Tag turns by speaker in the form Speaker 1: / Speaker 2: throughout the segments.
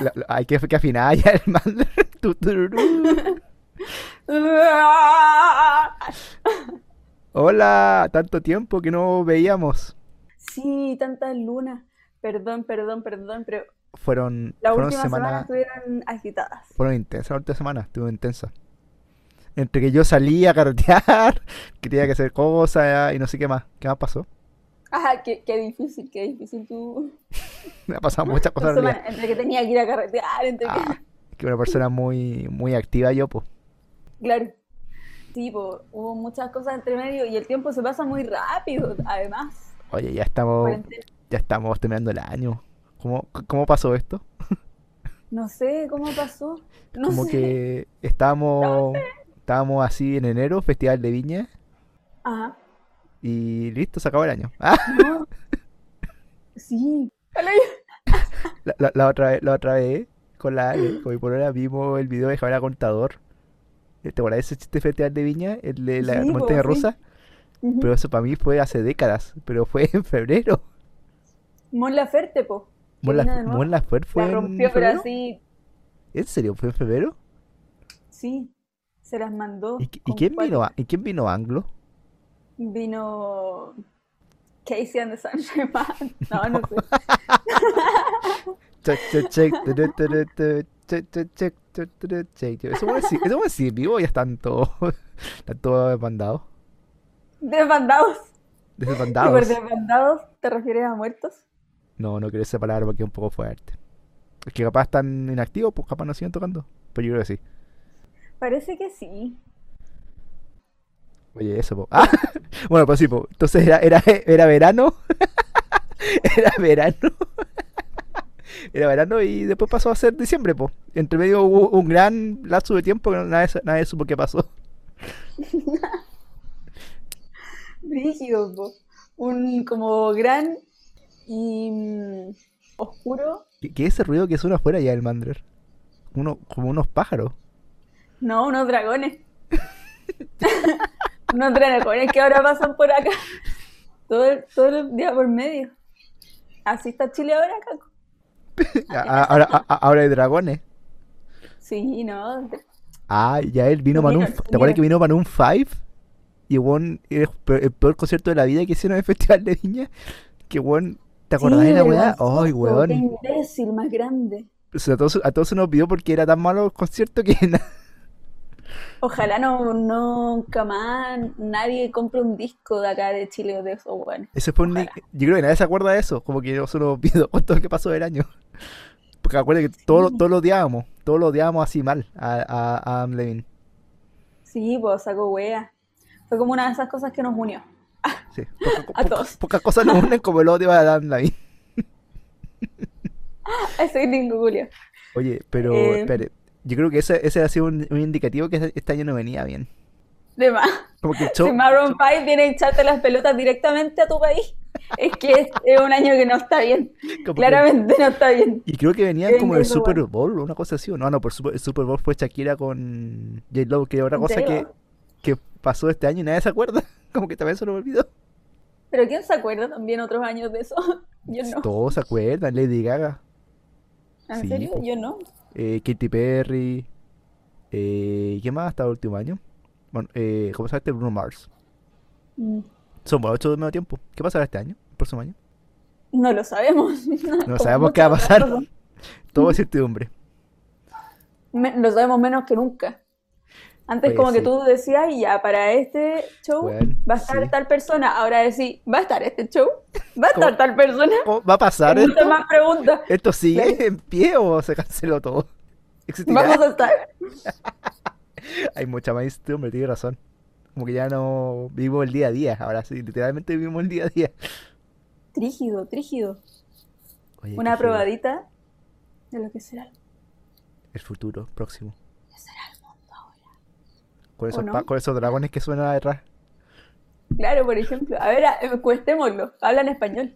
Speaker 1: La- la- hay que, que afinar ya el mandar. Tu, tururú. Hola, tanto tiempo que no veíamos.
Speaker 2: Sí, tantas lunas. Perdón, perdón, perdón, pero
Speaker 1: Fueron,
Speaker 2: la
Speaker 1: fueron
Speaker 2: última semana
Speaker 1: semanas,
Speaker 2: estuvieron agitadas.
Speaker 1: fueron intensas, la última semana estuvo intensa. Entre que yo salí a carretear, que tenía que hacer cosas y no sé qué más. ¿Qué más pasó?
Speaker 2: Ah, qué, qué difícil, qué difícil tú.
Speaker 1: Me ha pasado muchas cosas. en realidad.
Speaker 2: entre que tenía que ir a carretear, entre que...
Speaker 1: Ah, que una persona muy, muy activa yo, pues.
Speaker 2: Claro. Sí, po, hubo muchas cosas entre medio y el tiempo se pasa muy rápido, además.
Speaker 1: Oye, ya estamos,
Speaker 2: Cuarentena.
Speaker 1: ya estamos terminando el año. ¿Cómo, cómo pasó esto?
Speaker 2: No sé cómo pasó. No
Speaker 1: Como
Speaker 2: sé.
Speaker 1: que estábamos, estábamos así en enero, Festival de Viña,
Speaker 2: Ajá.
Speaker 1: y listo, se acabó el año. Ah,
Speaker 2: No. Sí. Hola, yo-
Speaker 1: la, la- la otra vez, la otra vez, con la Ale, con mi polola, vimos el video de Javier Contador. ¿Te acuerdas de ese chiste Festival de Viña? El de la
Speaker 2: Sí, po,
Speaker 1: montaña
Speaker 2: sí.
Speaker 1: rusa.
Speaker 2: Ujú.
Speaker 1: Pero eso para mí fue hace décadas, pero fue en febrero.
Speaker 2: Mon Laferte, po. que
Speaker 1: Mon
Speaker 2: vino de
Speaker 1: Laf-
Speaker 2: nuevo.
Speaker 1: Mon Laferte fue
Speaker 2: La
Speaker 1: en
Speaker 2: rompió, pero
Speaker 1: febrero.
Speaker 2: así,
Speaker 1: ¿En serio? ¿Fue en febrero?
Speaker 2: sí, se las mandó.
Speaker 1: ¿Y, qui- y
Speaker 2: con
Speaker 1: quién vino,
Speaker 2: cuatro.
Speaker 1: a- ¿Y quién vino anglo?
Speaker 2: Vino Casey and the Sunshine Band. No, no sé.
Speaker 1: Check, check, check, tu, tu, tu, tu, tu, check, check, check, tu, tu, tu, check. Eso voy a decir, eso voy a decir vivo, ya están todos, están todos desbandados.
Speaker 2: Desbandados. Y por
Speaker 1: Desbandados.
Speaker 2: desbandados te refieres a muertos.
Speaker 1: No, no quiero esa palabra porque es un poco fuerte. Es que capaz están inactivos, pues capaz no siguen tocando. Pero yo creo que sí.
Speaker 2: Parece que sí.
Speaker 1: Oye, eso, po. Ah, bueno, pues sí, po. Entonces era, era, era verano. Era verano. Era verano y después pasó a ser diciembre, po. Entre medio hubo un gran lapso de tiempo que no- nadie, sa- nadie supo qué pasó.
Speaker 2: Rígido, po. Un como gran y mm, oscuro.
Speaker 1: ¿Qué, qué es ese ruido que suena afuera ya del mandrer? Uno, como unos pájaros.
Speaker 2: No, unos dragones. unos dragones que ahora pasan por acá. Todo el, todo el día por medio. Así está Chile ahora, Caco. Ah,
Speaker 1: A- a- Ahora, a- a- ahora hay dragones.
Speaker 2: Sí, no.
Speaker 1: Ah, ya él vino
Speaker 2: No
Speaker 1: Maroon
Speaker 2: vieron,
Speaker 1: F-
Speaker 2: no
Speaker 1: ¿Te acuerdas que
Speaker 2: vieron.
Speaker 1: vino Maroon 5? Y weón, el peor, el peor concierto de la vida que hicieron en el Festival de Viña. Que weón, ¿te acordás de la weá?
Speaker 2: verdad.
Speaker 1: Ay,
Speaker 2: Qué
Speaker 1: weón.
Speaker 2: imbécil más grande.
Speaker 1: O sea, a, todos, a todos se nos olvidó porque era tan malo el concierto que na-
Speaker 2: Ojalá no, no, nunca más nadie compre un disco de acá de Chile o de eso, bueno.
Speaker 1: Ese fue un...
Speaker 2: Ojalá.
Speaker 1: Yo creo que nadie se acuerda de eso. Como que yo solo pido con todo lo que pasó del año. Porque acuérdate que todos
Speaker 2: Sí.
Speaker 1: todo lo odiábamos. Todos lo odiábamos así mal a, a, a Adam Levine.
Speaker 2: Sí, pues saco wea. Fue como una de esas cosas que nos unió.
Speaker 1: Sí. Poca-
Speaker 2: A
Speaker 1: poca-
Speaker 2: todos.
Speaker 1: pocas cosas nos unen como el odio a Adam Levine.
Speaker 2: Ese gringo Julio.
Speaker 1: Oye, pero
Speaker 2: Eh.
Speaker 1: espere. Yo creo que ese, ese ha sido un, un indicativo que este- este año no venía bien.
Speaker 2: De más.
Speaker 1: Como que el show,
Speaker 2: si Maroon 5 viene a echarte las pelotas directamente a tu país, es que es, es un año que no está bien.
Speaker 1: como que-
Speaker 2: Claramente no está bien.
Speaker 1: y creo que venían
Speaker 2: que
Speaker 1: como del
Speaker 2: venga el
Speaker 1: Super Bowl o una cosa así. ¿o No, no, por Super, el Super Bowl fue Shakira con J. Lo, que otra
Speaker 2: Con
Speaker 1: cosa que,
Speaker 2: J.Lo.
Speaker 1: que pasó este año y nadie se acuerda. Como que también se lo olvidó.
Speaker 2: Pero ¿quién se acuerda también otros años de eso? Yo no.
Speaker 1: Todos se acuerdan, Lady Gaga,
Speaker 2: ¿En
Speaker 1: sí,
Speaker 2: serio?
Speaker 1: po.
Speaker 2: Yo no.
Speaker 1: eh, Katy Perry, eh, ¿qué más hasta el último año? Bueno, eh, ¿cómo se llama este? Bruno Mars.
Speaker 2: Mm,
Speaker 1: Son bueno, ocho del medio tiempo. ¿Qué pasará este año? ¿El próximo año?
Speaker 2: No lo sabemos.
Speaker 1: No
Speaker 2: Como
Speaker 1: sabemos qué va a
Speaker 2: muchas
Speaker 1: pasar.
Speaker 2: otras cosas.
Speaker 1: Todo incertidumbre.
Speaker 2: Me- lo sabemos menos que nunca. Antes
Speaker 1: Oye,
Speaker 2: como que
Speaker 1: sí.
Speaker 2: tú decías, ya, para este show
Speaker 1: Bueno,
Speaker 2: va a estar
Speaker 1: sí.
Speaker 2: tal persona. Ahora decís, ¿va a estar este show? ¿Va a
Speaker 1: ¿Cómo?
Speaker 2: estar tal persona?
Speaker 1: ¿Cómo va a pasar
Speaker 2: Pregunta
Speaker 1: esto?
Speaker 2: más preguntas.
Speaker 1: ¿Esto sigue
Speaker 2: Claro.
Speaker 1: en pie o se canceló todo? ¿Existirá?
Speaker 2: Vamos a estar.
Speaker 1: Hay mucha más incertidumbre, tienes razón. Como que ya no vivo el día a día. Ahora sí, literalmente vivimos el día a día.
Speaker 2: Trígido, trígido.
Speaker 1: Oye,
Speaker 2: Una
Speaker 1: qué feo.
Speaker 2: probadita de lo que será.
Speaker 1: El futuro próximo.
Speaker 2: ¿Qué será el mundo ahora?
Speaker 1: Con esos,
Speaker 2: no?
Speaker 1: pa- con esos dragones que suenan detrás.
Speaker 2: Claro, por ejemplo. A ver, a- encuestémoslo. Hablan español.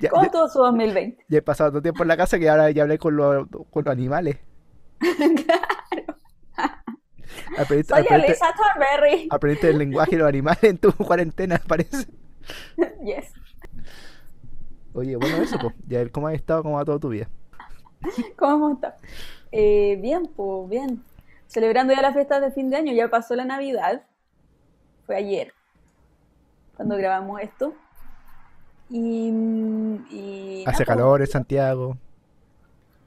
Speaker 1: Ya-
Speaker 2: ¿Cómo
Speaker 1: ya-
Speaker 2: estuvo su 2020?
Speaker 1: Ya he pasado tanto tiempo en la casa que ahora ya hablé con los, con los animales.
Speaker 2: claro.
Speaker 1: Aprendiste,
Speaker 2: Soy
Speaker 1: aprendiste-
Speaker 2: Elisa Thorberry.
Speaker 1: aprendiste el lenguaje de los animales en tu cuarentena, parece.
Speaker 2: Yes.
Speaker 1: Oye, bueno, eso, pues. Ya ver cómo has estado, cómo va toda tu vida.
Speaker 2: ¿Cómo está? Eh, bien, pues bien. Celebrando ya las fiestas de fin de año, ya pasó la Navidad. Fue ayer cuando grabamos esto. Y, y
Speaker 1: Hace
Speaker 2: nada, po,
Speaker 1: calor en Santiago.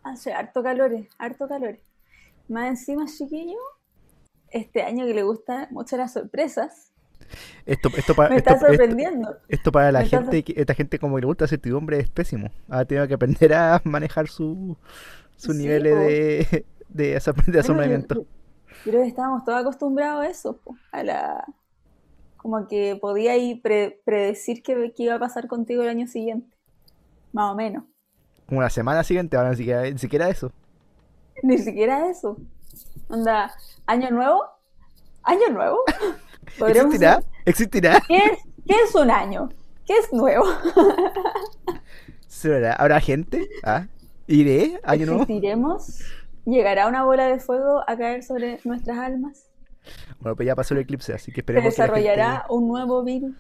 Speaker 2: Hace harto calores, harto calores. Más encima, chiquillo, este año que le gustan mucho las sorpresas,
Speaker 1: Esto, esto, para,
Speaker 2: me
Speaker 1: Ah, esto,
Speaker 2: está
Speaker 1: esto,
Speaker 2: sorprendiendo.
Speaker 1: esto para la
Speaker 2: Me está
Speaker 1: gente, que- esta gente como que le gusta la certidumbre es pésimo. Ha tenido que aprender a manejar su, sus
Speaker 2: Sí,
Speaker 1: niveles
Speaker 2: po.
Speaker 1: de, de, asomb- de
Speaker 2: Bueno,
Speaker 1: asombramiento.
Speaker 2: Pero estábamos todos acostumbrados a eso, po, a la... como que podía ir pre- predecir que, que iba a pasar contigo el año siguiente, más o menos.
Speaker 1: Como la semana siguiente, ahora ni siquiera, ni siquiera eso.
Speaker 2: Ni siquiera eso. Onda, año nuevo, año nuevo. Podríamos
Speaker 1: ¿Existirá?
Speaker 2: decir,
Speaker 1: ¿Existirá?
Speaker 2: ¿Qué es, ¿Qué es un año? ¿Qué es nuevo?
Speaker 1: ¿Será? ¿Habrá gente? ¿Ah? ¿Iré? ¿Año nuevo?
Speaker 2: ¿Existiremos? ¿Llegará una bola de fuego a caer sobre nuestras almas?
Speaker 1: Bueno, pues ya pasó el eclipse, así que
Speaker 2: ¿Se
Speaker 1: esperemos que la gente-
Speaker 2: desarrollará un nuevo virus?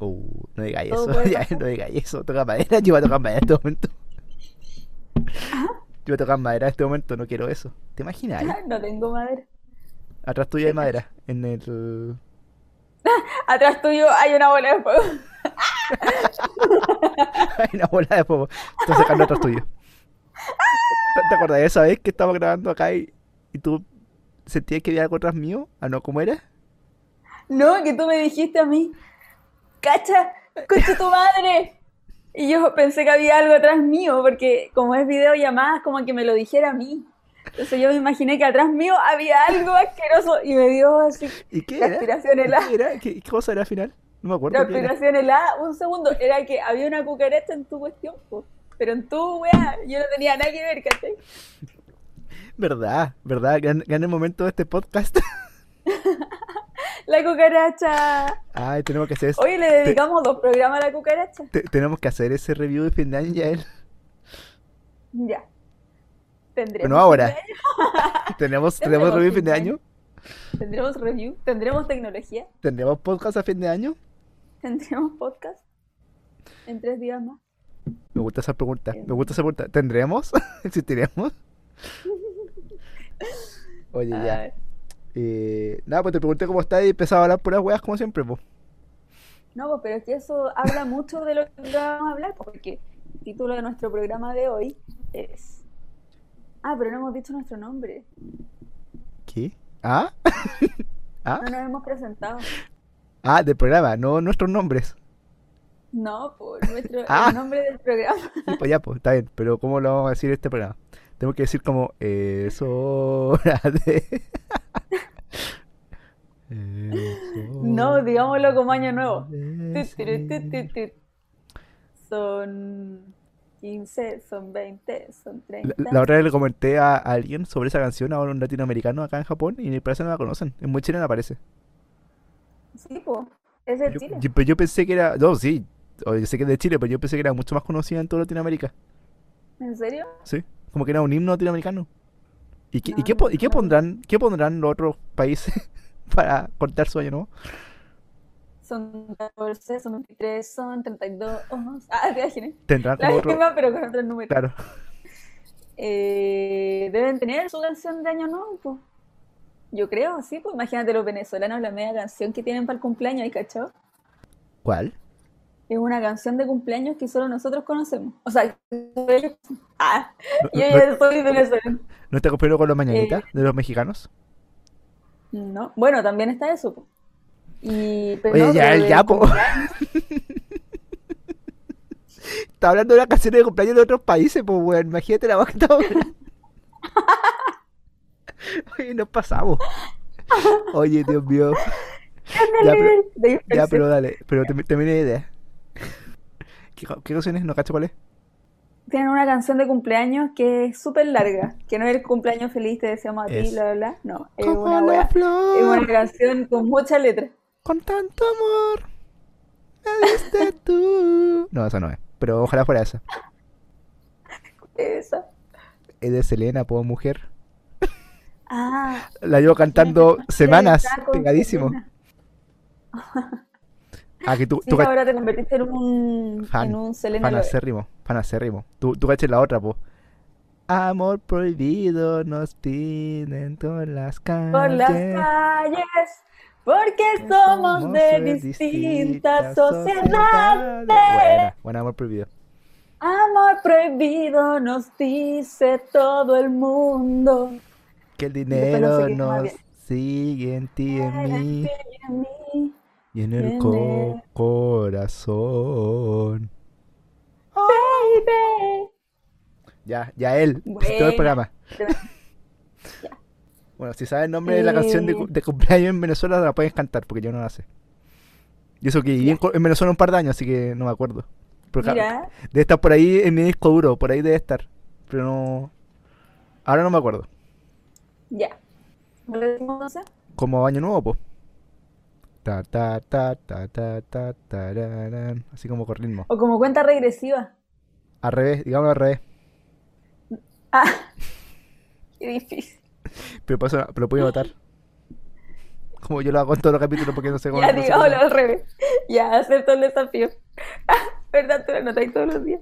Speaker 1: Uh, no digáis
Speaker 2: Todo
Speaker 1: eso,
Speaker 2: puede
Speaker 1: ya,
Speaker 2: pasar.
Speaker 1: no digáis eso. Toca madera, yo voy a tocar madera en este momento. Yo voy a tocar madera en este momento, no quiero eso. ¿Te imaginas? ahí?
Speaker 2: No tengo madera.
Speaker 1: Atrás tuya hay madera, en el...
Speaker 2: Atrás tuyo hay una bola de fuego.
Speaker 1: hay una bola de fuego. Estoy sacando atrás tuyo. ¿Te- ¿Te acordás de esa vez que estábamos grabando acá y, y tú sentías que había algo atrás mío? ¿Ah, no? ¿Cómo era?
Speaker 2: No, que tú me dijiste a mí, cacha, coche tu madre. Y yo pensé que había algo atrás mío, porque como es videollamada, es como que me lo dijera a mí. Entonces yo me imaginé que atrás mío había algo asqueroso y me dio así,
Speaker 1: ¿Y qué era?
Speaker 2: transpiración helada.
Speaker 1: ¿Qué, era? ¿Qué, qué cosa era al final? No me acuerdo. qué era.
Speaker 2: Transpiración helada, un segundo, era que había una cucaracha en tu cuestión, po. pero en tu weá, yo no tenía nada que ver, ¿cachai?
Speaker 1: ¿Verdad? ¿Verdad? Gran, gran el momento de este podcast.
Speaker 2: La cucaracha.
Speaker 1: Ay, tenemos que hacer eso.
Speaker 2: Hoy le dedicamos dos programas a la cucaracha.
Speaker 1: Te- tenemos que hacer ese review de fin de año, Yael.
Speaker 2: Ya. Tendremos.
Speaker 1: Pero no ahora. tenemos tenemos
Speaker 2: Tenemos
Speaker 1: review de
Speaker 2: fin
Speaker 1: fin de
Speaker 2: de
Speaker 1: año.
Speaker 2: Tendremos review, tendremos tecnología,
Speaker 1: Tendremos podcast a fin de año.
Speaker 2: tendremos podcast en tres días más.
Speaker 1: Me gusta esa pregunta. Me gusta esa pregunta. ¿Tendremos? ¿Existiremos? Oye, ya.
Speaker 2: Ay,
Speaker 1: Eh, nada, pues te pregunté cómo está y empezaba a hablar puras weas como siempre, pues.
Speaker 2: no, pues, pero es que eso habla mucho de lo que vamos a hablar, pues, porque el título de nuestro programa de hoy es... Ah, pero no hemos dicho nuestro nombre,
Speaker 1: ¿Qué? ¿Ah? ¿Ah?
Speaker 2: no nos hemos presentado.
Speaker 1: Ah, del programa, no nuestros nombres.
Speaker 2: No, por nuestro, el
Speaker 1: Ah.
Speaker 2: nombre del programa.
Speaker 1: Sí, pues ya, pues, está bien. Pero ¿cómo lo vamos a decir en este programa? Tengo que decir como, eh, es hora de... Es
Speaker 2: No, digámoslo como Año Nuevo.
Speaker 1: hora de
Speaker 2: Tut, turu, tut,
Speaker 1: ser-
Speaker 2: tut, tut. Son 15, son 20, son
Speaker 1: La,
Speaker 2: 30.
Speaker 1: la otra vez le comenté a, a alguien sobre esa canción, a un latinoamericano acá en Japón, y parece que no la conocen. Es muy chilena, parece.
Speaker 2: Sí, pues, es de
Speaker 1: Yo,
Speaker 2: Chile.
Speaker 1: yo- pero yo pensé que era... No, sí, o- yo sé que es de Chile, pero yo pensé que era mucho más conocida en toda Latinoamérica.
Speaker 2: ¿En serio?
Speaker 1: Sí, como que era un himno latinoamericano. ¿Y qué, y
Speaker 2: No,
Speaker 1: qué, po-
Speaker 2: no,
Speaker 1: y qué
Speaker 2: no.
Speaker 1: pondrán, qué pondrán los otros países para cortar su año nuevo?
Speaker 2: Son 14, son 23, son 32. Ah, te imaginé.
Speaker 1: Tendrán
Speaker 2: La
Speaker 1: como otro...
Speaker 2: misma, pero con otros números.
Speaker 1: Claro.
Speaker 2: Eh, deben tener su canción de Año Nuevo, po. Yo creo, sí, pues imagínate los venezolanos, la media canción que tienen para el cumpleaños, ¿hay cachado?
Speaker 1: ¿Cuál?
Speaker 2: Es una canción de cumpleaños que solo nosotros conocemos. O sea, ellos. Ah,
Speaker 1: No,
Speaker 2: yo
Speaker 1: no-
Speaker 2: ya Eh. soy venezolano.
Speaker 1: ¿no está confundido con los mañanitas de los mexicanos?
Speaker 2: No, bueno, también está eso, po. Y, pero
Speaker 1: Oye,
Speaker 2: no,
Speaker 1: ya,
Speaker 2: pero
Speaker 1: el
Speaker 2: de-
Speaker 1: yapo. Está hablando de las canciones de cumpleaños de otros países, pues, weón. Imagínate la voz que estamos hablando. Oye, nos pasamos. Oye, Dios mío.
Speaker 2: Ándale,
Speaker 1: Ya, pero,
Speaker 2: de
Speaker 1: ya,
Speaker 2: dispersión.
Speaker 1: pero dale. Pero te- termina la idea. ¿Qué, qué canciones? ¿No cacho cuál es?
Speaker 2: Tienen una canción de cumpleaños que es súper larga, que no es el cumpleaños feliz, te deseamos a ti,
Speaker 1: Es.
Speaker 2: bla, bla, bla. No, es
Speaker 1: Como
Speaker 2: una
Speaker 1: la
Speaker 2: wea-
Speaker 1: flor,
Speaker 2: es una canción con muchas letras.
Speaker 1: con tanto amor, me diste tú. No, esa no es, pero ojalá fuera esa.
Speaker 2: Esa.
Speaker 1: Es de Selena, po, mujer.
Speaker 2: Ah,
Speaker 1: La llevo cantando
Speaker 2: Tiene que
Speaker 1: semanas,
Speaker 2: estar con
Speaker 1: pegadísimo.
Speaker 2: Selena.
Speaker 1: Ah, que tú,
Speaker 2: sí,
Speaker 1: tú cach-
Speaker 2: ahora te convertiste en un,
Speaker 1: Fan,
Speaker 2: en un Selena Lover.
Speaker 1: Fanacérrimo, fanacérrimo. Tú, tú caches la otra, po. Amor prohibido nos piden por las calles.
Speaker 2: Por las calles, porque somos de distintas sociedades.
Speaker 1: Buena, buena, amor prohibido.
Speaker 2: Amor prohibido nos dice todo el mundo.
Speaker 1: Que el
Speaker 2: después no
Speaker 1: dinero
Speaker 2: sé qué más
Speaker 1: nos
Speaker 2: viene.
Speaker 1: sigue en ti, en mí
Speaker 2: En mí.
Speaker 1: y en
Speaker 2: en
Speaker 1: el
Speaker 2: el-
Speaker 1: co- corazón.
Speaker 2: Baby.
Speaker 1: Ya, ya él, pues, todo el
Speaker 2: Buena.
Speaker 1: programa. Bueno, si sabes el nombre de la canción de, cu-
Speaker 2: Eh.
Speaker 1: de cumpleaños en Venezuela, la puedes cantar, porque yo no la sé. Y eso que viví en, Co- en Venezuela un par de años, así que no me acuerdo. Pero ca-
Speaker 2: Mira,
Speaker 1: Debe estar por ahí en mi disco duro, por ahí debe estar. Pero no. Ahora no me acuerdo.
Speaker 2: ya. ¿Lo decimos entonces?
Speaker 1: Como Año Nuevo, pues. Ta, ta, ta, ta, ta, ta, tararán. Así como con ritmo.
Speaker 2: O como cuenta regresiva.
Speaker 1: Al revés, digamos al revés.
Speaker 2: Ah, qué difícil.
Speaker 1: Pero por eso lo puedo votar. Como yo lo hago en todos los capítulos porque no sé cómo.
Speaker 2: Ya
Speaker 1: no sé
Speaker 2: digo
Speaker 1: cómo.
Speaker 2: al revés. Ya acepto el desafío. Ah, ¿Verdad? Tú lo notas todos los días.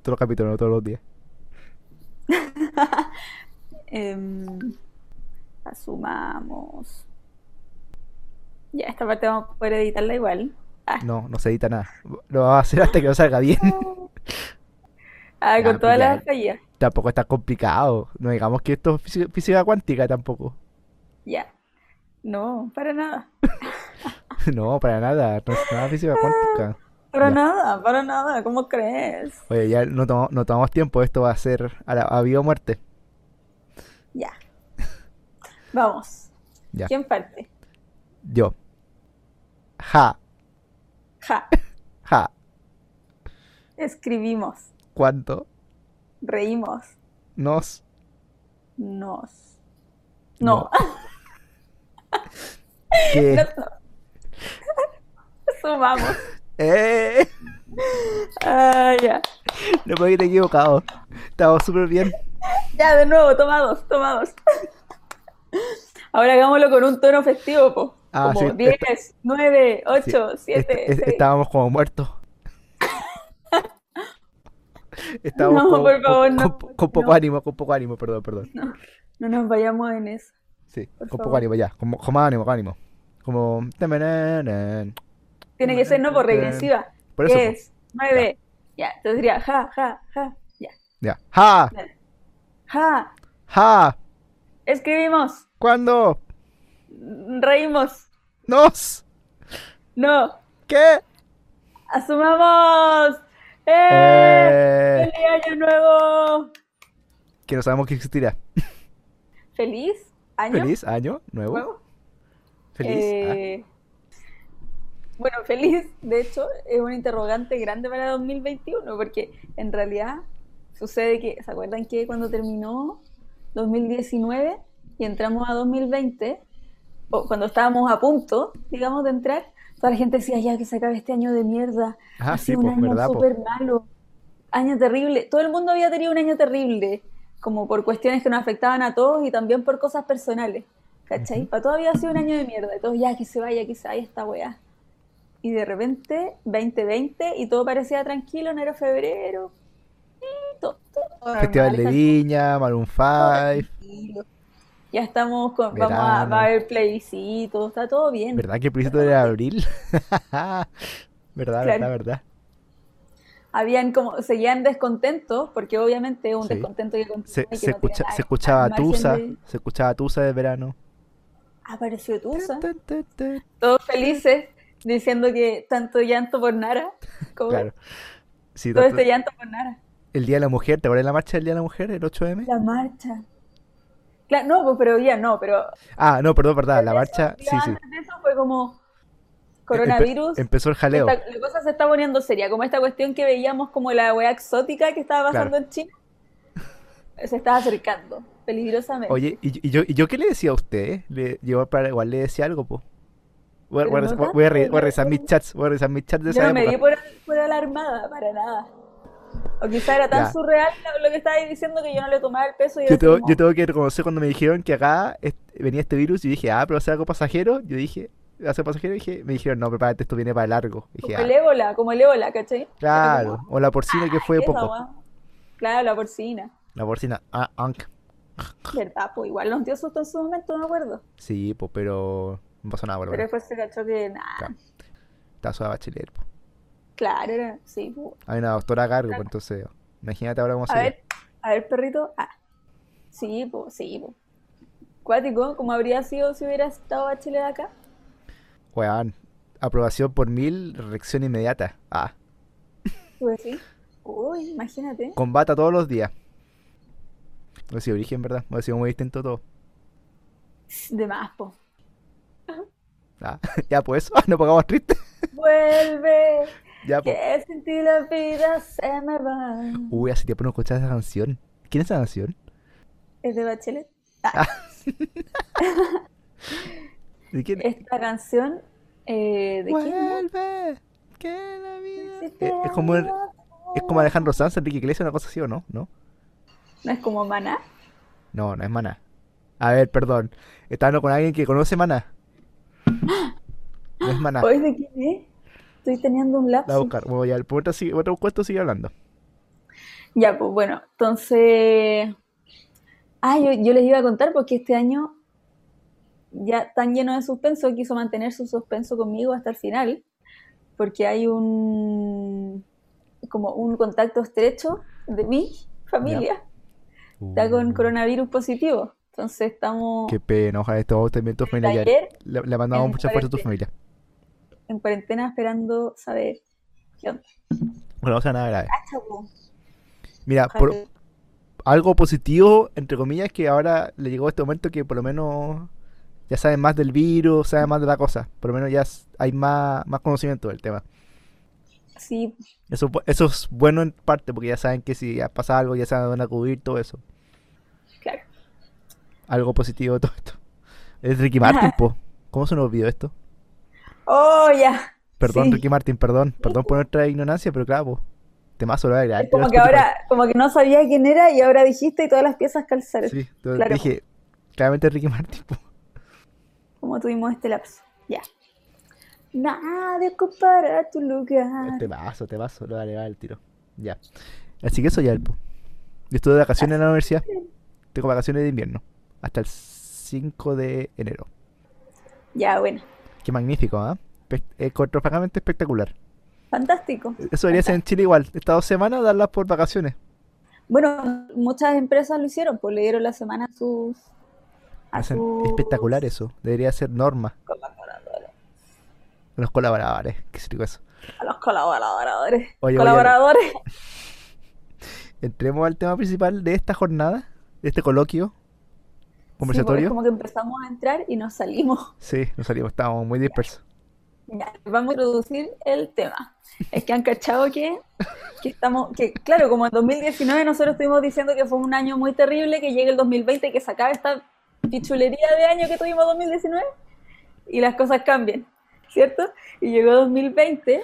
Speaker 1: Todos los capítulos, no todos los días.
Speaker 2: Em, asumamos. Ya, esta parte vamos a poder editarla igual. Ah,
Speaker 1: No, no se edita nada. Lo va a hacer hasta que no salga bien.
Speaker 2: ah,
Speaker 1: Ya,
Speaker 2: con
Speaker 1: pues
Speaker 2: todas
Speaker 1: ya.
Speaker 2: las fallas.
Speaker 1: tampoco está complicado. No digamos que esto es física, física cuántica tampoco.
Speaker 2: Ya. No, para nada.
Speaker 1: No, para nada. No es nada física cuántica.
Speaker 2: Para
Speaker 1: Ya.
Speaker 2: nada, para nada. ¿Cómo crees?
Speaker 1: Oye, ya no, tomo- no tomamos tiempo, esto va a ser a, la, a viva muerte.
Speaker 2: Ya. Vamos.
Speaker 1: Ya.
Speaker 2: ¿Quién parte?
Speaker 1: Yo. Ja,
Speaker 2: Ja.
Speaker 1: ja,
Speaker 2: Escribimos.
Speaker 1: cuánto
Speaker 2: Reímos.
Speaker 1: nos.
Speaker 2: Nos. No.
Speaker 1: que-
Speaker 2: No, no. Sumamos.
Speaker 1: ¡Eh!
Speaker 2: Ah, ya.
Speaker 1: No me hubiera equivocado. Estaba súper bien.
Speaker 2: Ya, de nuevo, toma dos, toma dos. Ahora hagámoslo con un tono festivo, po.
Speaker 1: Ah,
Speaker 2: Como
Speaker 1: sí,
Speaker 2: 10,
Speaker 1: está-
Speaker 2: 9, 8,
Speaker 1: Sí, este, est-
Speaker 2: 7,
Speaker 1: es- Estábamos como muertos. Estábamos
Speaker 2: No,
Speaker 1: con,
Speaker 2: por favor,
Speaker 1: con-
Speaker 2: no,
Speaker 1: con- con poco
Speaker 2: no.
Speaker 1: ánimo, con poco ánimo, perdón, perdón.
Speaker 2: No nos vayamos en eso.
Speaker 1: Sí,
Speaker 2: Por
Speaker 1: con poco
Speaker 2: favor.
Speaker 1: ánimo ya, como- con más ánimo, con ánimo. Como...
Speaker 2: Tiene que ser no por regresiva.
Speaker 1: este, Por eso, po.
Speaker 2: 10, 9, ya. Entonces diría ja, ja, ja, ya.
Speaker 1: Ya. Ja,
Speaker 2: Ja,
Speaker 1: ja,
Speaker 2: escribimos,
Speaker 1: ¿cuándo?
Speaker 2: reímos,
Speaker 1: Nos.
Speaker 2: no,
Speaker 1: ¿Qué?
Speaker 2: asumamos. ¡Eh!
Speaker 1: Eh,
Speaker 2: ¡Feliz año nuevo!
Speaker 1: que no sabemos que existirá.
Speaker 2: ¿Feliz año
Speaker 1: Feliz año nuevo.
Speaker 2: nuevo?
Speaker 1: Feliz. ah,
Speaker 2: Eh, Bueno, feliz, de hecho, es un interrogante grande para 2021, porque en realidad sucede que, ¿se acuerdan que cuando terminó 2019 y entramos a 2020, o cuando estábamos a punto, digamos, de entrar, toda la gente decía, ya que se acabe este año de mierda,
Speaker 1: Ah,
Speaker 2: ha
Speaker 1: sí,
Speaker 2: sido un
Speaker 1: pues,
Speaker 2: año
Speaker 1: verdad, pues.
Speaker 2: súper malo, año terrible, todo el mundo había tenido un año terrible, como por cuestiones que nos afectaban a todos y también por cosas personales. ¿Cachai? Para todo había sido un año de mierda. Y todos, ya que se vaya, que se vaya esta weá. Y de repente, 2020, y todo parecía tranquilo, enero, febrero. y todo, todo normal,
Speaker 1: Festival de
Speaker 2: está
Speaker 1: Viña, Maroon 5.
Speaker 2: tranquilo. Ya estamos con. Vamos a,
Speaker 1: Verano.
Speaker 2: va a haber plebiscito, está todo bien.
Speaker 1: ¿Verdad que el principio de abril? verdad, verdad,
Speaker 2: Claro.
Speaker 1: verdad.
Speaker 2: Habían como. Seguían descontentos, porque obviamente es un
Speaker 1: Sí.
Speaker 2: descontento que continúa
Speaker 1: Se,
Speaker 2: y que
Speaker 1: se
Speaker 2: no tiene
Speaker 1: escucha-
Speaker 2: nada-
Speaker 1: se escuchaba
Speaker 2: no hay
Speaker 1: Tusa,
Speaker 2: gente-
Speaker 1: se escuchaba Tusa de verano.
Speaker 2: Apareció Tusa.
Speaker 1: Tun, tun, tun, tun.
Speaker 2: Todos felices, diciendo que tanto llanto por Nara. como
Speaker 1: Claro. Sí,
Speaker 2: Oh. Todo
Speaker 1: tanto-
Speaker 2: este llanto por Nara.
Speaker 1: el Día de la Mujer, ¿te acuerdas de la marcha del Día de la Mujer, el 8M?
Speaker 2: La marcha. Claro, no, pues, pero ya no, pero
Speaker 1: Ah, no, perdón, verdad, la
Speaker 2: Eso,
Speaker 1: marcha,
Speaker 2: ya
Speaker 1: sí, Em, sí.
Speaker 2: antes de eso fue como
Speaker 1: Empe-
Speaker 2: coronavirus.
Speaker 1: empezó el jaleo.
Speaker 2: esta- la cosa se está poniendo seria, como esta cuestión que veíamos como la weá exótica que estaba pasando
Speaker 1: Claro.
Speaker 2: en China. Se está acercando, peligrosamente.
Speaker 1: Oye, ¿y, yo- y yo, ¿y yo qué le decía a usted? Le, yo para, igual le decía algo, po. Voy, a-
Speaker 2: Pero
Speaker 1: voy a
Speaker 2: no
Speaker 1: re-
Speaker 2: tanto,
Speaker 1: voy a re- voy a
Speaker 2: yo-
Speaker 1: revisar mis chats, voy a revisar mis chats de
Speaker 2: Yo
Speaker 1: esa
Speaker 2: no me
Speaker 1: época.
Speaker 2: di por, por alarmada, para nada. O quizá era tan
Speaker 1: Ya.
Speaker 2: surreal lo- lo que estabais diciendo que yo no le tomaba el peso. Y
Speaker 1: Yo,
Speaker 2: decía
Speaker 1: tengo-
Speaker 2: como,
Speaker 1: yo tengo que reconocer cuando me dijeron que acá est- venía este virus y dije, ah, pero va a ser algo pasajero. Yo dije, va a ser pasajero. Y dije, me dijeron, no, prepárate, esto viene para largo. Y dije,
Speaker 2: como el
Speaker 1: ah,
Speaker 2: ébola, como el ébola, ¿cachai? Era como, Ah,
Speaker 1: claro. O la porcina que fue
Speaker 2: "Esa
Speaker 1: poco.
Speaker 2: weá". Claro, la porcina.
Speaker 1: La porcina, ah, ank.
Speaker 2: Verdad, pues igual nos dio susto en su momento, me acuerdo.
Speaker 1: Sí, pues, pero no pasó nada, por lo
Speaker 2: Pero
Speaker 1: menos.
Speaker 2: después se cachó que nada.
Speaker 1: Claro. Estaba sola bachiller. po.
Speaker 2: Claro, era- sí. pues.
Speaker 1: Hay una doctora a cargo, pues, entonces, imagínate ahora cómo
Speaker 2: A
Speaker 1: sería.
Speaker 2: ver, a ver, perrito. Ah, sí, pues, sí, pues. Cuático, ¿cómo habría sido si hubiera estado a Chile acá?
Speaker 1: Weón, aprobación por mil, reacción inmediata. Ah,
Speaker 2: Tú decís, Pues uy, imagínate.
Speaker 1: combata todos los días. No ha sido origen, ¿verdad? No ha sido muy distinto todo.
Speaker 2: De más, po.
Speaker 1: Ah, ya pues, ah, no pagamos triste.
Speaker 2: Vuelve,
Speaker 1: Ya pues.
Speaker 2: que sin ti la vida se me va.
Speaker 1: Uy, hace tiempo no escuchaba esa canción. ¿Quién es esa canción?
Speaker 2: Es de Bachelet.
Speaker 1: ¿De quién? es?
Speaker 2: Esta canción, eh, ¿de quién? no?
Speaker 1: Vuelve, que la vida-
Speaker 2: Si
Speaker 1: Eh,
Speaker 2: te
Speaker 1: es como el-
Speaker 2: amo.
Speaker 1: es como Alejandro Sanz, Enrique Iglesias, una cosa así o no, ¿no?
Speaker 2: ¿No es como Maná?
Speaker 1: No, no es Maná. A ver, perdón. Estaba hablando con alguien que conoce Maná. No es Maná.
Speaker 2: ¿O es de quién es? Estoy teniendo un
Speaker 1: La voy a
Speaker 2: lapso.
Speaker 1: buscar. Voy a, por mientras sigue- mientras busco esto, sigue hablando.
Speaker 2: Ya, pues bueno, entonces. Ah, yo, yo les iba a contar porque este año, ya tan lleno de suspenso, quiso mantener su suspenso conmigo hasta el final, porque hay un. como un contacto estrecho de mi familia, está con
Speaker 1: Uh,
Speaker 2: coronavirus positivo. Entonces estamos
Speaker 1: Qué pena, ojalá estos sentimientos
Speaker 2: en el
Speaker 1: familiares.
Speaker 2: taller,
Speaker 1: Le, le mandamos
Speaker 2: en
Speaker 1: mucha fuerza a tu
Speaker 2: cuarentena.
Speaker 1: familia.
Speaker 2: en cuarentena, esperando saber qué onda.
Speaker 1: Bueno, no sea nada grave.
Speaker 2: Cacha, po.
Speaker 1: Mira, por,
Speaker 2: Ojalá.
Speaker 1: algo positivo, entre comillas, que ahora le llegó este momento que por lo menos ya saben más del virus, saben más de la cosa. Por lo menos ya s- hay más, más conocimiento del tema.
Speaker 2: Sí,
Speaker 1: Eso, es bu- eso es bueno en parte, porque ya saben que si ya pasa algo, ya saben a dónde acudir, todo eso.
Speaker 2: claro.
Speaker 1: Algo positivo de todo esto. Es Ricky Martin, po. ¿Cómo se nos olvidó esto?
Speaker 2: Oh, ya.
Speaker 1: Perdón,
Speaker 2: Sí. Uh.
Speaker 1: Ricky Martin, perdón. Perdón por nuestra ignorancia, pero claro, po. Temazo lo voy a agregar.
Speaker 2: Es como que ahora, como que no sabía quién era y ahora dijiste y todas las piezas calzaron.
Speaker 1: Sí, te-
Speaker 2: claro.
Speaker 1: dije, claramente Ricky Martin, po.
Speaker 2: Como tuvimos este lapso. Ya. Nadie ocupará tu lugar.
Speaker 1: Te paso, te paso, lo voy a agregar el tiro. Ya. Así que eso ya, po. Yo estuve de vacaciones en la universidad.
Speaker 2: Ah,
Speaker 1: Tengo vacaciones de invierno. Hasta el 5 de enero.
Speaker 2: Ya, bueno.
Speaker 1: Qué magnífico, ¿ah? Pe- eh, Encuentro francamente espectacular.
Speaker 2: Fantástico.
Speaker 1: Eso debería ser en Chile igual. Estas dos semanas darlas por vacaciones.
Speaker 2: Bueno, muchas empresas lo hicieron, pues le dieron la semana a sus. a
Speaker 1: Hacen
Speaker 2: sus
Speaker 1: espectacular eso. Debería ser norma.
Speaker 2: colaboradores.
Speaker 1: en Los colaboradores. Qué rico eso.
Speaker 2: A los colaboradores.
Speaker 1: Oye,
Speaker 2: colaboradores.
Speaker 1: Entremos al tema principal de esta jornada, de este coloquio
Speaker 2: Sí, pues, es
Speaker 1: conversatorio.
Speaker 2: como que empezamos a entrar y nos salimos.
Speaker 1: Sí, nos salimos, estábamos muy dispersos.
Speaker 2: Ya, vamos a introducir el tema. Es que han cachado que, que estamos, que claro, como en 2019 nosotros estuvimos diciendo que fue un año muy terrible, que llegue el 2020 y que se acabe esta pichulería de año que tuvimos 2019 y las cosas cambien, ¿cierto? Y llegó 2020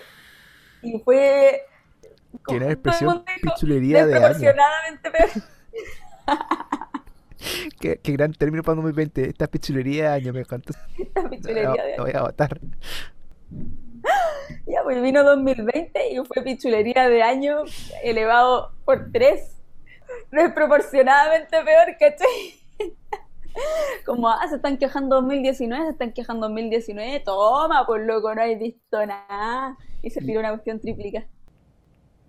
Speaker 2: y fue...
Speaker 1: Que era
Speaker 2: como-
Speaker 1: expresión
Speaker 2: como-
Speaker 1: pichulería de año.
Speaker 2: desproporcionadamente peor.
Speaker 1: Qué, qué gran término para 2020. Esta pichulería de año me encanta.
Speaker 2: Esta pichulería
Speaker 1: La,
Speaker 2: de año.
Speaker 1: la voy a votar.
Speaker 2: Ya, pues vino 2020 y fue pichulería de año elevado por 3. Desproporcionadamente peor, ¿cachai? Como, ah, se están quejando 2019, se están quejando 2019, toma, por loco, no hay visto nada. Y se tiró una cuestión tríplica.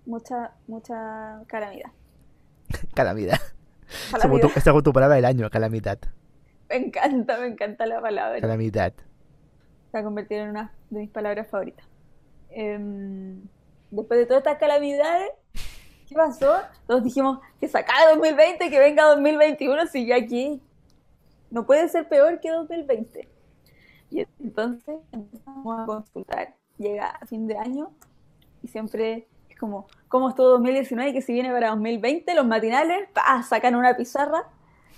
Speaker 2: Mucha, mucha calamidad.
Speaker 1: Calamidad. Esa fue, tu,
Speaker 2: Calamidad.
Speaker 1: esa fue tu palabra del año, calamidad.
Speaker 2: Me encanta, me encanta la palabra.
Speaker 1: Calamidad.
Speaker 2: se ha convertido en una de mis palabras favoritas. Em, después de todas estas calamidades, ¿qué pasó? Todos dijimos que se acabe 2020, que venga 2021, si ya aquí no puede ser peor que 2020. Y entonces empezamos a consultar. Llega fin de año y siempre es como, ¿cómo estuvo 2019? Que si viene para 2020, los matinales ¡pa! sacan una pizarra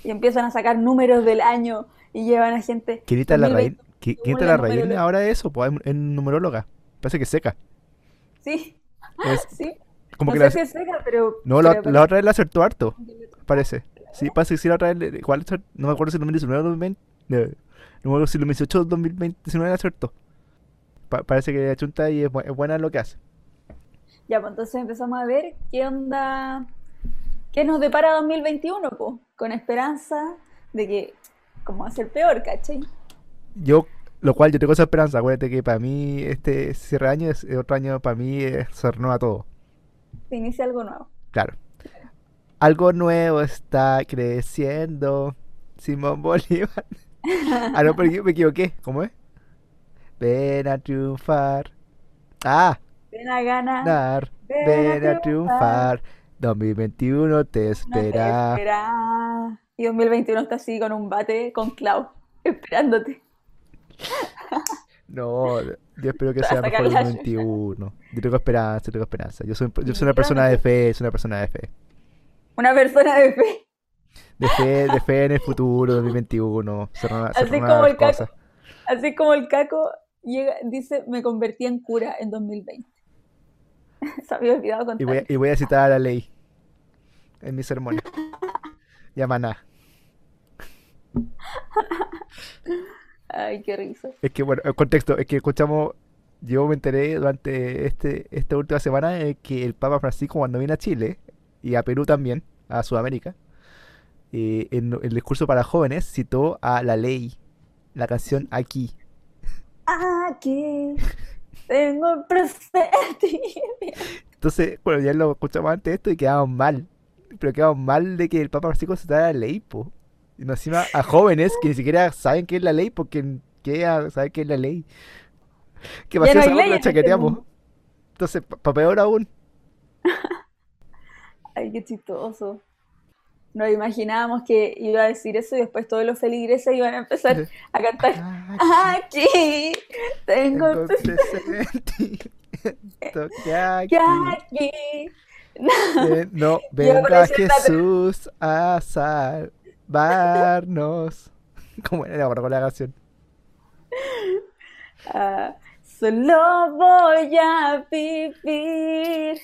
Speaker 2: y empiezan a sacar números del año y llevan a gente.
Speaker 1: ¿Quién está la
Speaker 2: 2020,
Speaker 1: raíz? ¿Quién
Speaker 2: según
Speaker 1: está
Speaker 2: la
Speaker 1: la raíz
Speaker 2: numeróloga.
Speaker 1: ahora de eso? Pues es numeróloga. Parece que seca.
Speaker 2: Sí,
Speaker 1: Es
Speaker 2: sí.
Speaker 1: Como
Speaker 2: no
Speaker 1: que
Speaker 2: sé
Speaker 1: la-
Speaker 2: si es seca, pero.
Speaker 1: No, la,
Speaker 2: pero-
Speaker 1: la otra vez la acertó harto, parece. Sí, pasa que sí, la otra vez, le- ¿cuál acert- No me acuerdo si el 2019 o 2020. No, no me acuerdo si el 2018 o 2019 la acertó. Pa- parece que chunta y es, bu- es buena en lo que hace.
Speaker 2: Ya, pues entonces empezamos a ver qué onda, qué nos depara 2021, po, con esperanza de que, como va a ser peor, ¿cachai?
Speaker 1: Yo, lo cual yo tengo esa esperanza, acuérdate que para mí este cierre de año es es otro año, para mí eh, se renueva todo.
Speaker 2: Se inicia algo nuevo.
Speaker 1: Claro. Algo nuevo está creciendo. Simón Bolívar. Ah, no, pero yo me equivoqué. ¿Cómo es? Ven a triunfar. Ah,
Speaker 2: Ven a ganar,
Speaker 1: dar.
Speaker 2: ven a
Speaker 1: Ven a
Speaker 2: triunfar,
Speaker 1: triunfar. 2021 te
Speaker 2: no te
Speaker 1: espera.
Speaker 2: espera. Y 2021 está así con un bate con Clau, esperándote.
Speaker 1: No, yo espero que
Speaker 2: Te va a
Speaker 1: sea mejor
Speaker 2: sacar
Speaker 1: el
Speaker 2: la
Speaker 1: 21. Yo tengo esperanza, yo tengo esperanza. Yo soy, yo soy una
Speaker 2: Yo
Speaker 1: persona
Speaker 2: no
Speaker 1: de
Speaker 2: sé.
Speaker 1: fe, soy una persona de fe.
Speaker 2: Una persona de fe,
Speaker 1: De fe, de fe en el futuro, 2021. Se renueva- se
Speaker 2: Así
Speaker 1: renuevan
Speaker 2: como
Speaker 1: las
Speaker 2: el Caco.
Speaker 1: cosas.
Speaker 2: así como el Caco llega, dice, me convertí en cura en 2020. Se había olvidado
Speaker 1: Y voy, a,
Speaker 2: contar.
Speaker 1: y voy a citar a la ley en mi sermón. Y a Maná.
Speaker 2: Ay, qué risa.
Speaker 1: Es que, bueno, el contexto, es que escuchamos, yo me enteré durante este, esta última semana eh, que el Papa Francisco cuando viene a Chile y a Perú también, a Sudamérica, eh, en el discurso para jóvenes citó a la ley, la canción Aquí.
Speaker 2: Aquí tengo presentimiento.
Speaker 1: Entonces, bueno, ya lo escuchamos antes esto y quedamos mal. Pero quedamos mal de que el Papa Francisco se trae la ley, po. Y más encima a jóvenes que ni siquiera saben qué es la ley porque que saben qué es la ley. Que
Speaker 2: Ya no
Speaker 1: pasó
Speaker 2: hay
Speaker 1: esa
Speaker 2: ley en
Speaker 1: la
Speaker 2: este
Speaker 1: chaqueteamos.
Speaker 2: mundo.
Speaker 1: Entonces, para peor aún,
Speaker 2: Ay, qué chistoso. Nos imaginábamos que iba a decir eso y después todos los feligreses iban a empezar a cantar. Aquí tengo el
Speaker 1: entonces sentimiento que aquí
Speaker 2: que aquí.
Speaker 1: eh, no
Speaker 2: Yo
Speaker 1: venga
Speaker 2: presentaré-
Speaker 1: Jesús a salvarnos. ¿Cómo era? No me acuerdo con la canción.
Speaker 2: Ah, solo voy a vivir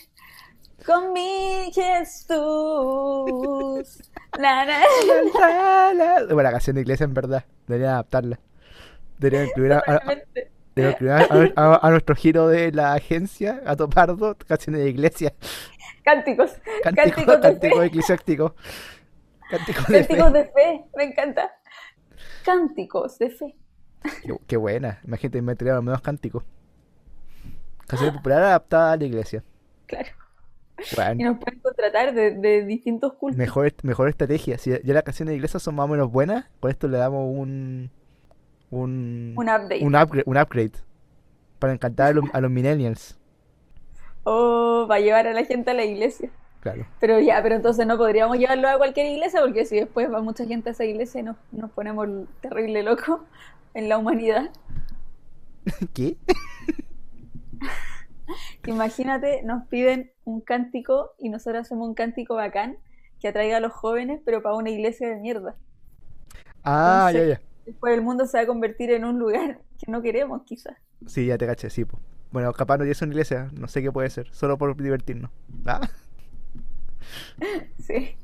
Speaker 2: con mi Jesús. La, la,
Speaker 1: La, la, la. Bueno, la canción de iglesia en verdad. Deberían adaptarla. Deberían incluir a, a-
Speaker 2: Realmente.
Speaker 1: deberían incluir a- a- a- a nuestro giro de la agencia, a Topardo, canciones de iglesia.
Speaker 2: Cánticos,
Speaker 1: Cántico,
Speaker 2: Cánticos de
Speaker 1: cántico
Speaker 2: fe.
Speaker 1: eclesiástico. Cántico de fe.
Speaker 2: Cánticos de fe, me encanta. Cánticos de fe.
Speaker 1: Qué, qué buena. Imagínate, me tiraron los menos cánticos. Canciones populares adaptadas a la iglesia.
Speaker 2: Claro. Y
Speaker 1: Bueno,
Speaker 2: nos pueden contratar de, de distintos cultos.
Speaker 1: mejor, est- mejor estrategia. Si ya las canciones de iglesia son más o menos buenas, con esto le damos un. Un,
Speaker 2: Un update.
Speaker 1: un upgrade, un upgrade. Para encantar a los, a los millennials.
Speaker 2: O Oh, va a llevar a la gente a la iglesia.
Speaker 1: Claro.
Speaker 2: Pero ya, pero entonces no podríamos llevarlo a cualquier iglesia porque si después va mucha gente a esa iglesia y nos, nos ponemos terrible locos en la humanidad.
Speaker 1: ¿Qué?
Speaker 2: Imagínate, nos piden un cántico y nosotros hacemos un cántico bacán que atraiga a los jóvenes, pero para una iglesia de mierda.
Speaker 1: Ah, ya,
Speaker 2: Entonces-
Speaker 1: ya.
Speaker 2: Después el mundo se va a convertir en un lugar que no queremos, quizás.
Speaker 1: Sí, ya te caché, sí, po. Bueno, capaz no es una iglesia, no sé qué puede ser, solo por divertirnos. Ah,
Speaker 2: Sí.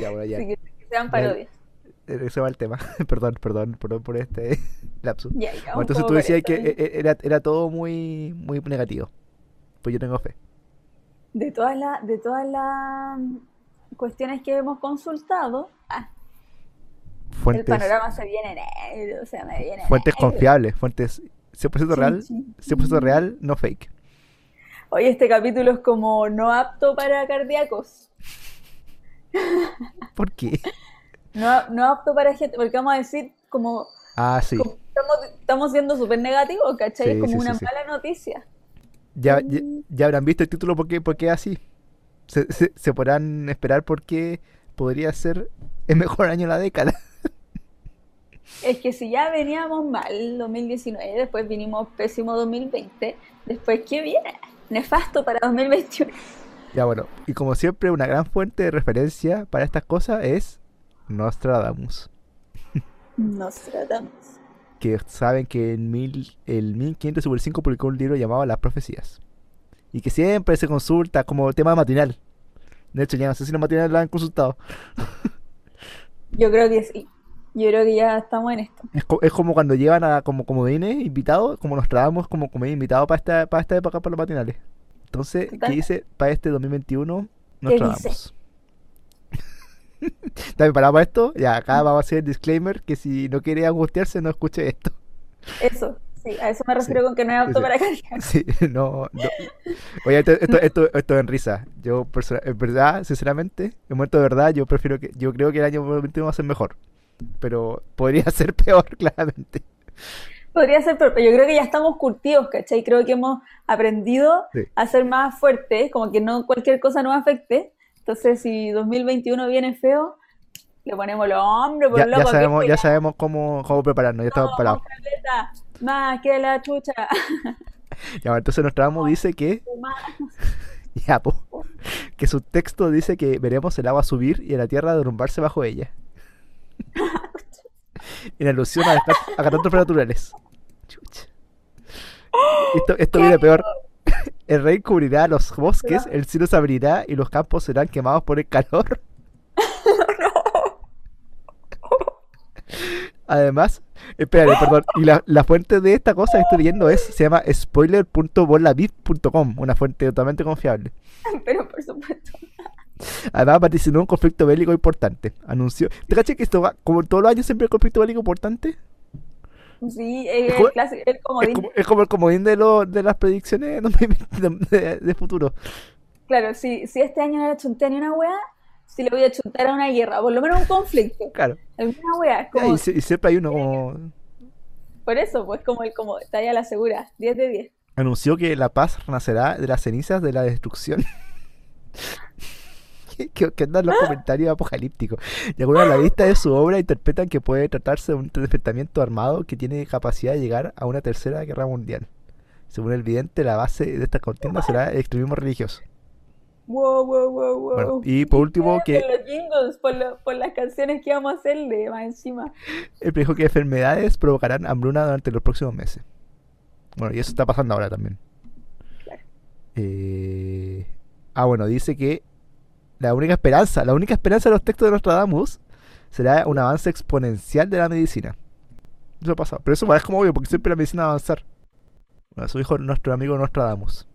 Speaker 1: ya, bueno, ya.
Speaker 2: Así que que sean
Speaker 1: Ya.
Speaker 2: parodias.
Speaker 1: Eh, Se va el tema. perdón, perdón, perdón por este lapsus.
Speaker 2: Ya, ya,
Speaker 1: Bueno,
Speaker 2: un
Speaker 1: entonces
Speaker 2: poco
Speaker 1: tú
Speaker 2: por
Speaker 1: decías
Speaker 2: esto,
Speaker 1: que
Speaker 2: ¿no?
Speaker 1: eh, eh, era, era todo muy, muy negativo. Pues yo tengo fe.
Speaker 2: De todas las de todas las cuestiones que hemos consultado, ah, el
Speaker 1: Fuentes,
Speaker 2: panorama se viene negro, o sea, me viene
Speaker 1: fuentes
Speaker 2: negro.
Speaker 1: confiables, fuentes 100% real,
Speaker 2: Chin, chin.
Speaker 1: 100% real, no fake.
Speaker 2: Hoy este capítulo es como no apto para cardíacos,
Speaker 1: ¿Por qué?
Speaker 2: no, no apto para gente, porque vamos a decir como,
Speaker 1: Ah, sí.
Speaker 2: como estamos, estamos siendo súper negativos, ¿cachai? Es
Speaker 1: Sí,
Speaker 2: como
Speaker 1: sí, sí,
Speaker 2: una
Speaker 1: sí.
Speaker 2: mala noticia.
Speaker 1: Ya, ya, ya habrán visto el título, ¿por qué, por qué así? Se, se, se podrán esperar por qué podría ser el mejor año de la década.
Speaker 2: Es que si ya veníamos mal 2019, después vinimos pésimo 2020, después ¿qué viene? Nefasto para 2021.
Speaker 1: Ya bueno, y como siempre, una gran fuente de referencia para estas cosas es Nostradamus,
Speaker 2: Nos tratamos.
Speaker 1: que saben que en mil, el 1505 publicó un libro llamado Las Profecías, y que siempre se consulta como tema matinal. De hecho, ya no sé si los matinales la han consultado.
Speaker 2: Yo creo que sí. Yo creo que ya estamos en esto.
Speaker 1: Es, co- es como cuando llevan a como comodines invitados, como nos trabamos como comodines invitados para esta, para esta época, para los matinales. Entonces, ¿qué
Speaker 2: Totalmente.
Speaker 1: dice para este 2021? Nos
Speaker 2: ¿Qué dice?
Speaker 1: trabamos. ¿Está preparado para esto? Ya, acá vamos a hacer el disclaimer que si no quiere angustiarse, no escuche esto.
Speaker 2: Eso, sí, a eso me refiero con que no es apto
Speaker 1: sí.
Speaker 2: para cargar.
Speaker 1: Sí, no, no. Oye, esto, esto, esto, esto en risa. Yo, perso- en verdad, sinceramente, en el momento de verdad, yo prefiero que, yo creo que el año 2021 va a ser mejor. Pero podría ser peor, claramente.
Speaker 2: Podría ser, pero yo creo que ya estamos curtidos, ¿cachai? Creo que hemos aprendido
Speaker 1: Sí.
Speaker 2: a ser más fuertes, como que no cualquier cosa nos afecte. Entonces, si 2021 viene feo, le ponemos los hombros, por
Speaker 1: Ya,
Speaker 2: loco,
Speaker 1: ya
Speaker 2: aquí
Speaker 1: sabemos, ya
Speaker 2: estoy,
Speaker 1: sabemos cómo, cómo prepararnos, ya estamos preparados.
Speaker 2: vamos, caleta, más que la chucha,
Speaker 1: Ya, entonces Nostradamus dice que,
Speaker 2: más.
Speaker 1: ya, po, que su texto dice que veremos el agua subir y a la tierra derrumbarse bajo ella. En alusión a, desca- a catástrofes naturales. Chucha. Esto, esto viene peor. El rey cubrirá los bosques, el cielo se abrirá y los campos serán quemados por el calor. Además, espérate, perdón. Y la, la fuente de esta cosa que estoy leyendo es, se llama spoiler.bolavid.com, una fuente totalmente confiable.
Speaker 2: pero por supuesto.
Speaker 1: Además, participó en un conflicto bélico importante. Anunció. ¿Te caché que esto va, como todos los años, siempre hay conflicto bélico importante?
Speaker 2: Sí, es
Speaker 1: Es como-
Speaker 2: el clásico, el
Speaker 1: Es
Speaker 2: comodín.
Speaker 1: como, es como el comodín de, lo- de las predicciones de 2020 de, de futuro.
Speaker 2: Claro, si, si este año no le chunté ni una weá, si le voy a chuntar a una guerra, por lo menos un conflicto,
Speaker 1: Claro.
Speaker 2: alguna weá, es
Speaker 1: Ya,
Speaker 2: como,
Speaker 1: Y, se- y siempre hay uno como.
Speaker 2: por eso, pues como el como, está ahí a la segura, 10 de 10.
Speaker 1: Anunció que la paz nacerá de las cenizas de la destrucción. ¿Qué, qué andan los comentarios apocalípticos? Y algunos la vista de su obra interpretan que puede tratarse de un despertamiento armado que tiene capacidad de llegar a una tercera guerra mundial. Según el vidente, la base de esta contienda será el extremismo religioso.
Speaker 2: Wow, wow, wow,
Speaker 1: Bueno,
Speaker 2: wow.
Speaker 1: y por último, que
Speaker 2: Por los jingles, por, lo- por las canciones que vamos a hacerle, más encima.
Speaker 1: él dijo que enfermedades provocarán hambruna durante los próximos meses. Bueno, y eso está pasando ahora también.
Speaker 2: Claro.
Speaker 1: Eh, Ah, bueno, dice que la única esperanza, la única esperanza de los textos de Nostradamus será un avance exponencial de la medicina. Eso ha pasado. Pero eso parece como obvio, porque siempre la medicina va a avanzar. Bueno, eso dijo nuestro amigo Nostradamus.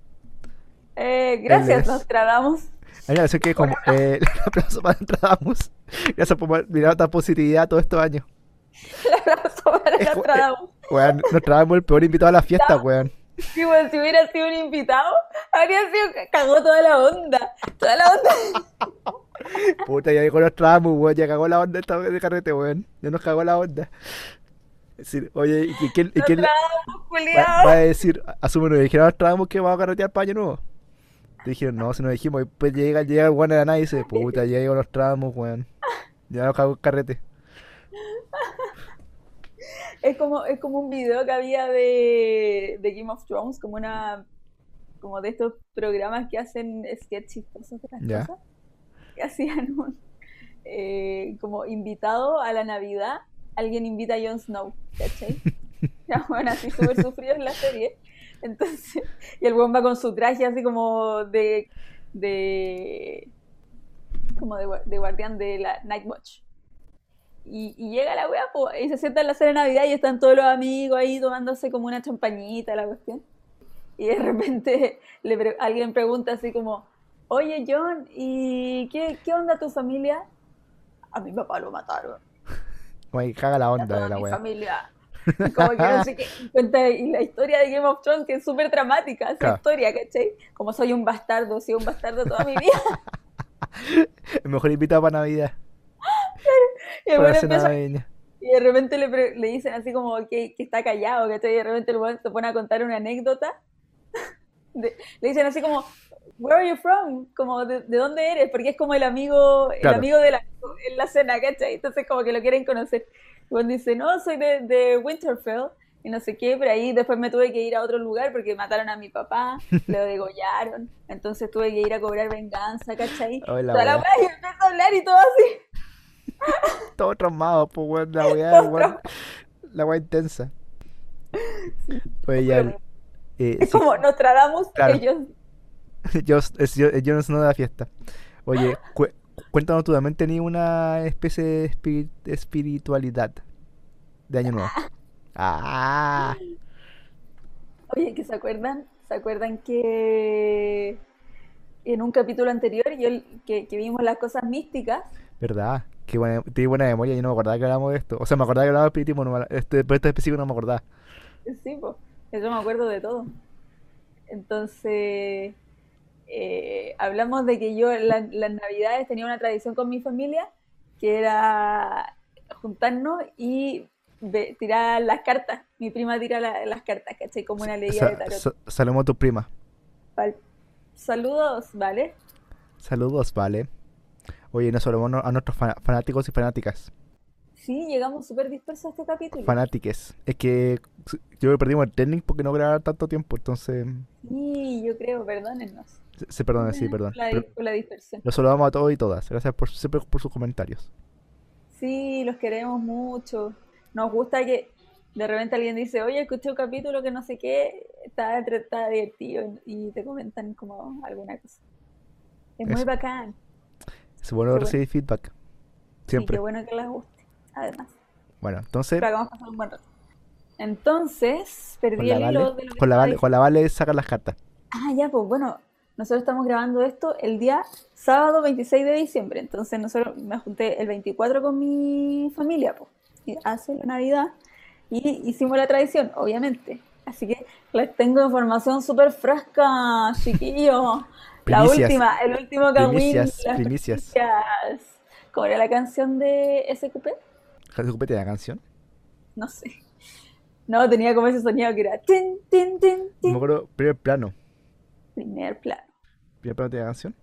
Speaker 2: Eh,
Speaker 1: es-
Speaker 2: gracias, Nostradamus.
Speaker 1: Hay una canción que es como eh, un aplauso para Nostradamus. Gracias por mirar tanta positividad todos estos años.
Speaker 2: El abrazo para
Speaker 1: Es como-
Speaker 2: Nostradamus.
Speaker 1: Weón, Nostradamus el peor invitado a la fiesta, weón.
Speaker 2: Sí, bueno, si hubiera sido un invitado, habría sido, cagó toda la onda. Toda la onda.
Speaker 1: Puta, ya llegó Nostradamus, weón. Ya cagó la onda esta vez de carrete, weón. Ya nos cagó la onda. Es decir, oye, ¿y qué- qué- y qué le-
Speaker 2: Nostradamus,
Speaker 1: va, va a
Speaker 2: culiao.
Speaker 1: decir? Asume, nos dijeron a Nostradamus que vamos a carretear para año nuevo. Te dijeron, no, si nos dijimos. Y pues llega, llega el weón de la nada y dice, puta, ya llegó Nostradamus, weón. Ya nos cagó el carrete.
Speaker 2: Es como, es como un video que había de, de Game of Thrones, como una como de estos programas que hacen sketch chistosos de las
Speaker 1: Ya.
Speaker 2: cosas. Que hacían un eh, como invitado a la Navidad, alguien invita a Jon Snow, ¿cachai? Ya, bueno, así súper sufrido en la serie. Entonces, y el weón va con su traje así como de de como de, gua- de guardián de la Night Watch. Y, y llega la wea po, y se sienta en la cena de Navidad y están todos los amigos ahí tomándose como una champañita, la cuestión. Y de repente le pre- alguien pregunta así como, oye John, ¿y qué, qué onda tu familia? A mi papá lo mataron,
Speaker 1: Como que caga la
Speaker 2: a
Speaker 1: onda
Speaker 2: toda
Speaker 1: de la
Speaker 2: mi
Speaker 1: weón.
Speaker 2: familia. Y Como que no sé qué, y cuenta y la historia de Game of Thrones que es súper dramática esa
Speaker 1: Claro.
Speaker 2: historia, ¿cachai? Como soy un bastardo, he sido un bastardo toda mi vida.
Speaker 1: El mejor invitado para Navidad.
Speaker 2: Y el
Speaker 1: Para
Speaker 2: weón
Speaker 1: la cena
Speaker 2: empieza
Speaker 1: navideña.
Speaker 2: Y de repente le, pre- le dicen así como que, que está callado, que de repente el weón se pone a contar una anécdota. De- le dicen así como, Where are you from? Como, ¿de, de dónde eres? Porque es como el amigo, el
Speaker 1: Claro.
Speaker 2: amigo de la, en la cena, ¿cachai? Entonces como que lo quieren conocer. Y weón dice, no, soy de, de Winterfell. Y no sé qué, pero ahí después me tuve que ir a otro lugar porque mataron a mi papá, lo degollaron, entonces tuve que ir a cobrar venganza, ¿cachai?
Speaker 1: Ay, la
Speaker 2: Toda la
Speaker 1: weá.
Speaker 2: weá, y empieza a hablar y todo así.
Speaker 1: Todo traumado, pues, weón. La weá,
Speaker 2: Todo
Speaker 1: weón. La weá intensa. eh, Oye, ya.
Speaker 2: Pero-
Speaker 1: eh,
Speaker 2: Es
Speaker 1: sí,
Speaker 2: como Nostradamus,
Speaker 1: Claro.
Speaker 2: ellos
Speaker 1: Jones- es Jo- es Jones no da fiesta. Oye, cu- cuéntanos tú, ¿también tenías una especie de espiri- espiritualidad de Año Nuevo? Ah,
Speaker 2: Oye, que se acuerdan, se acuerdan que en un capítulo anterior yo que, que vimos las cosas místicas.
Speaker 1: verdad. Qué buena, tiene buena memoria, yo no me acordaba que hablábamos de esto. O sea, me acordaba que hablábamos de espiritismo, no me- este, pero este específico no me acordaba.
Speaker 2: Sí, pues, yo me acuerdo de todo. Entonces, eh, hablamos de que yo en la- las navidades tenía una tradición con mi familia, que era juntarnos y ve- tirar las cartas. Mi prima tira la- las cartas, ¿cachai? Como una leía de
Speaker 1: Sa-
Speaker 2: tarot.
Speaker 1: sa- Saludos a tus primas.
Speaker 2: Pal- Saludos, ¿vale?
Speaker 1: Saludos, vale. Oye, nos saludamos no- a nuestros fa- fanáticos y fanáticas.
Speaker 2: Sí, llegamos súper dispersos a este capítulo.
Speaker 1: Fanatiques. Es que su- yo creo que perdimos el trending porque no grababa tanto tiempo, entonces
Speaker 2: Sí, yo creo, perdónennos.
Speaker 1: se, se perdona, Ah, sí, perdón.
Speaker 2: La,
Speaker 1: Pero
Speaker 2: por la dispersión.
Speaker 1: los saludamos a todos y todas. Gracias por, siempre por sus comentarios.
Speaker 2: Sí, los queremos mucho. Nos gusta que de repente alguien dice, oye, escuché un capítulo que no sé qué, está, entre- está divertido y, y te comentan como alguna cosa. Es muy
Speaker 1: Eso.
Speaker 2: bacán.
Speaker 1: Es bueno
Speaker 2: Qué bueno.
Speaker 1: recibir feedback.
Speaker 2: Sí, qué
Speaker 1: Siempre.
Speaker 2: bueno que les guste. Además,
Speaker 1: Bueno, entonces,
Speaker 2: pero hagamos pasar un buen rato. Entonces,
Speaker 1: con
Speaker 2: perdí
Speaker 1: la
Speaker 2: el
Speaker 1: Vale,
Speaker 2: hilo de lo que
Speaker 1: con la
Speaker 2: estaba
Speaker 1: Vale, con la Vale sacan las cartas.
Speaker 2: Ah, ya, pues bueno, nosotros estamos grabando esto el día sábado 26 de diciembre, entonces nosotros me junté el 24 con mi familia, pues, y hace la Navidad y hicimos la tradición, obviamente. Así que les tengo información súper fresca, chiquillos. La
Speaker 1: Primicias.
Speaker 2: última, el último Kawin,
Speaker 1: Primicias,
Speaker 2: las
Speaker 1: primicias.
Speaker 2: primicias. ¿Cómo era la canción de SQP?
Speaker 1: Escúpete la canción.
Speaker 2: No sé. No, tenía como ese sonido que era tin, tin, tin,
Speaker 1: No me
Speaker 2: tin.
Speaker 1: acuerdo, primer plano.
Speaker 2: Primer plano.
Speaker 1: Primer plano tiene la canción.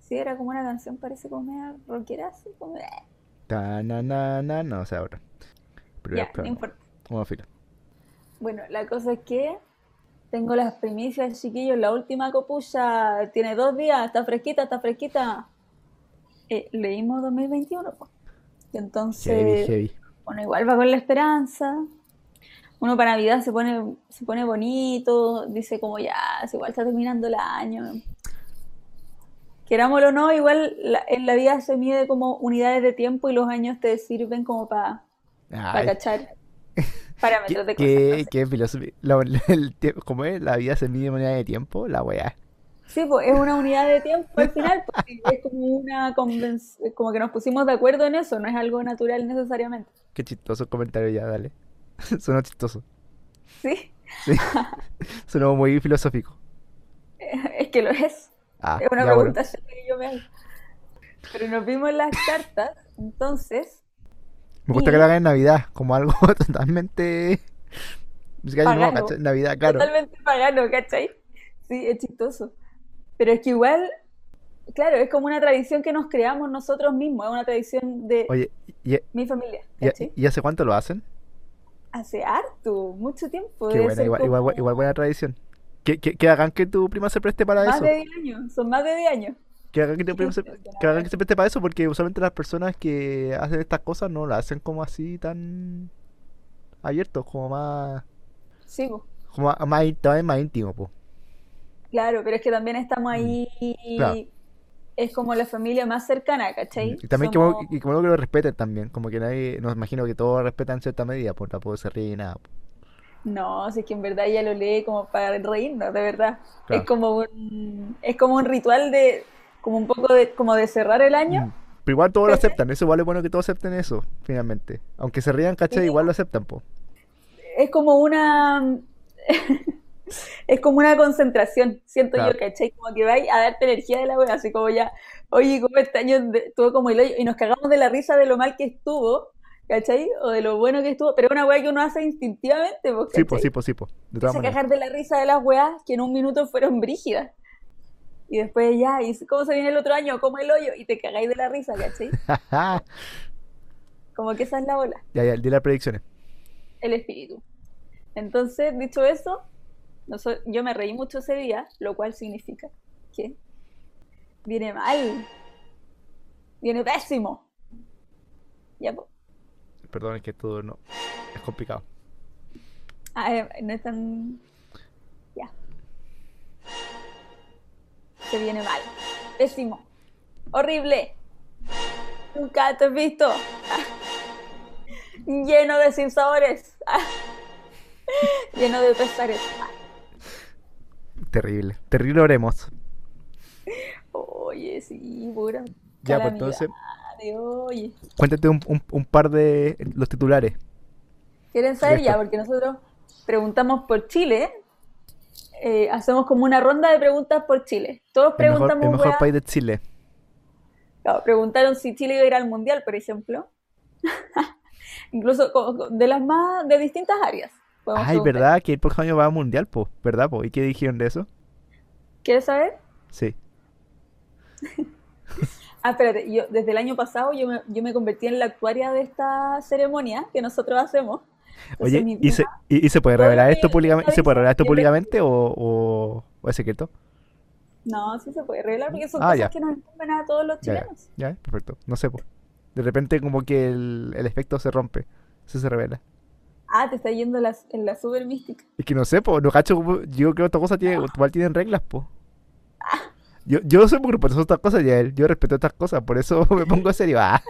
Speaker 2: Sí, era como una canción, parece como media rockera, así como... eh,
Speaker 1: Ta, na, na, na, no, o sea, ahora. Primer
Speaker 2: Ya, no
Speaker 1: plano.
Speaker 2: importa.
Speaker 1: Una fila.
Speaker 2: Bueno, la cosa es que tengo las primicias, chiquillos, la última copucha, tiene dos días, está fresquita, está fresquita. Eh, leímos 2021, pues. Y
Speaker 1: Heavy,
Speaker 2: entonces,
Speaker 1: heavy.
Speaker 2: bueno, igual va con la esperanza. Uno para Navidad se pone, se pone bonito, dice como ya, si igual está terminando el año. Querámoslo o no, igual la- en la vida se mide como unidades de tiempo y los años te sirven como para
Speaker 1: Ay,
Speaker 2: cachar parámetros de
Speaker 1: ¿Qué,
Speaker 2: cosas. no
Speaker 1: qué,
Speaker 2: sé.
Speaker 1: qué filosofía? La- el tie- ¿Cómo es? La vida se mide en unidad de tiempo, la weá.
Speaker 2: Sí, pues es una unidad de tiempo al final, porque es como una convenc- como que nos pusimos de acuerdo en eso, no es algo natural necesariamente.
Speaker 1: Qué chistoso comentario ya, dale. Suena chistoso.
Speaker 2: Sí,
Speaker 1: Sí. Suena muy filosófico.
Speaker 2: es que lo es.
Speaker 1: Ah,
Speaker 2: Es una
Speaker 1: ya bueno.
Speaker 2: pregunta seria que yo me hago. Pero nos vimos las cartas, entonces,
Speaker 1: Me gusta que
Speaker 2: y-
Speaker 1: lo hagan en Navidad, como algo totalmente. Ni siquiera año nuevo,
Speaker 2: Pagano.
Speaker 1: ¿cachai? Navidad, claro.
Speaker 2: totalmente pagano, ¿cachai? Sí, es chistoso. Pero es que igual, claro, es como una tradición que nos creamos nosotros mismos, es una tradición de
Speaker 1: Oye, ¿y, y-
Speaker 2: mi familia,
Speaker 1: y-
Speaker 2: ¿cachai?
Speaker 1: y hace cuánto lo hacen?
Speaker 2: Hace harto, mucho tiempo,
Speaker 1: Qué
Speaker 2: debe
Speaker 1: buena,
Speaker 2: ser
Speaker 1: igual, igual, bu-
Speaker 2: como
Speaker 1: igual buena tradición. Que, que, que hagan que tu prima se preste para
Speaker 2: más
Speaker 1: eso.
Speaker 2: de 10 años, son más de 10 años.
Speaker 1: Que hagan que tu
Speaker 2: Qué
Speaker 1: prima se, que hagan que
Speaker 2: impresionante.
Speaker 1: se preste para eso, porque usualmente las personas que hacen estas cosas no las hacen como así tan abiertos, como más.
Speaker 2: Sí, po.
Speaker 1: Como más, más in- todavía más íntimo, po.
Speaker 2: claro, pero es que también estamos
Speaker 1: Mm,
Speaker 2: ahí,
Speaker 1: claro. Mm.
Speaker 2: es como la familia más cercana, ¿cachai?
Speaker 1: Y también que,
Speaker 2: Somos-
Speaker 1: y que bueno que lo respeten también, como que nadie, nos imagino que todos respetan en cierta medida, pues tampoco se ríe ni nada. po.
Speaker 2: No, si es que en verdad ella lo lee como para reírnos, de verdad.
Speaker 1: Claro.
Speaker 2: Es como un, es como un ritual de, como un poco de, como de cerrar el año.
Speaker 1: Mm. Pero igual todos lo
Speaker 2: ¿Cachai?
Speaker 1: aceptan, eso vale bueno que todos acepten eso, finalmente. Aunque se rían, ¿cachai?
Speaker 2: Sí.
Speaker 1: Igual lo aceptan, po.
Speaker 2: Es como una, es como una concentración, siento yo,
Speaker 1: Claro.
Speaker 2: ¿cachai? Como que vais a darte energía de la wea, así como ya, oye, como este año de- estuvo como el hoyo, y nos cagamos de la risa de lo mal que estuvo, ¿cachai? O de lo bueno que estuvo, pero es una wea que uno hace instintivamente, pues,
Speaker 1: Sí, po,
Speaker 2: ¿cachai?
Speaker 1: sí, po, sí, po. De todas
Speaker 2: a
Speaker 1: maneras.
Speaker 2: cagar de la risa de las weas que en un minuto fueron brígidas. Y después ya, ¿y cómo se viene el otro año? Como el hoyo, y te cagáis de la risa, ¿cachai?
Speaker 1: ya,
Speaker 2: Como que esa es la ola,
Speaker 1: ya, di las predicciones.
Speaker 2: el espíritu. Entonces, dicho eso, noso- yo me reí mucho ese día, lo cual significa que viene mal, viene pésimo. Ya, po.
Speaker 1: Perdón, es que todo no. Es complicado.
Speaker 2: Ah, eh, no es tan... Ya. se viene mal. Pésimo. Horrible. Nunca te he visto. Ah. Lleno de sinsabores. Ah. Lleno de pesares.
Speaker 1: Terrible. Terrible oremos.
Speaker 2: Oye, sí, pura.
Speaker 1: Ya, pues, entonces-
Speaker 2: calamidad, Oye.
Speaker 1: Cuéntate un, un- un par de los titulares.
Speaker 2: ¿Quieren saber ya?
Speaker 1: Listo.
Speaker 2: Porque nosotros preguntamos por Chile. eh, hacemos como una ronda de preguntas por Chile.
Speaker 1: El
Speaker 2: Todos
Speaker 1: mejor,
Speaker 2: preguntamos,
Speaker 1: el mejor
Speaker 2: weá,
Speaker 1: país de Chile.
Speaker 2: claro, preguntaron si Chile iba a ir al mundial, por ejemplo. Incluso co- co- de las más, de distintas áreas. podemos
Speaker 1: Ay,
Speaker 2: preguntar.
Speaker 1: ¿verdad? Que el próximo año va a mundial, po. ¿Verdad, po? ¿Y qué dijeron de eso?
Speaker 2: ¿Quieres saber?
Speaker 1: Sí.
Speaker 2: Ah, espérate, yo, desde el año pasado yo me, yo me convertí en la actuaria de esta ceremonia que nosotros hacemos. Entonces,
Speaker 1: Oye,
Speaker 2: mi
Speaker 1: ¿y se, y, y se puede
Speaker 2: Todo lo
Speaker 1: revelar
Speaker 2: que-
Speaker 1: esto
Speaker 2: lo que
Speaker 1: públicamente? ¿Se puede revelar esto
Speaker 2: avisa, bienvenido.
Speaker 1: públicamente o, o, o es secreto?
Speaker 2: No, sí se puede revelar porque son
Speaker 1: Ah,
Speaker 2: cosas
Speaker 1: ya.
Speaker 2: que nos incumben a todos los
Speaker 1: Ya, ya,
Speaker 2: chilenos.
Speaker 1: ya, perfecto. No sé, po. De repente como que el, el efecto se rompe. Eso se revela.
Speaker 2: Ah, te está yendo la, en la super mística.
Speaker 1: Es que no sé, po. No cacho, como- yo creo que esta cosa tiene, igual tienen reglas, po.
Speaker 2: Ah.
Speaker 1: Yo, yo soy muy respetuoso de estas cosas, ya Yo respeto estas cosas, por eso me pongo serio. Ah.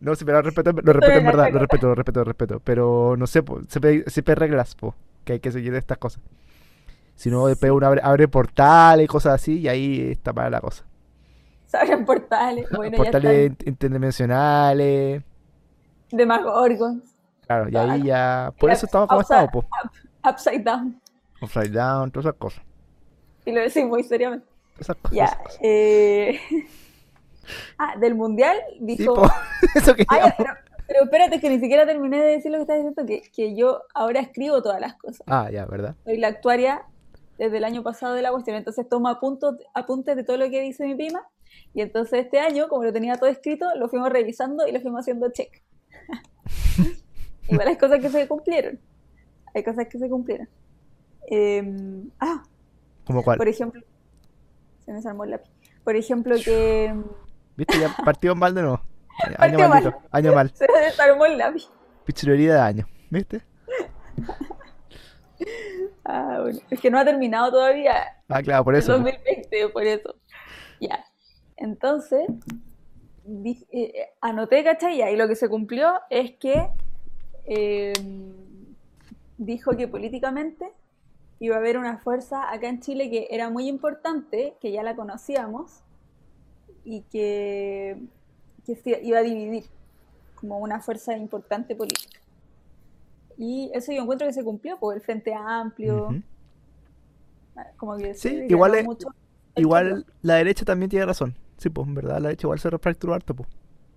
Speaker 1: No, sí, pero lo respeto, lo respeto en
Speaker 2: la
Speaker 1: verdad, lo
Speaker 2: regla.
Speaker 1: respeto, lo respeto, lo respeto. Pero no sé, po, siempre, hay- siempre hay reglas, po, que hay que seguir estas cosas. Si no, después uno abre, abre portales y cosas así, y ahí está mala la cosa.
Speaker 2: Saben portales. Bueno, ya
Speaker 1: portales
Speaker 2: están
Speaker 1: int- interdimensionales,
Speaker 2: Demagorgons,
Speaker 1: claro, y ahí
Speaker 2: Claro.
Speaker 1: ya. Por
Speaker 2: Mira,
Speaker 1: eso estamos como
Speaker 2: o sea,
Speaker 1: estamos, po.
Speaker 2: Upside Down.
Speaker 1: Upside down, todas esas cosas.
Speaker 2: Y lo decís muy seriamente.
Speaker 1: Todas esas cosas.
Speaker 2: Ya. eh, Ah, del mundial
Speaker 1: Sí,
Speaker 2: dijo.
Speaker 1: po. Eso que
Speaker 2: Ah, ya, pero, pero espérate, que ni siquiera terminé de decir lo que estás diciendo, que, que yo ahora escribo todas las cosas.
Speaker 1: Ah, ya, ¿verdad?
Speaker 2: Soy la actuaria desde el año pasado de la cuestión, entonces tomo apuntos, apuntes de todo lo que dice mi prima. Y entonces este año, como lo tenía todo escrito, lo fuimos revisando y lo fuimos haciendo check. Igual hay cosas que se cumplieron. Hay cosas que se cumplieron. Em, ah,
Speaker 1: Como cual.
Speaker 2: por ejemplo, se me desarmó el lápiz. Por ejemplo, que em,
Speaker 1: ¿Viste? Ya partió mal de nuevo. Año
Speaker 2: Partió mal.
Speaker 1: maldito, año mal.
Speaker 2: se me desarmó el lápiz.
Speaker 1: Pichulería de año, ¿viste?
Speaker 2: Ah, bueno, es que no ha terminado todavía.
Speaker 1: Ah, claro, por eso.
Speaker 2: 2020, por eso. Ya. Entonces, di- eh, eh, anoté, ¿cachai? Ya, Y lo que se cumplió es que eh, dijo que políticamente iba a haber una fuerza acá en Chile que era muy importante, que ya la conocíamos, y que, que se iba a dividir como una fuerza importante política. Y eso yo encuentro que se cumplió, por el Frente Amplio,
Speaker 1: Ujú.
Speaker 2: como que
Speaker 1: Sí,
Speaker 2: ganó
Speaker 1: igual es-
Speaker 2: mucho el
Speaker 1: Igual
Speaker 2: pueblo.
Speaker 1: la derecha también tiene razón. Sí, pues, en verdad, la derecha igual se refracturó harto, pues.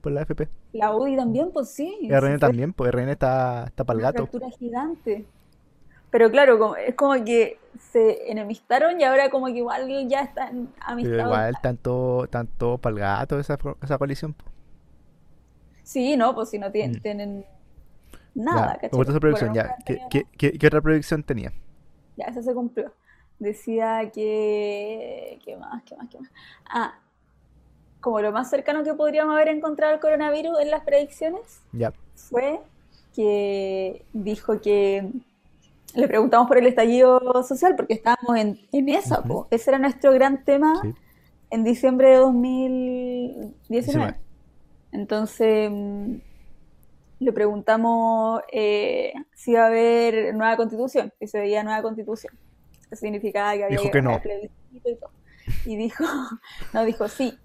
Speaker 1: Por la FP.
Speaker 2: La UDI también, pues sí.
Speaker 1: RN
Speaker 2: sí,
Speaker 1: también, pues RN está, está para el
Speaker 2: Una
Speaker 1: gato.
Speaker 2: fractura gigante. Pero claro, como- es como que se enemistaron y ahora como que igual ya están
Speaker 1: Pero
Speaker 2: amistados.
Speaker 1: igual, tanto, tanto para el gato esa, fro- esa coalición, pues.
Speaker 2: Sí, no, pues si no tienen,
Speaker 1: Mm.
Speaker 2: tienen
Speaker 1: Ya,
Speaker 2: nada, ¿cachai?
Speaker 1: me gusta esa
Speaker 2: Bueno,
Speaker 1: predicción,
Speaker 2: nunca
Speaker 1: ya.
Speaker 2: han
Speaker 1: ¿Qué,
Speaker 2: tenido
Speaker 1: qué- qué- qué otra predicción tenía?
Speaker 2: Ya, eso se cumplió. Decía que... ¿Qué más? ¿Qué más? ¿Qué más? Ah, como lo más cercano que podríamos haber encontrado al coronavirus en las predicciones
Speaker 1: Ya.
Speaker 2: fue que dijo que le preguntamos por el estallido social porque estábamos en, en esa,
Speaker 1: Ujú.
Speaker 2: po. Ese era nuestro gran tema
Speaker 1: Sí.
Speaker 2: en diciembre de 2019.
Speaker 1: 19.
Speaker 2: Entonces, mm, le preguntamos eh, si iba a haber nueva constitución, si se veía nueva constitución. Eso significaba que había
Speaker 1: Dijo
Speaker 2: que
Speaker 1: que no.
Speaker 2: ganar plebiscito y todo. Y dijo, no, dijo sí,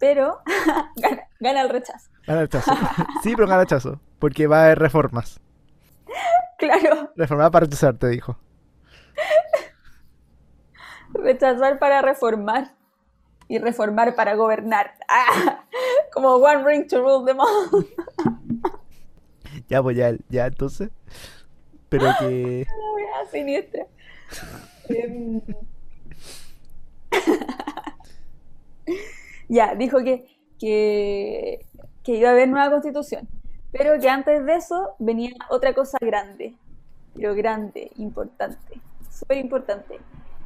Speaker 2: pero gana, gana el rechazo.
Speaker 1: Gana el chazo. sí, pero gana el chazo. Porque va a haber reformas.
Speaker 2: Claro,
Speaker 1: Reformada para rechazar, te dijo.
Speaker 2: rechazar para reformar y reformar para gobernar. ¡Ah! Como One Ring to Rule them all.
Speaker 1: Ya, pues ya, ya, entonces. Pero que.
Speaker 2: La wea siniestra. Em, Ya, dijo que, que, que iba a haber nueva constitución, pero que antes de eso venía otra cosa grande, pero grande, importante, súper importante,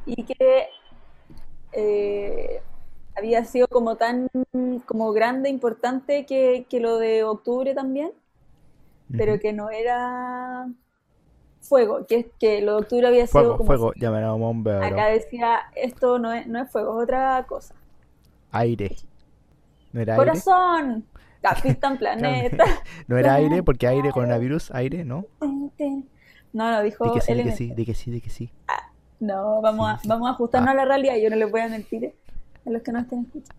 Speaker 2: y que eh, había sido como tan, como grande, importante que, que lo de octubre también, pero
Speaker 1: Ujú.
Speaker 2: que no era fuego, que, que lo de octubre había sido
Speaker 1: Fuego,
Speaker 2: como...
Speaker 1: fuego, llamen a un bombero.
Speaker 2: Acá decía, esto no es, no es fuego, es otra cosa.
Speaker 1: Aire. ¿No era aire?
Speaker 2: Corazón, Capitán Planeta.
Speaker 1: No era aire porque aire, coronavirus, aire, ¿no?
Speaker 2: Tin, tin. Este, No, no, dijo
Speaker 1: Di que sí, di que
Speaker 2: LN.
Speaker 1: sí, di que sí, di que sí.
Speaker 2: No, vamos a,
Speaker 1: Sí, sí.
Speaker 2: vamos a ajustarnos
Speaker 1: Ah.
Speaker 2: a la realidad. Yo no les voy a mentir eh, a los que no estén escuchando.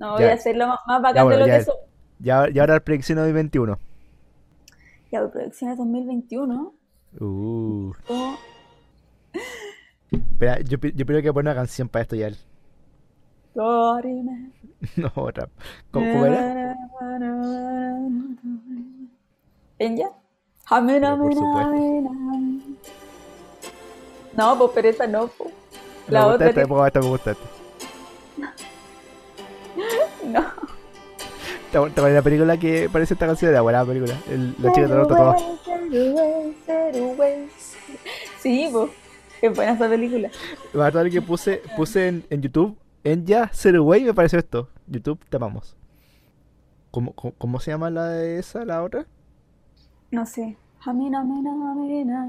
Speaker 2: No, voy
Speaker 1: Ya.
Speaker 2: a hacer lo más, más bacán
Speaker 1: bueno,
Speaker 2: de lo
Speaker 1: ya.
Speaker 2: que soy.
Speaker 1: Ya, ya ahora el predicción 2021.
Speaker 2: Ya, pero producciones 2021.
Speaker 1: Uh.
Speaker 2: como-
Speaker 1: Espera, yo, pi- yo creo que poner una canción para esto ya.
Speaker 2: Dorime.
Speaker 1: No, otra. ¿Cómo, cómo
Speaker 2: Ah,
Speaker 1: era?
Speaker 2: ¿En ya? Amena,
Speaker 1: Pero por
Speaker 2: amena,
Speaker 1: supuesto.
Speaker 2: amena. No, pues pero esa no, pues. La
Speaker 1: No, me gusta
Speaker 2: otra
Speaker 1: esta,
Speaker 2: que-
Speaker 1: me gusta esta, me gusta esta.
Speaker 2: No.
Speaker 1: Esta, esta buena película que parece esta canción era buena película. El- la chica del orto todo.
Speaker 2: Sí, pues. Qué buena esa película.
Speaker 1: Me acuerdo de que puse, puse en, en YouTube, en ya Zero Way me pareció esto. YouTube, te amamos. ¿Cómo, cómo, cómo se llama la de esa, la otra?
Speaker 2: No sé. Amena, amena, amena.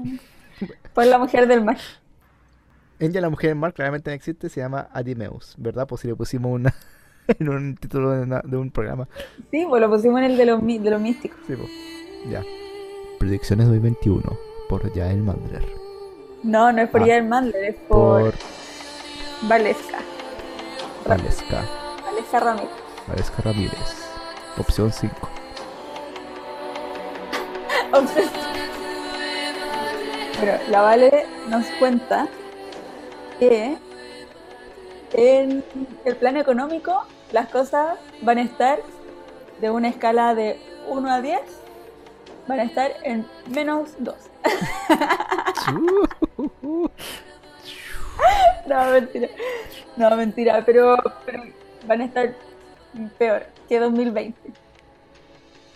Speaker 2: Por la mujer del mar.
Speaker 1: En ya la mujer en mar claramente no existe, se llama Adimeus, ¿verdad? Pues si le pusimos una, en un título de, una- de un programa.
Speaker 2: Sí, pues lo pusimos en el de los, mi- de los místicos.
Speaker 1: Sí, pues. Ya. Predicciones 2021 por Yael Mandler.
Speaker 2: No, no es por
Speaker 1: Ah.
Speaker 2: Jair Mandler, es por
Speaker 1: Por
Speaker 2: Valesca.
Speaker 1: Valesca.
Speaker 2: Valesca Ramírez.
Speaker 1: Valesca Ramírez. Opción 5.
Speaker 2: Obses- Pero la Vale nos cuenta que en el plano económico las cosas van a estar de una escala de 1 a 10, van a estar en menos 2. No, mentira. No, mentira, pero, pero van a estar peor que 2020.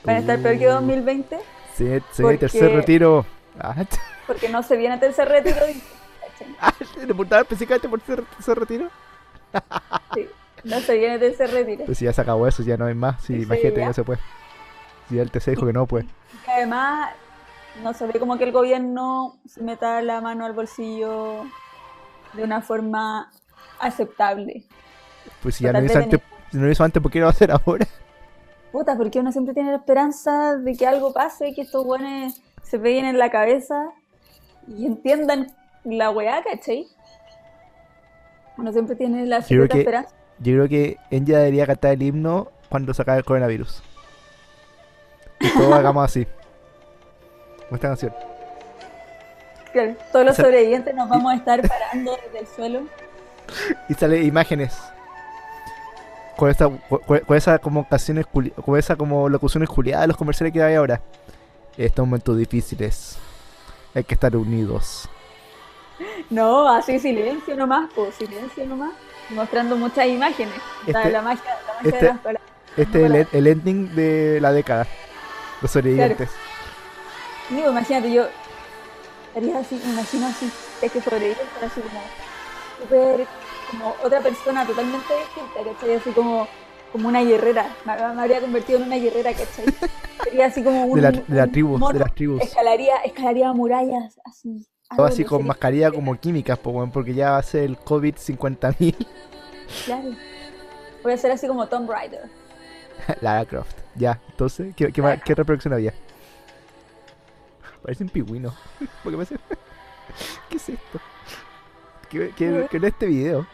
Speaker 2: Van a estar peor que 2020
Speaker 1: Se viene se viene
Speaker 2: Porque-
Speaker 1: tercer retiro. Ah,
Speaker 2: porque no se viene tercer retiro. dice, ¿cachai?
Speaker 1: Ah, ¿Le preguntaba específicamente por ese, ese retiro?
Speaker 2: Sí, no se viene de ese retiro.
Speaker 1: Pues si ya se acabó eso, ya no hay más. Si
Speaker 2: Sí,
Speaker 1: imagínate,
Speaker 2: ya.
Speaker 1: ya se puede. Si ya el TC dijo que no, pues.
Speaker 2: Y además, no se ve como que el gobierno se meta la mano al bolsillo de una forma aceptable.
Speaker 1: Pues si ya no
Speaker 2: Total
Speaker 1: hizo antes, si no hizo antes, ¿por qué lo va a hacer ahora?
Speaker 2: Puta, porque uno siempre tiene la esperanza de que algo pase, que estos buenos se peguen en la cabeza y entiendan la weá, ¿cachai? Uno siempre tiene la
Speaker 1: creo
Speaker 2: secreta
Speaker 1: que-
Speaker 2: esperanza.
Speaker 1: Yo creo que Enya debería cantar el himno cuando se acabe el coronavirus. Y todos hagamos así. Como esta canción.
Speaker 2: Claro, todos los
Speaker 1: Esa-
Speaker 2: sobrevivientes nos vamos a estar parando desde el suelo.
Speaker 1: Y sale imágenes. Con esa, con, con esa como canciones, culi- con esa como locuciones culiadas de los comerciales que hay ahora. Estos momentos difíciles. Hay que estar unidos.
Speaker 2: No, así silencio nomás, pues silencio nomás, mostrando muchas imágenes. O sea,
Speaker 1: Este-
Speaker 2: la magia, la magia
Speaker 1: este-
Speaker 2: de las palabras.
Speaker 1: Este es el, e- el ending de la década. Los sobrevivientes.
Speaker 2: Sí, pues, imagínate, yo estaría así, me imagino así, de que sobrevivir, pero así como súper, como otra persona totalmente distinta, ¿cachai? Así como, como una guerrera, me, me habría convertido en una guerrera, ¿cachai? Sería así como un,
Speaker 1: de, la, de la
Speaker 2: un
Speaker 1: tribu,
Speaker 2: mono,
Speaker 1: de las tribus.
Speaker 2: escalaría, escalaría murallas, así.
Speaker 1: Todo así
Speaker 2: árboles,
Speaker 1: con
Speaker 2: sería-
Speaker 1: mascarilla como químicas, po, weón, porque ya va a ser el COVID 50.000.
Speaker 2: Claro. Voy a ser así como Tomb Raider.
Speaker 1: Lara Croft. Ya, entonces, ¿qué, qué, más- qué reproducción había? Parece un pingüino. ¿Por qué parece? ¿Qué es esto? ¿Qué, qué, qué es este video?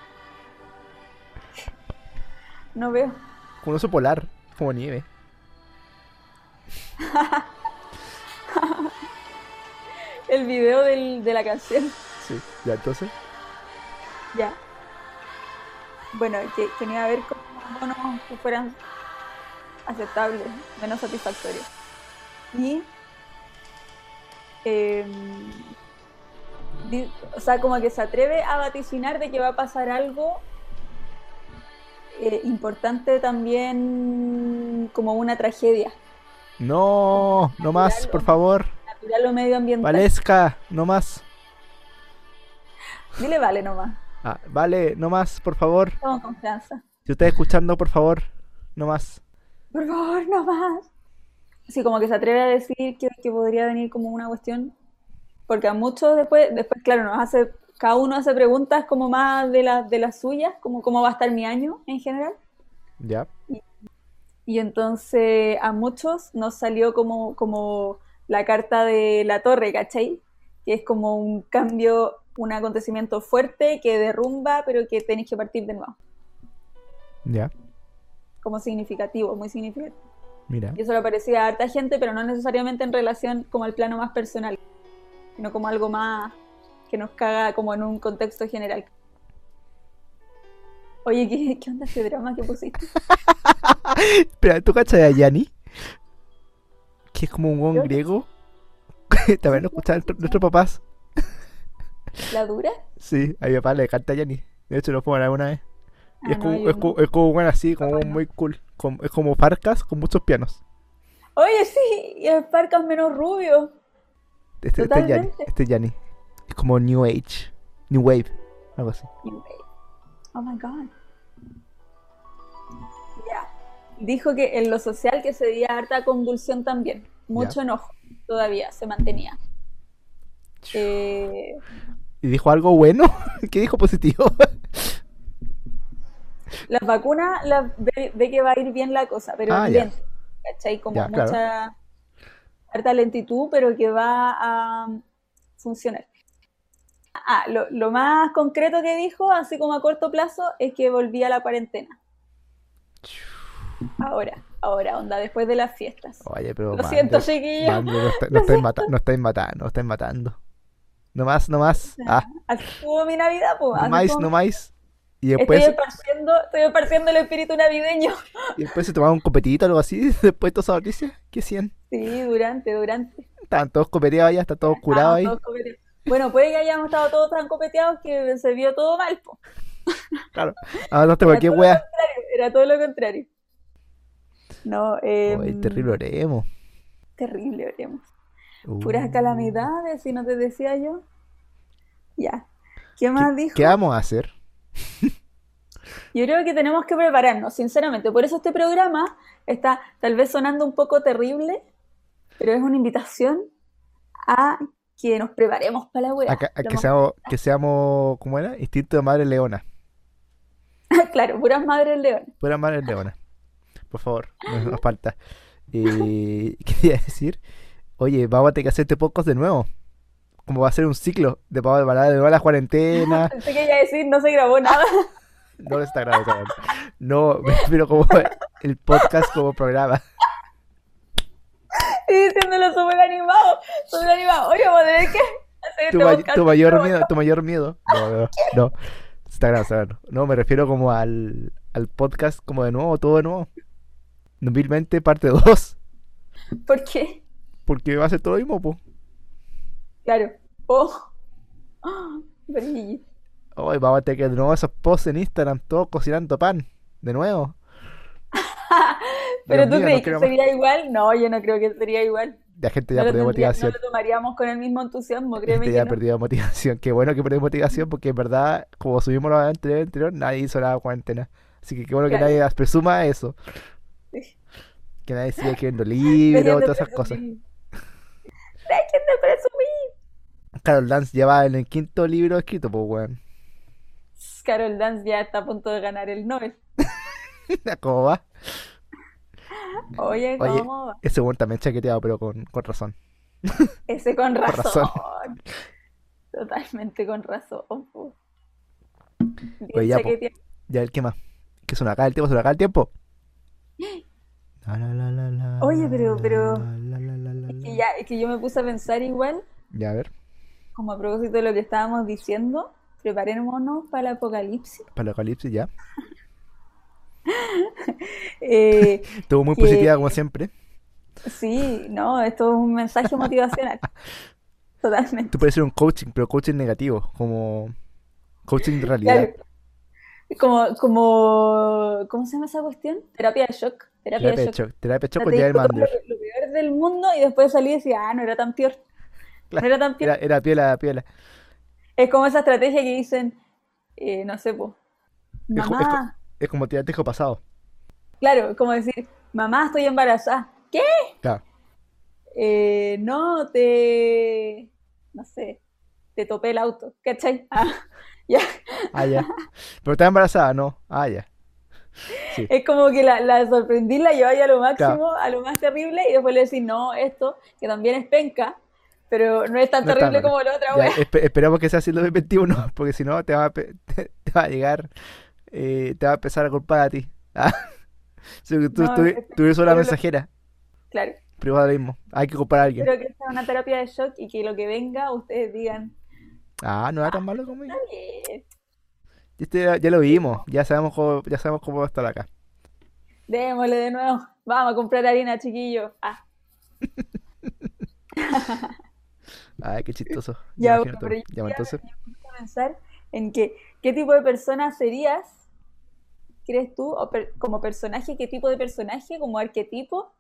Speaker 2: No veo.
Speaker 1: Un oso polar, como nieve.
Speaker 2: El video del- de la canción.
Speaker 1: Sí, ya, entonces.
Speaker 2: Ya. Bueno, que, que no iba a haber como bonos que fueran aceptables, menos satisfactorios. Y. em, di- o sea, como que se atreve a vaticinar de que va a pasar algo eh, importante también, como una tragedia
Speaker 1: No, no más, por favor.
Speaker 2: natural o medioambiental.
Speaker 1: Valesca, no más.
Speaker 2: Dile vale nomás,
Speaker 1: Ah, vale, no más, por favor.
Speaker 2: con confianza.
Speaker 1: Si estás escuchando, por favor, no más.
Speaker 2: por favor, no más. Así como que se atreve a decir que, que podría venir como una cuestión porque a muchos después, después claro, nos hace, cada uno hace preguntas como más de, las de las suyas, como cómo va a estar mi año en general.
Speaker 1: Ya.
Speaker 2: Y entonces a muchos nos salió como, como la carta de la torre, ¿cachai? Que es como un cambio, un acontecimiento fuerte que derrumba, pero que tenéis que partir de nuevo.
Speaker 1: Ya.
Speaker 2: Como significativo, muy significativo.
Speaker 1: Mira.
Speaker 2: Y eso le aparecía a harta gente, pero no necesariamente en relación como al plano más personal, sino como algo más que nos caga como en un contexto general. Oye, ¿qué, qué onda ese drama que pusiste?
Speaker 1: Pero tú cachas a Yanni, que es como un buen griego. También lo escuchaban nuestro- nuestros papás.
Speaker 2: ¿La dura?
Speaker 1: Sí, a mi papá le encanta Yanni. De hecho, lo fueron alguna vez. Y
Speaker 2: Ah,
Speaker 1: es como,
Speaker 2: no, yo
Speaker 1: es
Speaker 2: no.
Speaker 1: como, es como bueno, así, como
Speaker 2: Papá no.
Speaker 1: muy cool. Como- es como Farcas con muchos pianos.
Speaker 2: Oye, sí, y el Parcas menos rubio.
Speaker 1: Este este es Yanni.
Speaker 2: Totalmente.
Speaker 1: Este es Yanni. Es como New Age. New Wave. Algo así.
Speaker 2: Oh my god. Ya. Dijo que en lo social que se veía harta convulsión también. Mucho enojo todavía se mantenía. Eh,
Speaker 1: ¿Y dijo algo bueno? ¿Qué dijo positivo?
Speaker 2: las vacunas las ve, ve que va a ir bien la cosa, pero
Speaker 1: Ah,
Speaker 2: es
Speaker 1: ya.
Speaker 2: lento, ¿cachai? Como
Speaker 1: Ya,
Speaker 2: mucha
Speaker 1: claro.
Speaker 2: harta lentitud, pero que va a um, funcionar. Ah, lo, lo más concreto que dijo, así como a corto plazo, es que volvía a la cuarentena. Ahora, ahora, onda, después de las fiestas.
Speaker 1: Oye, pero.
Speaker 2: Lo
Speaker 1: Oh, man,
Speaker 2: siento,
Speaker 1: yo-
Speaker 2: chiquillo.
Speaker 1: man, yo no, está- no estáis mata- no estáis matando, no estáis matando. No más, no más. Ah,
Speaker 2: Así estuvo mi Navidad, pues.
Speaker 1: no
Speaker 2: así
Speaker 1: más,
Speaker 2: como-
Speaker 1: no más. Y
Speaker 2: Estoy
Speaker 1: después,
Speaker 2: esparciendo, estoy esparciendo el espíritu navideño.
Speaker 1: y después se tomaban un copetito o algo así. Después de todas esas noticias, ¿qué hacían?
Speaker 2: Sí, durante, durante.
Speaker 1: Estaban todos copeteados allá, están todos curados ahí.
Speaker 2: Estábamos Ah, todos copeteados. Bueno, puede que hayamos estado todos tan copeteados que se vio todo mal, po.
Speaker 1: Claro. Avanzaste
Speaker 2: Era
Speaker 1: cualquier
Speaker 2: todo lo
Speaker 1: wea.
Speaker 2: contrario, Era todo lo contrario. No, eh,
Speaker 1: Oye, terrible oremos.
Speaker 2: Terrible, veremos.
Speaker 1: Uh.
Speaker 2: Puras calamidades, si no te decía yo. Ya. ¿Qué más
Speaker 1: ¿Qué,
Speaker 2: dijo?
Speaker 1: qué vamos a hacer?
Speaker 2: Yo creo que tenemos que prepararnos, sinceramente. Por eso este programa está tal vez sonando un poco terrible, pero es una invitación a que nos preparemos para la wea.
Speaker 1: A, ca- a
Speaker 2: Lo
Speaker 1: que,
Speaker 2: más-
Speaker 1: seamos, que seamos, ¿cómo era? Instinto de madre leona.
Speaker 2: Claro, puras madres leones.
Speaker 1: Pura madre leona. Por favor, nos, nos falta. Y quería decir, oye, vamos a tener que hacer este podcast de nuevo. Como va a ser un ciclo de pavo de balada de nuevo a la cuarentena.
Speaker 2: Pensé que iba a decir, no se grabó nada.
Speaker 1: No lo está grabando. está grabando. No, me refiero como el podcast como programa.
Speaker 2: Y diciéndolo súper animado, súper animado. Oye, vamos a tener que hacer
Speaker 1: Tu,
Speaker 2: este
Speaker 1: may-
Speaker 2: podcast.
Speaker 1: tu mayor
Speaker 2: Vamos,
Speaker 1: miedo, tu mayor miedo. No, no, no. Está grabando, está grabando. No, me refiero como al, al podcast como de nuevo, todo de nuevo. 2020 parte 2.
Speaker 2: ¿Por qué?
Speaker 1: Porque va a ser todo lo mismo, po.
Speaker 2: Claro. Oh. Oh, Brigitte.
Speaker 1: Hoy vamos a tener que de nuevo esos posts en Instagram, todos cocinando pan. De nuevo.
Speaker 2: Pero
Speaker 1: Dios
Speaker 2: tú
Speaker 1: mío, no
Speaker 2: crees que
Speaker 1: creo más.
Speaker 2: sería igual? No, yo no creo que sería igual.
Speaker 1: La gente
Speaker 2: No
Speaker 1: ya
Speaker 2: lo,
Speaker 1: perdió
Speaker 2: tendría- no
Speaker 1: motivación.
Speaker 2: lo tomaríamos con el mismo entusiasmo,
Speaker 1: La
Speaker 2: créeme
Speaker 1: gente
Speaker 2: que
Speaker 1: ya
Speaker 2: no.
Speaker 1: perdió motivación. Qué bueno que perdió motivación porque en verdad, como subimos la anterior, anterior nadie hizo la cuarentena. Así que qué bueno que
Speaker 2: Claro.
Speaker 1: nadie presuma eso.
Speaker 2: Sí.
Speaker 1: Que nadie siga escribiendo
Speaker 2: Dejen
Speaker 1: libros,
Speaker 2: de
Speaker 1: todas esas cosas.
Speaker 2: presumir. Dejen de presumir.
Speaker 1: Carol Dance lleva en el quinto libro escrito, pues weón.
Speaker 2: Carol Dance ya está a punto de ganar el Nobel.
Speaker 1: ¿Cómo va?
Speaker 2: Oye,
Speaker 1: Oye.
Speaker 2: ¿cómo va?
Speaker 1: Ese weón también chaqueteado, pero con, con razón.
Speaker 2: Ese con
Speaker 1: razón.
Speaker 2: razón. Totalmente con razón. po. Bien
Speaker 1: Oye, ya, po.
Speaker 2: chaqueteado.
Speaker 1: Ya el que más. Que se nos acaba el tiempo, se nos acaba el tiempo. La, la, la, la, la,
Speaker 2: Oye, pero-
Speaker 1: la,
Speaker 2: pero-
Speaker 1: la, la, la, la,
Speaker 2: Es
Speaker 1: la.
Speaker 2: que ya, es que yo me puse a pensar igual,
Speaker 1: Ya, a ver,
Speaker 2: como a propósito de lo que estábamos diciendo, preparémonos para el apocalipsis.
Speaker 1: para el apocalipsis ya.
Speaker 2: Eh,
Speaker 1: Estuvo muy
Speaker 2: Que-
Speaker 1: positiva como siempre.
Speaker 2: sí, no, esto es un mensaje motivacional. Totalmente.
Speaker 1: Tú puedes ser un coaching, pero coaching negativo, como coaching de realidad.
Speaker 2: Claro. Como, como, ¿cómo se llama esa cuestión? Terapia de shock. Terapia
Speaker 1: Terapia
Speaker 2: de
Speaker 1: de
Speaker 2: shock.
Speaker 1: shock, terapia de shock
Speaker 2: O sea,
Speaker 1: con
Speaker 2: te
Speaker 1: Jair
Speaker 2: dijo todo
Speaker 1: Mander.
Speaker 2: lo, lo peor del mundo y después salí y decía, ah, no era tan peor.
Speaker 1: Claro,
Speaker 2: No era tan peor.
Speaker 1: Era, era piola, piola.
Speaker 2: Es como esa estrategia que dicen, eh, no sé, po,
Speaker 1: Es co-
Speaker 2: mamá,
Speaker 1: Es como tirar tejo pasado.
Speaker 2: claro, como decir, mamá, estoy embarazada. ¿Qué?
Speaker 1: Claro.
Speaker 2: Eh, no te, no sé, te topé el auto, ¿cachai? Ah, ya.
Speaker 1: Ah, ya. Pero estaba embarazada, ¿no? Ah, ya. Sí.
Speaker 2: Es como que la, la sorprendí, la lleváis a lo máximo,
Speaker 1: Claro.
Speaker 2: a lo más terrible, y después le decís, no, esto, que también es penca, pero no es tan
Speaker 1: No está mal.
Speaker 2: terrible como la otra,
Speaker 1: Ya,
Speaker 2: wea.
Speaker 1: espe- esperamos que sea así el 2021, porque si no te va a, pe- te, te va a llegar, eh, te va a empezar a culpar a ti. Ah, si tú,
Speaker 2: No,
Speaker 1: tú-
Speaker 2: es-
Speaker 1: tú eres una
Speaker 2: pero lo-
Speaker 1: mensajera,
Speaker 2: Claro,
Speaker 1: privada ahora mismo. Hay que culpar a alguien.
Speaker 2: creo que sea una terapia de shock y que lo que venga ustedes digan,
Speaker 1: Ah, no era tan malo como yo.
Speaker 2: está bien,
Speaker 1: Este ya, ya lo vimos, ya sabemos cómo, ya sabemos cómo va a estar acá.
Speaker 2: démosle de nuevo, vamos a comprar harina, chiquillo. Ah,
Speaker 1: Ay, qué chistoso.
Speaker 2: Ya,
Speaker 1: imagino
Speaker 2: bueno,
Speaker 1: todo.
Speaker 2: pero yo
Speaker 1: Ya, pues,
Speaker 2: quería-
Speaker 1: entonces,
Speaker 2: a pensar en que, qué tipo de persona serías, crees tú, o per- como personaje, qué tipo de personaje, como arquetipo,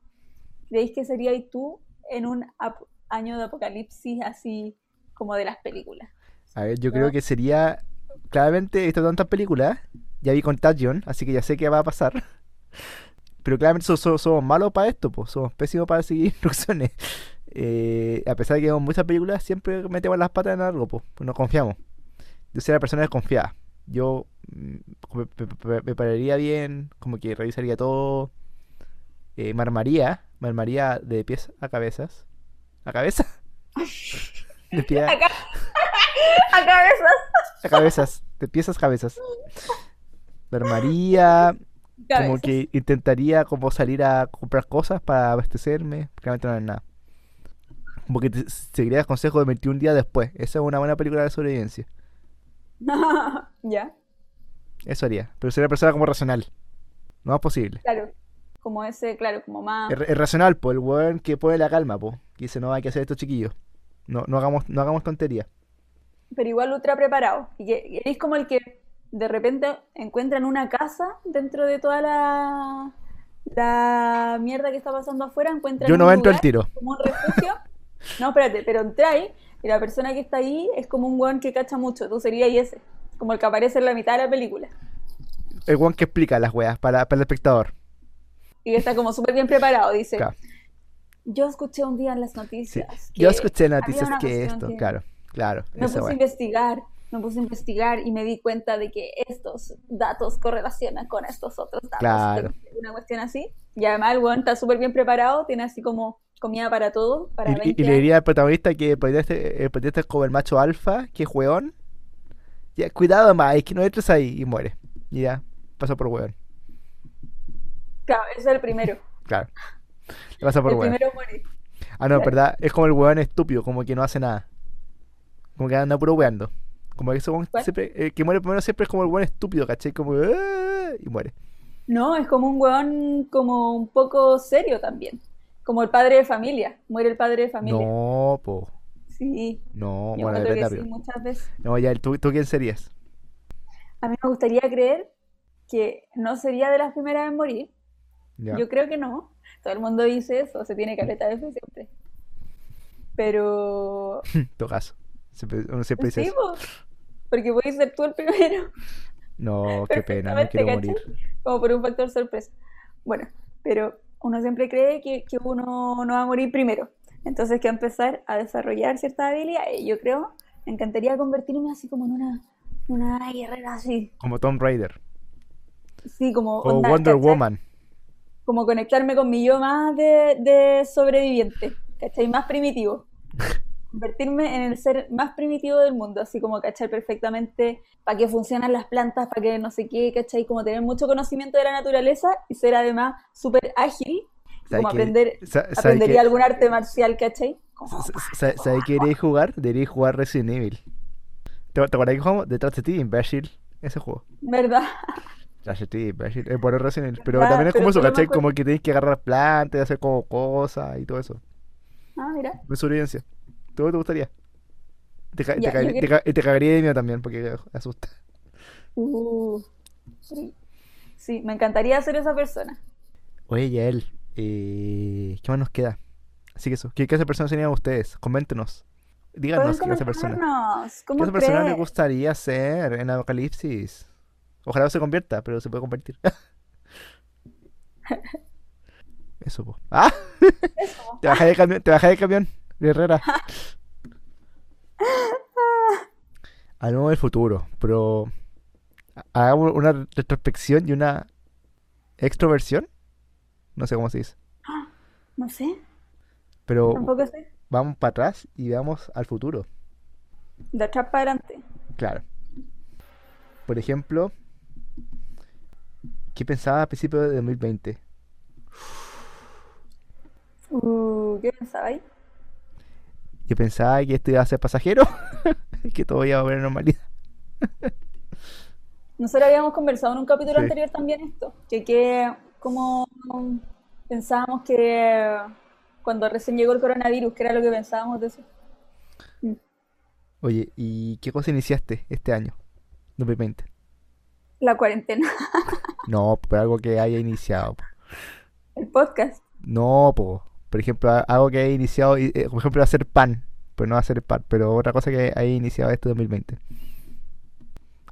Speaker 2: creéis que serías tú en un ap- año de apocalipsis así como de las películas.
Speaker 1: a ver, yo
Speaker 2: Ya.
Speaker 1: creo que sería, claramente he visto tantas películas, ya vi Contagion, así que ya sé qué va a pasar. Pero claramente so- so- somos malos para esto, pues, somos pésimos para seguir instrucciones. Eh, a pesar de que vemos muchas películas, siempre metemos las patas en algo, pues, pues no confiamos. Yo sería la persona desconfiada. Yo mm, me, me- me- me pararía bien, como que revisaría todo, eh, me armaría, me armaría de pies a cabezas. ¿A cabeza? De pie a-
Speaker 2: A cabezas,
Speaker 1: a cabezas, de piezas cabezas. Me armaría, como
Speaker 2: cabezas.
Speaker 1: que intentaría como salir a comprar cosas para abastecerme, claramente no es nada. Como que te- seguiría el consejo de 21 días después. Esa es una buena película de sobrevivencia.
Speaker 2: ya,
Speaker 1: Eso haría. Pero sería una persona como racional. No es posible.
Speaker 2: claro. Como ese, claro, como más...
Speaker 1: Es ra- es racional, po, el weón que pone la calma, po. Que dice, no, hay que hacer esto chiquillos. No, no hagamos, no hagamos tonterías.
Speaker 2: pero igual ultra preparado. Y que eres como el que de repente encuentran una casa dentro de toda la, la mierda que está pasando afuera, encuentran
Speaker 1: Yo
Speaker 2: un
Speaker 1: no entro
Speaker 2: lugar
Speaker 1: al tiro.
Speaker 2: como un refugio. No, espérate, pero entráis y la persona que está ahí es como un weón que cacha mucho. Tú serías ese, como el que aparece en la mitad de la película.
Speaker 1: El weón que explica las weas para, para el espectador.
Speaker 2: Y que está como súper bien preparado, dice.
Speaker 1: Claro.
Speaker 2: Yo escuché un día en las
Speaker 1: Sí.
Speaker 2: noticias.
Speaker 1: Yo
Speaker 2: que
Speaker 1: escuché
Speaker 2: había
Speaker 1: noticias
Speaker 2: una
Speaker 1: que
Speaker 2: cuestión
Speaker 1: esto,
Speaker 2: que-
Speaker 1: claro, claro.
Speaker 2: Me
Speaker 1: esa
Speaker 2: puse a
Speaker 1: wea.
Speaker 2: investigar, me puse a investigar y me di cuenta de que estos datos correlacionan con estos otros datos.
Speaker 1: Claro.
Speaker 2: Una cuestión así. Y además el weón está súper bien preparado, tiene así como comida para todo, para
Speaker 1: Y, y-
Speaker 2: 20
Speaker 1: y le
Speaker 2: años.
Speaker 1: diría al protagonista que el protagonista, el protagonista es como el macho alfa, que es hueón. Ya, cuidado más, es que no entres ahí y muere. Y ya, pasa por hueón.
Speaker 2: Claro, ese es el primero.
Speaker 1: Claro. Le pasa por
Speaker 2: el
Speaker 1: hueón.
Speaker 2: primero muere.
Speaker 1: Ah, no,
Speaker 2: claro.
Speaker 1: verdad, es como el hueón estúpido, como que no hace nada. Como que anda puro hueando. Como que ese hueón
Speaker 2: ¿Cuál?
Speaker 1: siempre, el que muere primero siempre es como el hueón estúpido, ¿cachai? Como que, "Ah", y muere.
Speaker 2: No, es como un weón como un poco serio también. Como el padre de familia. Muere el padre de familia.
Speaker 1: No, po.
Speaker 2: Sí.
Speaker 1: No,
Speaker 2: Yo
Speaker 1: bueno,
Speaker 2: encuentro
Speaker 1: depende.
Speaker 2: que sí
Speaker 1: amigo.
Speaker 2: muchas veces.
Speaker 1: No, ya, ¿tú, ¿tú quién serías?
Speaker 2: A mí me gustaría creer que no sería de las primeras en morir.
Speaker 1: Ya.
Speaker 2: Yo creo que no. Todo el mundo dice eso, se tiene caleta de fe siempre. Pero
Speaker 1: En todo caso. Siempre- uno siempre dice
Speaker 2: sí,
Speaker 1: Pues
Speaker 2: pues,
Speaker 1: eso.
Speaker 2: po, porque puedes ser tú el primero,
Speaker 1: No, qué pena, me
Speaker 2: perfectamente,
Speaker 1: quiero
Speaker 2: ¿cachai?
Speaker 1: morir.
Speaker 2: como por un factor sorpresa. Bueno, pero uno siempre cree que, que uno no va a morir primero. Entonces hay que empezar a desarrollar ciertas habilidades. Y Yo creo, me encantaría convertirme así como en una, una guerrera así.
Speaker 1: Como Tomb Raider.
Speaker 2: Sí, como
Speaker 1: O
Speaker 2: onda,
Speaker 1: Wonder
Speaker 2: ¿cachai?
Speaker 1: Woman.
Speaker 2: como conectarme con mi yo más de, de sobreviviente, ¿cachai? Más primitivo. Convertirme en el ser más primitivo del mundo, así como cachar perfectamente para que funcionan las plantas, para que no sé qué, ¿cachai? Como tener mucho conocimiento de la naturaleza y ser además súper ágil, y
Speaker 1: ¿Sabes
Speaker 2: como
Speaker 1: qué?
Speaker 2: aprender,
Speaker 1: Sa- ¿Sabes
Speaker 2: aprendería
Speaker 1: qué?
Speaker 2: algún arte marcial, ¿cachai? Como-
Speaker 1: sa- sa- ¿Sabes qué debería jugar? Debería jugar Resident Evil. ¿Te, te acuerdas que jugamos? Detrás de ti, imbécil. Ese juego.
Speaker 2: ¿Verdad?
Speaker 1: Detrás de ti, imbécil. Es bueno Resident Evil. Pero
Speaker 2: ¿Verdad?
Speaker 1: también es
Speaker 2: Pero
Speaker 1: como eso,
Speaker 2: solo me
Speaker 1: ¿cachai?
Speaker 2: acuerdo-
Speaker 1: Como que tienes que agarrar plantas, y hacer como cosas y todo eso.
Speaker 2: Ah, mira.
Speaker 1: No es sobrevivencia. ¿Todo te gustaría? Te, ca- te
Speaker 2: Ya, yo
Speaker 1: ca- te
Speaker 2: creo-
Speaker 1: ca- y te cagaría de miedo también porque asusta.
Speaker 2: Uh, sí. sí, me encantaría ser esa persona.
Speaker 1: Oye, Yael, eh, ¿qué más nos queda? Así que eso, ¿qué clase de persona serían ustedes? Coméntenos.
Speaker 2: Pueden
Speaker 1: Díganos qué clase de persona.
Speaker 2: comentarnos,
Speaker 1: ¿Qué
Speaker 2: ¿cómo
Speaker 1: otra persona le
Speaker 2: creen?
Speaker 1: gustaría ser en Apocalipsis? Ojalá se convierta, pero se puede convertir. Eso, po. ¡Ah!
Speaker 2: Eso.
Speaker 1: Te bajé de camión, te bajé de camión, Herrera. Hablemos del futuro, pero hagamos una retrospección y una extroversión. No sé cómo se dice.
Speaker 2: No sé,
Speaker 1: Pero
Speaker 2: tampoco sé.
Speaker 1: vamos para atrás y veamos al futuro.
Speaker 2: De atrás para adelante.
Speaker 1: Claro. Por ejemplo, ¿qué pensaba a principios de 2020?
Speaker 2: Uh, ¿qué pensaba ahí?
Speaker 1: Yo pensaba que esto iba a ser pasajero, que todo iba a volver a la normalidad.
Speaker 2: Nosotros habíamos conversado en un capítulo
Speaker 1: Sí.
Speaker 2: anterior también esto, que, que como um, pensábamos que cuando recién llegó el coronavirus, que era lo que pensábamos de eso.
Speaker 1: Oye, ¿y qué cosa iniciaste este año, 2020?
Speaker 2: La cuarentena,
Speaker 1: No, pero algo que haya iniciado. po.
Speaker 2: el podcast.
Speaker 1: No, po. por ejemplo, a- algo que haya iniciado, y, eh, por ejemplo, hacer pan. Pero no hacer pan, pero otra cosa que haya iniciado este 2020.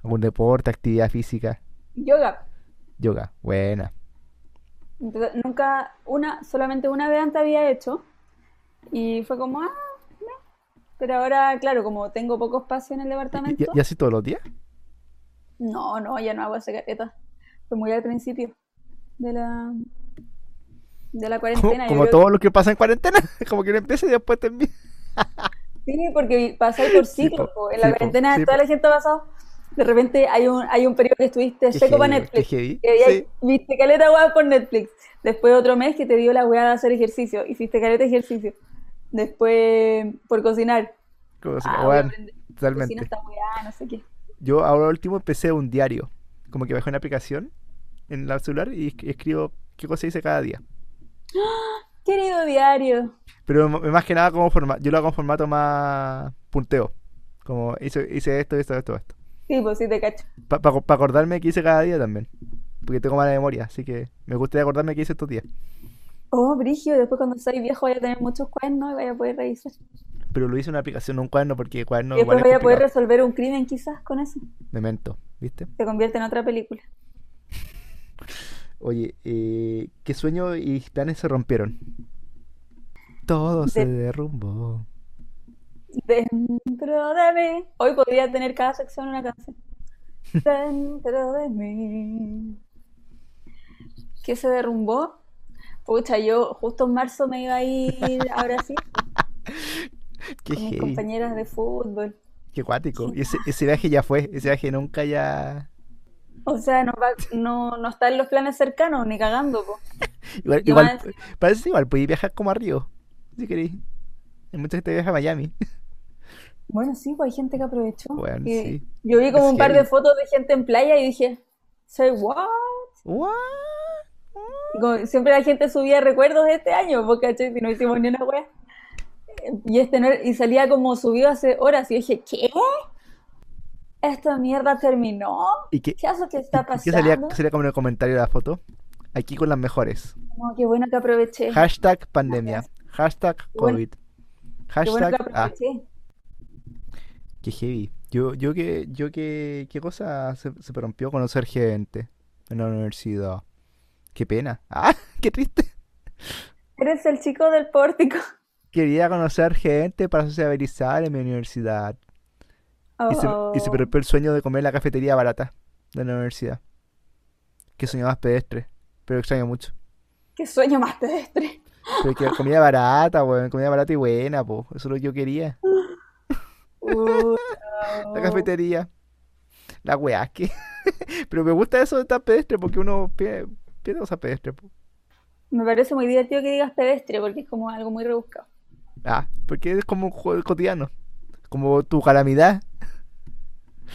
Speaker 1: Algún deporte, actividad física,
Speaker 2: Yoga.
Speaker 1: yoga. Buena.
Speaker 2: Entonces, Nunca, una, solamente una vez antes había hecho y fue como, ah, no. Pero ahora, claro, como tengo poco espacio en
Speaker 1: ¿Y,
Speaker 2: el
Speaker 1: y-
Speaker 2: departamento,
Speaker 1: y así todos los días?
Speaker 2: no, no, ya no hago esa careta. Fue muy al principio de la, de
Speaker 1: Como,
Speaker 2: la cuarentena. yo
Speaker 1: como
Speaker 2: creo
Speaker 1: todo lo que pasa en cuarentena. Como que no empieza y después termina.
Speaker 2: Sí, porque pasáis por
Speaker 1: Sí,
Speaker 2: ciclos,
Speaker 1: po,
Speaker 2: po.
Speaker 1: sí,
Speaker 2: En la
Speaker 1: po,
Speaker 2: cuarentena
Speaker 1: sí,
Speaker 2: toda
Speaker 1: po.
Speaker 2: la gente ha pasado. De repente hay un, hay un periodo que estuviste
Speaker 1: Qué
Speaker 2: seco para
Speaker 1: heavy, qué
Speaker 2: Netflix.
Speaker 1: heavy.
Speaker 2: Que habías-
Speaker 1: Sí.
Speaker 2: viste caleta weá por Netflix. Después otro mes que te dio la weá de hacer ejercicio. Hiciste caleta de ejercicio. Después por cocinar.
Speaker 1: Como si-
Speaker 2: Ah, voy a
Speaker 1: bueno,
Speaker 2: aprender a cocinar
Speaker 1: totalmente.
Speaker 2: esta weá, no sé qué.
Speaker 1: Yo ahora último empecé un diario. Como que bajé una aplicación en la celular y es- escribo qué cosa hice cada día.
Speaker 2: Querido diario.
Speaker 1: Pero m- más que nada como formato, yo lo hago en formato más punteo. Como hice, hice esto, esto, esto, esto.
Speaker 2: Sí, pues sí, te cacho.
Speaker 1: Para acordarme que hice cada día también. Porque tengo mala memoria, así que me gustaría acordarme que hice estos días.
Speaker 2: Oh, Brigio, después cuando seas viejo vaya a tener muchos cuernos y vaya a poder revisar.
Speaker 1: Pero lo hice en una aplicación, no en un cuaderno, porque cuaderno
Speaker 2: y después
Speaker 1: igual es
Speaker 2: vaya a poder
Speaker 1: complicado.
Speaker 2: resolver un crimen quizás con eso.
Speaker 1: Memento, ¿viste?
Speaker 2: Se convierte en otra película.
Speaker 1: Oye, eh, ¿qué sueño y planes se rompieron? Todo se
Speaker 2: De-
Speaker 1: derrumbó.
Speaker 2: Dentro de mí. Hoy podría tener cada sección una canción. Dentro de mí. ¿Qué se derrumbó? Pucha, yo justo en marzo me iba a ir a Brasil
Speaker 1: Qué
Speaker 2: con mis
Speaker 1: heavy,
Speaker 2: compañeras de fútbol.
Speaker 1: qué cuático. Y ese, ese viaje ya fue, ese viaje nunca ya...
Speaker 2: O sea, no, va- no, no está en los planes cercanos, ni cagando, po.
Speaker 1: Igual,
Speaker 2: Yo
Speaker 1: igual-
Speaker 2: antes-
Speaker 1: parece igual, podéis viajar como a Río, si queréis. Hay mucha gente que viaja a Miami.
Speaker 2: Bueno, sí, pues hay gente que aprovechó.
Speaker 1: Bueno,
Speaker 2: Y
Speaker 1: sí.
Speaker 2: yo vi como
Speaker 1: Es
Speaker 2: un par de
Speaker 1: heavy.
Speaker 2: fotos de gente en playa y dije, soy what?
Speaker 1: What?
Speaker 2: Y como siempre la gente subía recuerdos de este año, porque ¿cachai? Si no hicimos ni una wea. Eh, Y este no era- y salía como subido hace horas. Y yo dije, ¿qué? ¿Esta mierda terminó?
Speaker 1: ¿Y qué,
Speaker 2: ¿Qué es lo que está
Speaker 1: y qué salía,
Speaker 2: pasando?
Speaker 1: salía como en el comentario de la foto? Aquí con las mejores.
Speaker 2: No, qué bueno que aproveché.
Speaker 1: Hashtag pandemia. Hashtag
Speaker 2: bueno-
Speaker 1: COVID.
Speaker 2: Qué bueno que
Speaker 1: Hashtag... Ah,
Speaker 2: aproveché.
Speaker 1: qué heavy. Yo, yo que, yo que, qué cosa se, se me rompió conocer gente en la universidad. Qué pena. Ah, qué triste.
Speaker 2: Eres el chico del pórtico.
Speaker 1: Quería conocer gente para sociabilizar en mi universidad. Y se, y se
Speaker 2: Oh.
Speaker 1: me rompió el sueño de comer en la cafetería barata de la universidad. Que soñaba pedestre. Pero extraño mucho.
Speaker 2: Qué sueño más pedestre.
Speaker 1: Pero que comida barata, weón. Comida barata y buena, po. Eso es lo que yo quería.
Speaker 2: Uh,
Speaker 1: La cafetería. La weá que. Pero me gusta eso de estar pedestre porque uno pide, pide cosas pedestres, po.
Speaker 2: Me parece muy divertido que digas pedestre, porque es como algo muy rebuscado.
Speaker 1: Ah, porque es como un juego cotidiano. Como tu calamidad,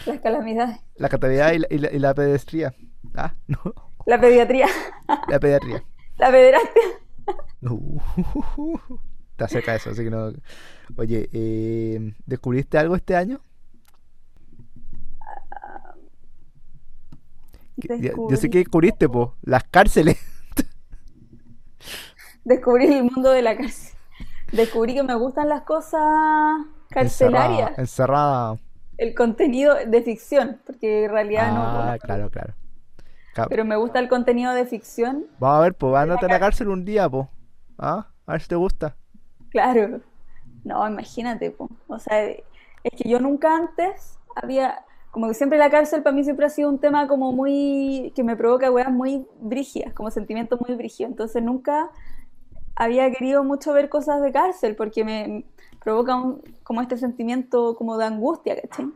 Speaker 2: Las calamidades.
Speaker 1: la calamidad y la, y la- y la pedestría. Ah, no.
Speaker 2: La pediatría.
Speaker 1: La pediatría.
Speaker 2: La pederastia.
Speaker 1: Uh, está cerca de eso, así que no. Oye, eh, ¿descubriste algo este año? Que- ya- Yo sé
Speaker 2: Descubrí-
Speaker 1: que descubriste, po, las cárceles.
Speaker 2: Descubrí el mundo de la cárcel. Descubrí que me gustan las cosas carcelarias,
Speaker 1: Encerrada. encerrada.
Speaker 2: el contenido de ficción, porque en realidad no,
Speaker 1: Ah,
Speaker 2: conozco,
Speaker 1: claro, claro. Ca-
Speaker 2: pero me gusta el contenido de ficción,
Speaker 1: Vamos a ver, po,
Speaker 2: la
Speaker 1: ándate a la cárcel un día, po. Ah, a ver si te gusta.
Speaker 2: claro. No, imagínate, po. O sea, es que yo nunca antes había, como que siempre la cárcel para mí siempre ha sido un tema como muy, que me provoca weas muy brigias, como sentimientos muy brigios. Entonces nunca había querido mucho ver cosas de cárcel porque me provoca un- como este sentimiento como de angustia, ¿cachai?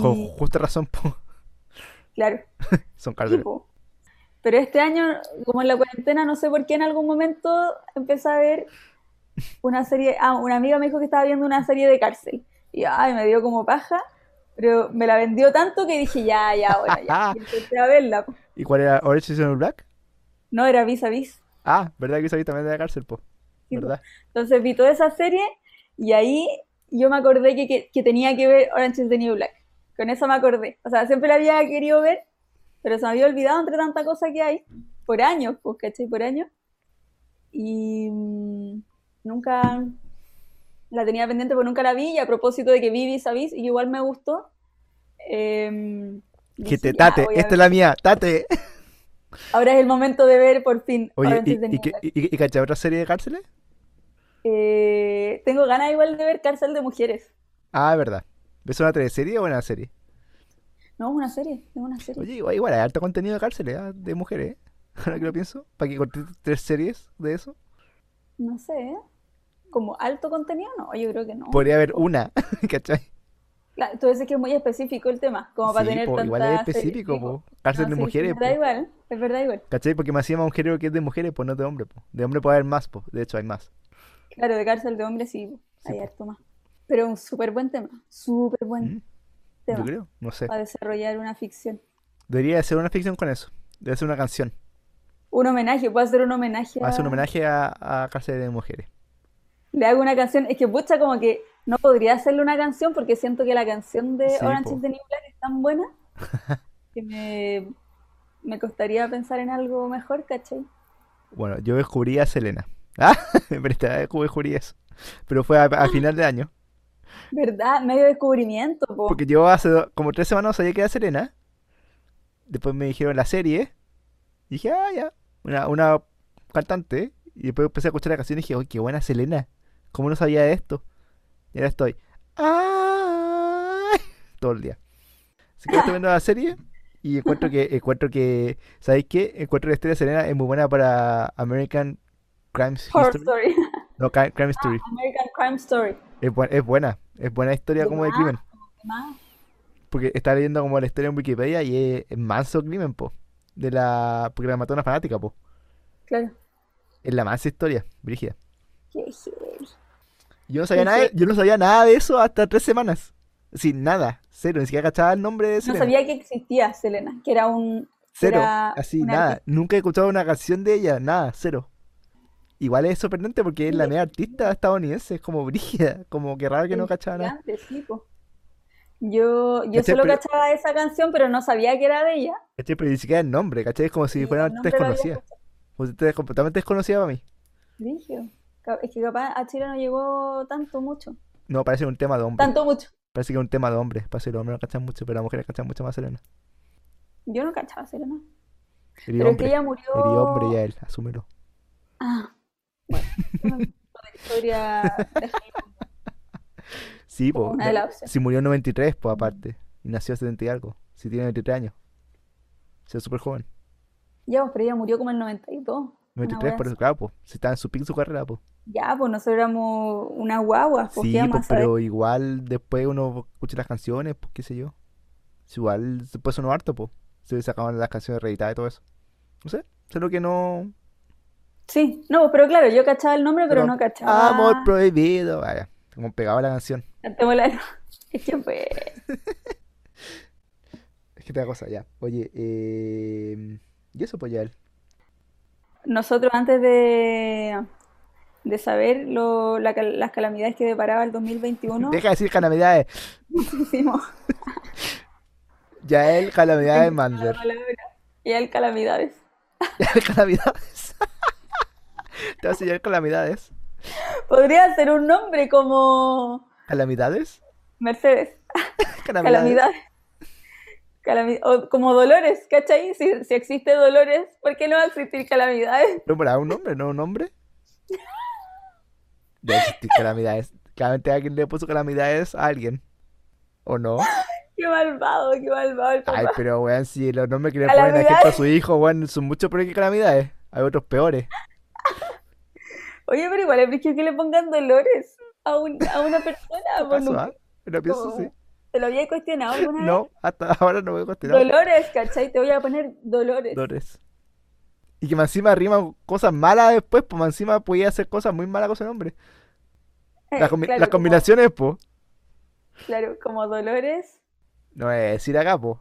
Speaker 1: Con
Speaker 2: Y-
Speaker 1: justa razón, po.
Speaker 2: Claro.
Speaker 1: Son
Speaker 2: Sí,
Speaker 1: cárceles.
Speaker 2: po. Pero este año, como en la cuarentena, no sé por qué en algún momento empecé a ver una serie. Ah, una amiga me dijo que estaba viendo una serie de cárcel. Y ay, me dio como paja, pero me la vendió tanto que dije, ya, ya, bueno, ya. Y empecé a verla. po.
Speaker 1: ¿Y cuál era? ¿Orange is the New Black?
Speaker 2: No, era vis a vis.
Speaker 1: Ah, ¿verdad que esa vi también de la cárcel, po?
Speaker 2: Sí, po.
Speaker 1: ¿Verdad?
Speaker 2: Entonces vi toda esa serie y ahí yo me acordé que, que- que tenía que ver Orange is the New Black. Con eso me acordé. O sea, siempre la había querido ver, pero se me había olvidado entre tanta cosa que hay. Por años, pues, ¿cachai? Por años. Y mm, nunca la tenía pendiente, porque nunca la vi. Y a propósito de que vi Vis a Vis, y igual me gustó. em,
Speaker 1: Que te
Speaker 2: dije, ya,
Speaker 1: tate,
Speaker 2: voy a
Speaker 1: esta
Speaker 2: ver.
Speaker 1: es la mía, tate.
Speaker 2: Ahora es el momento de ver por fin
Speaker 1: Oye,
Speaker 2: Orange
Speaker 1: ¿y,
Speaker 2: is the
Speaker 1: y,
Speaker 2: New
Speaker 1: qué-
Speaker 2: Black.
Speaker 1: y, y cachai otra serie de cárceles?
Speaker 2: Eh, tengo ganas igual de ver Cárcel de Mujeres.
Speaker 1: Ah, es verdad. ¿Ves una teleserie o una serie?
Speaker 2: No, es una serie, es una serie.
Speaker 1: Oye, igual, igual hay harto contenido de cárceles, ah, de mujeres, ¿eh? Ahora que lo pienso. ¿Para que corté tres series de eso?
Speaker 2: No sé, ¿eh? ¿Como alto contenido? No, yo creo que no.
Speaker 1: Podría haber una, ¿cachai?
Speaker 2: Claro, tú dices que es muy específico el tema, como para
Speaker 1: Sí,
Speaker 2: tener
Speaker 1: po,
Speaker 2: tantas
Speaker 1: igual es
Speaker 2: series,
Speaker 1: específico,
Speaker 2: sí,
Speaker 1: po.
Speaker 2: po. No,
Speaker 1: Cárcel de
Speaker 2: Ah, sí,
Speaker 1: mujeres,
Speaker 2: es
Speaker 1: po.
Speaker 2: verdad igual, es verdad igual.
Speaker 1: ¿Cachai? Porque me hacía más un género que es de mujeres, pues no de hombres, po. De hombre puede haber más, pues. De hecho, hay más.
Speaker 2: Claro, de cárcel de hombres sí, po,
Speaker 1: Sí,
Speaker 2: hay
Speaker 1: po.
Speaker 2: harto más. Pero un súper buen tema, súper buen
Speaker 1: Mm, Yo
Speaker 2: Ah, tema
Speaker 1: creo, no sé.
Speaker 2: para desarrollar una ficción.
Speaker 1: Debería hacer una ficción con eso. Debe ser una canción.
Speaker 2: Un homenaje, puedo hacer un homenaje
Speaker 1: Hace un
Speaker 2: a-
Speaker 1: homenaje a, a cárceles de mujeres.
Speaker 2: Le hago una canción, es que pucha, como que no podría hacerle una canción porque siento que la canción de
Speaker 1: Sí,
Speaker 2: Orange
Speaker 1: po.
Speaker 2: is the New Black es tan buena que me, me costaría pensar en algo mejor, ¿cachai?
Speaker 1: Bueno, yo descubrí a Selena. Ah, pero esta vez descubrí eso. Pero fue a, a final de año.
Speaker 2: ¿Verdad? Medio descubrimiento, po.
Speaker 1: Porque yo hace do- como tres semanas sabía que era Selena. Después me dijeron la serie. Y dije, ah, ya. Una, una cantante. Y después empecé a escuchar la canción y dije, uy, qué buena Selena. ¿Cómo no sabía de esto? Y ahora estoy. ¡Ay! Todo el día. Así que ahora estoy viendo la serie. Y encuentro que, encuentro que, ¿sabéis qué? Encuentro que la historia de Selena es muy buena para American Crime
Speaker 2: Horror
Speaker 1: History.
Speaker 2: Story,
Speaker 1: No, Crime Crime Story.
Speaker 2: American Crime Story.
Speaker 1: Es, bu- es buena. Es buena historia como de
Speaker 2: Ya.
Speaker 1: crimen.
Speaker 2: Más.
Speaker 1: Porque está leyendo como la historia en Wikipedia y es, es manso crimen, po. De la... Porque la mató una fanática, po.
Speaker 2: Claro.
Speaker 1: Es la mansa historia, brígida.
Speaker 2: Qué heavy.
Speaker 1: Yo no sabía
Speaker 2: Sí,
Speaker 1: nada,
Speaker 2: sí.
Speaker 1: yo no sabía nada de eso hasta tres semanas. Sin nada, cero, ni siquiera cachaba el nombre de
Speaker 2: No
Speaker 1: Selena.
Speaker 2: sabía que existía Selena, que era un... que
Speaker 1: Cero,
Speaker 2: era
Speaker 1: así,
Speaker 2: una
Speaker 1: nada.
Speaker 2: artista.
Speaker 1: Nunca he escuchado una canción de ella, nada, cero. Igual es sorprendente porque es la
Speaker 2: Sí.
Speaker 1: media artista estadounidense, es como brígida, como que raro que no
Speaker 2: Es
Speaker 1: cachaba nada.
Speaker 2: gigante, sí, po. Yo, yo
Speaker 1: Este,
Speaker 2: solo
Speaker 1: pero-
Speaker 2: cachaba esa canción, pero no sabía que era de ella.
Speaker 1: ¿Cachai? Pero ni siquiera el nombre, ¿cachai? Es como si
Speaker 2: Y
Speaker 1: fuera
Speaker 2: el
Speaker 1: una
Speaker 2: nombre lo había
Speaker 1: desconocida. Pues es completamente desconocida para mí.
Speaker 2: Brígido. Ca- Es que capaz a Chile no llegó tanto, mucho.
Speaker 1: No, parece un tema de hombre.
Speaker 2: Tanto, mucho.
Speaker 1: Parece que es un tema de hombres, parece que los hombres no cachan mucho, pero las mujeres cachan mucho más Selena.
Speaker 2: Yo no cachaba Selena.
Speaker 1: Eres
Speaker 2: Pero es que
Speaker 1: hombre,
Speaker 2: ella
Speaker 1: eres hombre
Speaker 2: murió.
Speaker 1: ya él, asúmelo.
Speaker 2: Ah, bueno. Bueno, Podría dejarlo como
Speaker 1: Sí, po,
Speaker 2: una
Speaker 1: la-
Speaker 2: de las opciones.
Speaker 1: si murió en 93, pues aparte, y nació en 70 y algo, si tiene 23 años, o sea, súper joven.
Speaker 2: Ya, pues, pero ella murió como en el 92. Una
Speaker 1: 93
Speaker 2: wea
Speaker 1: por
Speaker 2: así.
Speaker 1: eso, claro, pues, si está en su pico su carrera, pues.
Speaker 2: Ya, pues nosotros éramos unas guaguas, pues qué
Speaker 1: Sí,
Speaker 2: vamos
Speaker 1: pues,
Speaker 2: a saber.
Speaker 1: pero igual después uno escucha las canciones, pues qué sé yo. Si igual después sonó harto, pues, se sacaban las canciones reeditadas y todo eso. No sé, solo que no...
Speaker 2: Sí, no, pues, pero claro, yo cachaba el nombre, pero no cachaba.
Speaker 1: ah, Amor prohibido, vaya, como pegaba la canción.
Speaker 2: Cantémosla de nuevo. Es que pues, fue.
Speaker 1: Es que te da cosa, ya. Oye, eh... y eso pues ya él.
Speaker 2: Nosotros antes de, de saber lo- la cal- las calamidades que deparaba el 2021,
Speaker 1: Deja de decir calamidades.
Speaker 2: hicimos
Speaker 1: Ya él, calamidades de Mandler.
Speaker 2: la palabra y el calamidades.
Speaker 1: Ya él, calamidades. Te vas a llevar calamidades.
Speaker 2: Podría ser un nombre como
Speaker 1: ¿Calamidades?
Speaker 2: Mercedes,
Speaker 1: ¿Calamidades?
Speaker 2: calamidades. Calami- o como Dolores, ¿cachai? Si, si existe Dolores, ¿por qué no va a existir calamidades?
Speaker 1: No, para un hombre, no un hombre. Debe existir calamidades. Claramente alguien le puso calamidades a alguien. ¿O no?
Speaker 2: Qué malvado, qué malvado el
Speaker 1: Ay,
Speaker 2: papá.
Speaker 1: pero weón, si los nombres que le ponen a
Speaker 2: Calamidades.
Speaker 1: gente a su hijo, weón, son mucho peores que calamidades. Hay otros peores.
Speaker 2: Oye, pero igual es brillo que le pongan dolores a, un- a una persona. pues,
Speaker 1: ¿Acaso,
Speaker 2: nunca-
Speaker 1: ah? Lo pienso, sí.
Speaker 2: ¿Te lo había cuestionado alguna vez?
Speaker 1: No, hasta ahora no me he cuestionado.
Speaker 2: Dolores, ¿cachai? Te voy a poner dolores.
Speaker 1: Dolores. Y que más encima riman cosas malas después, pues más encima podía hacer cosas muy malas con ese nombre.
Speaker 2: Eh,
Speaker 1: Las, combi-
Speaker 2: claro,
Speaker 1: las
Speaker 2: como-
Speaker 1: combinaciones, po.
Speaker 2: claro, como dolores.
Speaker 1: No voy a decir acá, po.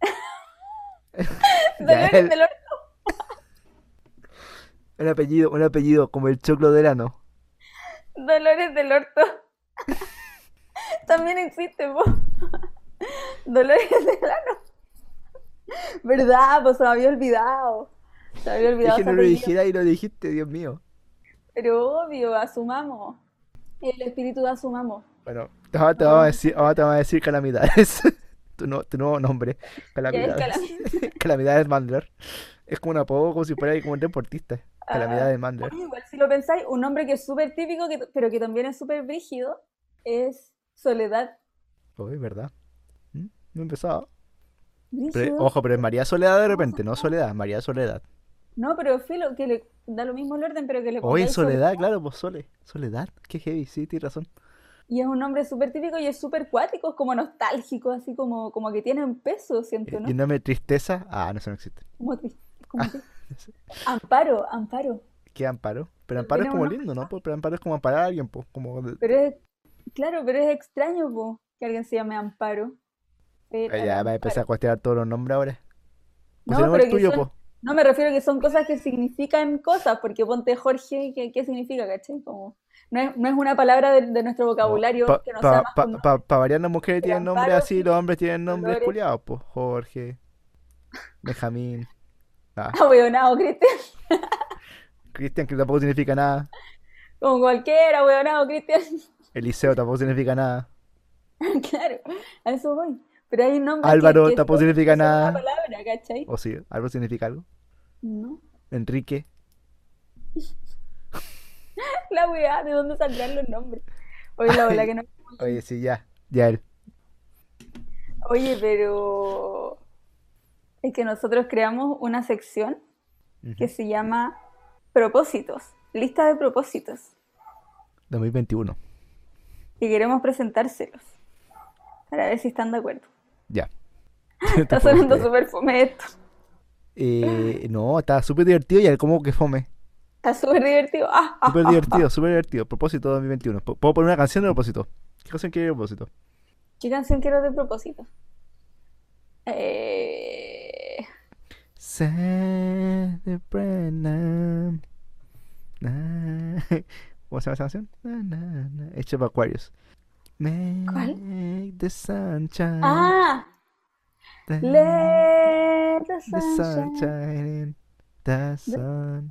Speaker 1: Ya,
Speaker 2: Dolores,
Speaker 1: el-
Speaker 2: dolor-
Speaker 1: Un apellido, un apellido, como el choclo de verano.
Speaker 2: dolores del orto. También existe, vos. dolores del ano. ¿Verdad? Pues se me había olvidado. Se me había
Speaker 1: Es
Speaker 2: olvidado
Speaker 1: que
Speaker 2: ese
Speaker 1: no lo
Speaker 2: apellido.
Speaker 1: dijera y lo dijiste, Dios mío.
Speaker 2: Pero obvio, asumamos. El espíritu de asumamos.
Speaker 1: Bueno, te- ahora te vamos a decir, ahora te vamos a decir calamidades. Tu, no- tu nuevo nombre,
Speaker 2: Ya es
Speaker 1: calamidades. Calamidades Mandler. Es como un apodo, como si fuera como un deportista.
Speaker 2: Ah.
Speaker 1: Calamidades Mandler.
Speaker 2: Oye, Igual si lo pensáis, un nombre que es súper típico, que, pero que también es súper brígido, es Soledad.
Speaker 1: Uy, ¿verdad? ¿Mm? No empezaba. Pero-
Speaker 2: Brígido.
Speaker 1: ojo, pero es María Soledad de repente, no Soledad, María Soledad.
Speaker 2: No, pero filo, que le da lo mismo el orden, pero que le
Speaker 1: Oye,
Speaker 2: pongáis Soledad.
Speaker 1: Soledad, claro, pues Sole. Soledad, qué heavy, sí, tienes razón.
Speaker 2: Y es un nombre súper típico y es súper cuático, es como nostálgico, así como, como que tiene un peso, siento,
Speaker 1: Y Ah.
Speaker 2: ¿no?
Speaker 1: el nombre Eh, Tristeza, ah, no, eso no existe.
Speaker 2: Como tri- como tri-
Speaker 1: no sé.
Speaker 2: Amparo, amparo.
Speaker 1: ¿Qué Amparo? Pero Amparo es
Speaker 2: Tiene
Speaker 1: como
Speaker 2: un
Speaker 1: lindo, ¿no?
Speaker 2: ah.
Speaker 1: Pues, Pero Amparo es como amparar a alguien, pues, como... de-
Speaker 2: Pero es, claro, pero es extraño, po, que alguien se llame Amparo. Pero
Speaker 1: Ah, Ya, va a empezar Pues a cuestionar todos los nombres ahora.
Speaker 2: No,
Speaker 1: Cuestionemos
Speaker 2: pero
Speaker 1: el
Speaker 2: que
Speaker 1: tuyo,
Speaker 2: son-
Speaker 1: po.
Speaker 2: No, me refiero a que son cosas que significan cosas, porque ponte Jorge, ¿qué, qué significa, cachai? Como, no, es, no es una palabra de, de nuestro vocabulario
Speaker 1: Para
Speaker 2: que no sea
Speaker 1: pa,
Speaker 2: más
Speaker 1: pa-
Speaker 2: un-
Speaker 1: pa- pa variar, las mujeres
Speaker 2: Pero
Speaker 1: tienen nombres
Speaker 2: Amparo
Speaker 1: así,
Speaker 2: sí,
Speaker 1: los hombres tienen nombres
Speaker 2: Dolores.
Speaker 1: culiados, pues. Jorge, Benjamín, ah,
Speaker 2: ahueonado, Cristian.
Speaker 1: Cristian, que tampoco significa nada.
Speaker 2: Como cualquiera, ahueonado, Cristian.
Speaker 1: Eliseo tampoco significa nada.
Speaker 2: Claro, a eso voy. Pero hay nombres que-
Speaker 1: Álvaro
Speaker 2: que
Speaker 1: tampoco
Speaker 2: son-
Speaker 1: significa
Speaker 2: que son una
Speaker 1: nada.
Speaker 2: palabra, ¿cachai?
Speaker 1: O sí, algo significa algo.
Speaker 2: No.
Speaker 1: Enrique.
Speaker 2: La weá, ¿de dónde saldrán los nombres? Oye, la verdad que no.
Speaker 1: Oye, sí, ya. Ya él.
Speaker 2: Oye, pero es que nosotros creamos una sección que se llama Propósitos, lista de propósitos.
Speaker 1: 2021.
Speaker 2: y queremos presentárselos para ver si están de acuerdo.
Speaker 1: Ya.
Speaker 2: Está sonando súper fome esto.
Speaker 1: Eh, no, está súper divertido y él como que fome.
Speaker 2: Está súper divertido. Ah, ah,
Speaker 1: Súper
Speaker 2: ah.
Speaker 1: divertido, súper divertido. Propósito 2021. P- ¿Puedo poner una canción de propósito? ¿Qué canción quiere de propósito?
Speaker 2: ¿Qué canción quiero de propósito? Eh,
Speaker 1: Celebrate now. Na- ¿Cómo se llama esa canción? Na, na, na. Hecha para Aquarius.
Speaker 2: ¿Cuál?
Speaker 1: Make the sunshine.
Speaker 2: Ah,
Speaker 1: da-
Speaker 2: let the
Speaker 1: The
Speaker 2: sun shine
Speaker 1: sunshine in the sun.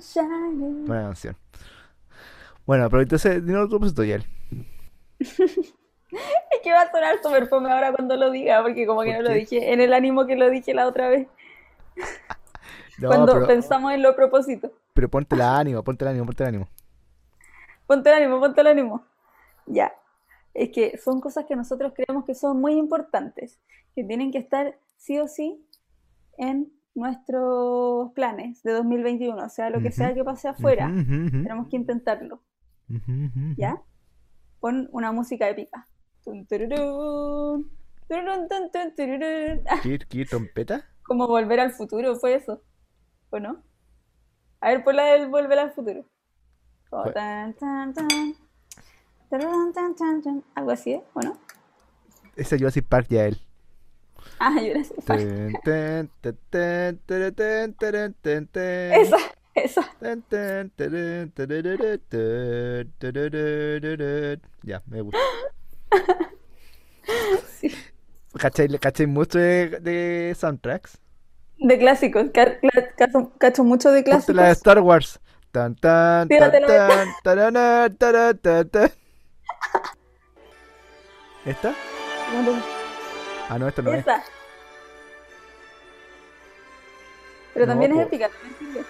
Speaker 2: shining.
Speaker 1: Buena canción. Bueno, pero entonces, dinos otro propósito, Yael.
Speaker 2: Es que va a sonar súper fome ahora cuando lo diga, porque como que
Speaker 1: ¿Por
Speaker 2: no lo
Speaker 1: qué?
Speaker 2: dije en el ánimo que lo dije la otra vez,
Speaker 1: No,
Speaker 2: cuando
Speaker 1: pero,
Speaker 2: pensamos en los propósitos.
Speaker 1: pero ponte el ánimo, ponte el ánimo, ponte el ánimo.
Speaker 2: Ponte el ánimo, ponte el ánimo. Ya. Es que son cosas que nosotros creemos que son muy importantes, que tienen que estar sí o sí en nuestros planes de 2021, o sea, lo que sea
Speaker 1: Ujú.
Speaker 2: que pase afuera,
Speaker 1: Ujú, ujú, ujú.
Speaker 2: tenemos que intentarlo,
Speaker 1: Ujú, ujú, ujú.
Speaker 2: ¿ya? Pon una música épica. Tun, tururún, tururún, tun, tun, tururún. Ah,
Speaker 1: ¿Qué, qué trompeta?
Speaker 2: Como volver al futuro, fue eso. ¿O no? A ver, por la del volver al futuro. Como
Speaker 1: Fue-
Speaker 2: tan, tan, tan, tararán, tan, tan, tan. Algo así, ¿eh? ¿O no?
Speaker 1: Esa Jurassic Park, Yael.
Speaker 2: Ah, yo era esa.
Speaker 1: Ten, ten, ten, ten, ten, ten, ten, ten, ten.
Speaker 2: Esa, esa.
Speaker 1: Ten, ten, ten, ten, ten, ten, ten, ten, ten, ten, ten. Ya, me gusta.
Speaker 2: Sí.
Speaker 1: ¿Cachai, le cachai mucho de, de soundtracks?
Speaker 2: De clásicos. ca- cla- cacho, cacho mucho de
Speaker 1: Ponte la de
Speaker 2: clásicos.
Speaker 1: Star Wars. Tan, tan,
Speaker 2: Sí,
Speaker 1: tan,
Speaker 2: la tengo
Speaker 1: tan, tarana, tará, ta, ta. ¿Esta? Ah, no, esta no es.
Speaker 2: Esa.
Speaker 1: No, pues.
Speaker 2: Pero también es
Speaker 1: po.
Speaker 2: épica. también sirve.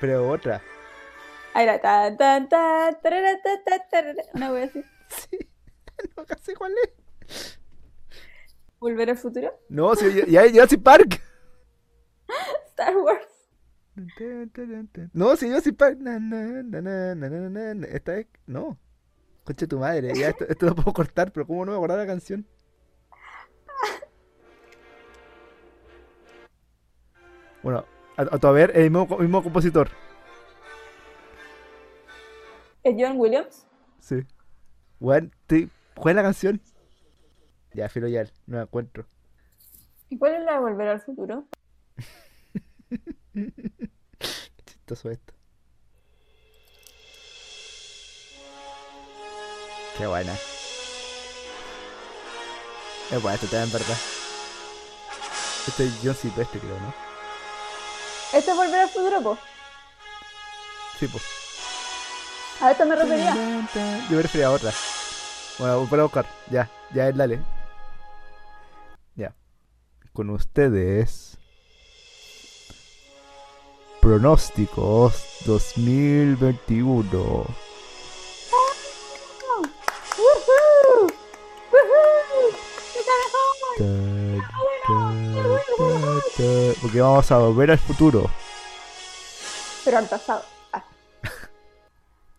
Speaker 1: Pero otra.
Speaker 2: Ahí era. Tan, tan, tan, tarara, ta, ta, tarara. Una wea así.
Speaker 1: Acá sé cuál es.
Speaker 2: ¿Volver al futuro?
Speaker 1: No, sí, ya- ya es Jurassic Park.
Speaker 2: Star Wars.
Speaker 1: No, sí, Jurassic Park. Na, na, na, na, na, na, na, na. Esta es. No. Conche tu madre, ya esto, esto lo puedo cortar, pero ¿cómo no me acordar la canción? Bueno, a, a tu ver, el mismo, co- mismo compositor.
Speaker 2: ¿Es John Williams?
Speaker 1: Sí. Weón, te- ¿cuál es la canción? Ya, filo ya, no la encuentro.
Speaker 2: ¿Y cuál es la de Volver al futuro?
Speaker 1: Chistoso esto. Qué buena. Es buena esta tema, en verdad. Este es John Silvestre, creo, ¿no?
Speaker 2: ¿Este es Volver al futuro, po?
Speaker 1: Sí, pues.
Speaker 2: A esto me refería.
Speaker 1: Yo prefería a otra. Bueno, voy a buscar. Ya, ya, dale. Ya. Con ustedes. Pronósticos 2021.
Speaker 2: ¡Woohoo! ¡Woohoo! ¡Está mejor!
Speaker 1: Ta, ta, ta, ta. Porque vamos a volver al futuro.
Speaker 2: Pero al pasado. Ah.